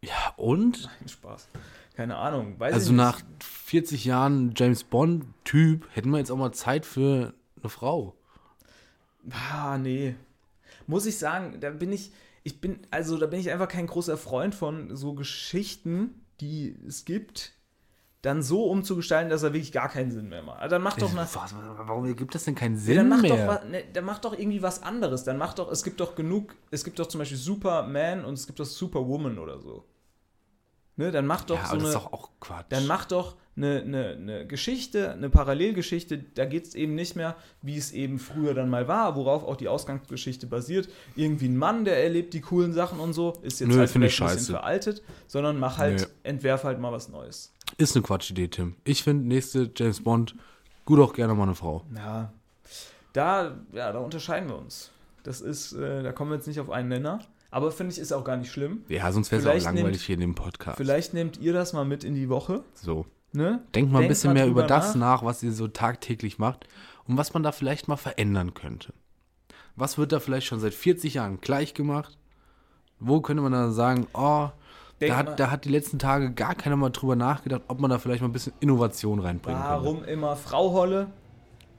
D: Ja, und?
C: Kein Spaß. Keine Ahnung. Weiß
D: Also
C: ich
D: nach
C: Nicht.
D: 40 Jahren James Bond-Typ hätten wir jetzt auch mal Zeit für eine Frau.
C: Ah, nee. Muss ich sagen, da bin ich. Ich bin, also da bin ich einfach kein großer Freund von so Geschichten, die es gibt, dann so umzugestalten, dass er wirklich gar keinen Sinn mehr macht. Also dann macht doch nach.
D: Was, was- warum ergibt das denn keinen
C: Ja,
D: Sinn
C: dann mach, doch
D: mehr?
C: was, ne, dann mach doch irgendwie was anderes. Dann mach doch, es gibt doch genug, es gibt doch zum Beispiel Superman und es gibt doch Superwoman oder so. Ne, dann mach doch
D: ja,
C: so
D: aber
C: eine,
D: das ist doch auch Quatsch.
C: dann mach doch eine, eine, eine Geschichte, eine Parallelgeschichte. Da geht es eben nicht mehr, wie es eben früher dann mal war, worauf auch die Ausgangsgeschichte basiert. Irgendwie ein Mann, der erlebt die coolen Sachen und so, ist jetzt
D: Nö,
C: halt
D: find ich
C: vielleicht ein bisschen
D: scheiße.
C: veraltet, sondern mach halt,
D: Nö.
C: entwerf halt mal was Neues.
D: Ist eine Quatschidee, Tim. Ich finde nächste James Bond gut auch gerne mal eine Frau.
C: Ja, da, ja, da unterscheiden wir uns. Das ist, äh, da kommen wir jetzt nicht auf einen Nenner. Aber finde ich, ist auch gar nicht schlimm.
D: Ja, sonst wäre es
C: Vielleicht
D: auch langweilig
C: nimmt-
D: hier in dem Podcast.
C: Vielleicht nehmt ihr das mal mit in die Woche.
D: So.
C: Ne?
D: Denkt mal ein
C: Denkt
D: bisschen
C: mal
D: mehr über
C: drüber
D: das nach, was ihr so tagtäglich macht und was man da vielleicht mal verändern könnte. Was wird da vielleicht schon seit 40 Jahren gleich gemacht? Wo könnte man da sagen, oh,
C: Denkt
D: da
C: mal-
D: hat, da hat die letzten Tage gar keiner mal drüber nachgedacht, ob man da vielleicht mal ein bisschen Innovation reinbringen
C: Warum immer Frau Holle?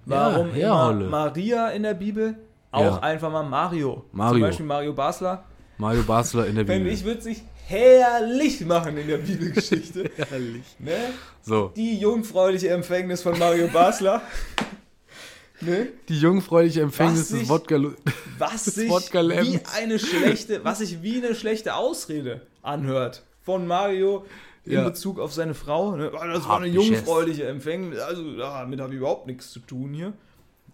C: Warum
D: Herr
C: immer
D: Holle.
C: Maria in der Bibel? Auch
D: Ja.
C: einfach mal Mario. Zum
D: Mario.
C: Beispiel Mario Basler.
D: könnte. Mario Basler in der
C: Fände
D: Bibel.
C: ich würde sich herrlich machen in der Bibelgeschichte. herrlich. Ne?
D: So,
C: Die jungfräuliche Empfängnis von Mario Basler. ne?
D: die jungfräuliche
C: Was
D: Empfängnis
C: sich-
D: des Wodka...
C: Was sich
D: Wodka Lemon.
C: wie eine schlechte, was sich wie eine schlechte Ausrede anhört von Mario in
D: Ja.
C: Bezug auf seine Frau. Ne? Ah, Das war
D: Hab
C: eine
D: ich jetzt.
C: jungfräuliche Empfängnis, also damit habe ich überhaupt nichts zu tun hier.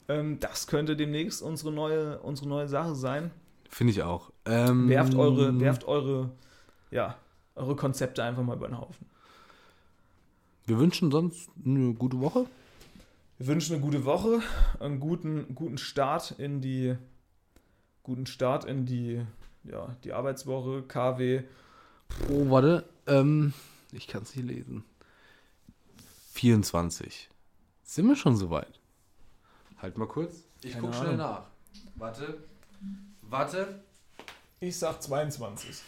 C: Ähm, das könnte demnächst unsere neue, unsere neue Sache sein.
D: Finde ich auch. Ähm,
C: Werft eure, werft eure, ja, eure Konzepte einfach mal über den Haufen.
D: Wir wünschen sonst eine gute Woche.
C: Wir wünschen eine gute Woche, einen guten, guten Start in die, guten Start in die, ja, die Arbeitswoche, KW.
D: Oh, warte. Ähm, ich kann es nicht lesen. 24. Sind wir schon soweit? Halt mal kurz. Ich
C: Keine guck schnell Ahnung.
D: nach. Warte. Warte.
C: Ich sag 22.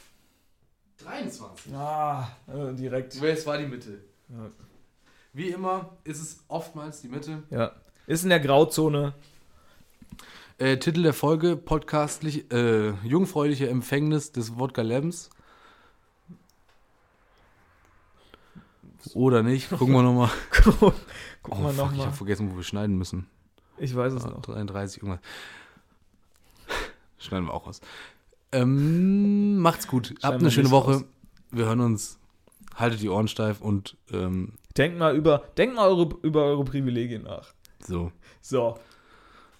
D: 23.
C: Ah, äh, direkt.
D: Wer war die Mitte?
C: Ja.
D: Wie immer ist es oftmals die Mitte.
C: Ja. Ist in der Grauzone.
D: Äh, Titel der Folge: Podcastlich, äh, Jungfräuliche Empfängnis des Wodka Lems. Oder nicht? Gucken wir nochmal. Oh,
C: Guck mal
D: fuck, ich Ah,
C: nochmal.
D: habe vergessen, wo wir schneiden müssen.
C: Ich weiß es noch.
D: 33, irgendwas. Schneiden wir auch aus. Ähm, macht's gut. Habt
C: wir
D: eine schöne
C: nicht
D: Woche.
C: raus.
D: Wir hören uns. Haltet die Ohren steif und ähm,
C: Denkt mal über, denkt mal eure, über eure Privilegien nach.
D: so.
C: So.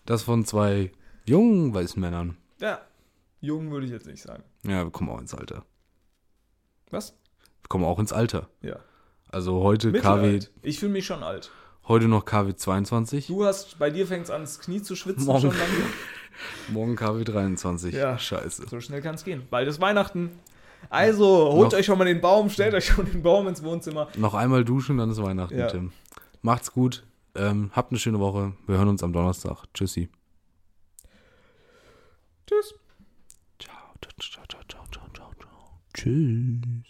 D: Das von zwei jungen weißen Männern.
C: Ja. Jung würde ich jetzt nicht sagen.
D: Ja, wir kommen auch ins Alter.
C: Was?
D: Wir kommen auch ins Alter.
C: Ja.
D: Also heute KW,
C: Mittelalt. Ich fühle mich schon alt.
D: Heute noch KW 22,
C: Du hast, bei dir fängt es an, das Knie zu schwitzen
D: Morgen.
C: schon langsam.
D: morgen KW 23.
C: Ja.
D: Scheiße.
C: So schnell kann es gehen. Bald ist Weihnachten. Also, holt
D: Noch-
C: euch schon mal den Baum, stellt euch schon den Baum ins Wohnzimmer.
D: Noch einmal duschen, dann ist Weihnachten,
C: Ja.
D: Tim. Macht's gut. Ähm, habt eine schöne Woche. Wir hören uns am Donnerstag. Tschüssi.
C: Tschüss.
D: Ciao, ciao, ciao, ciao, ciao, ciao, ciao. Tschüss.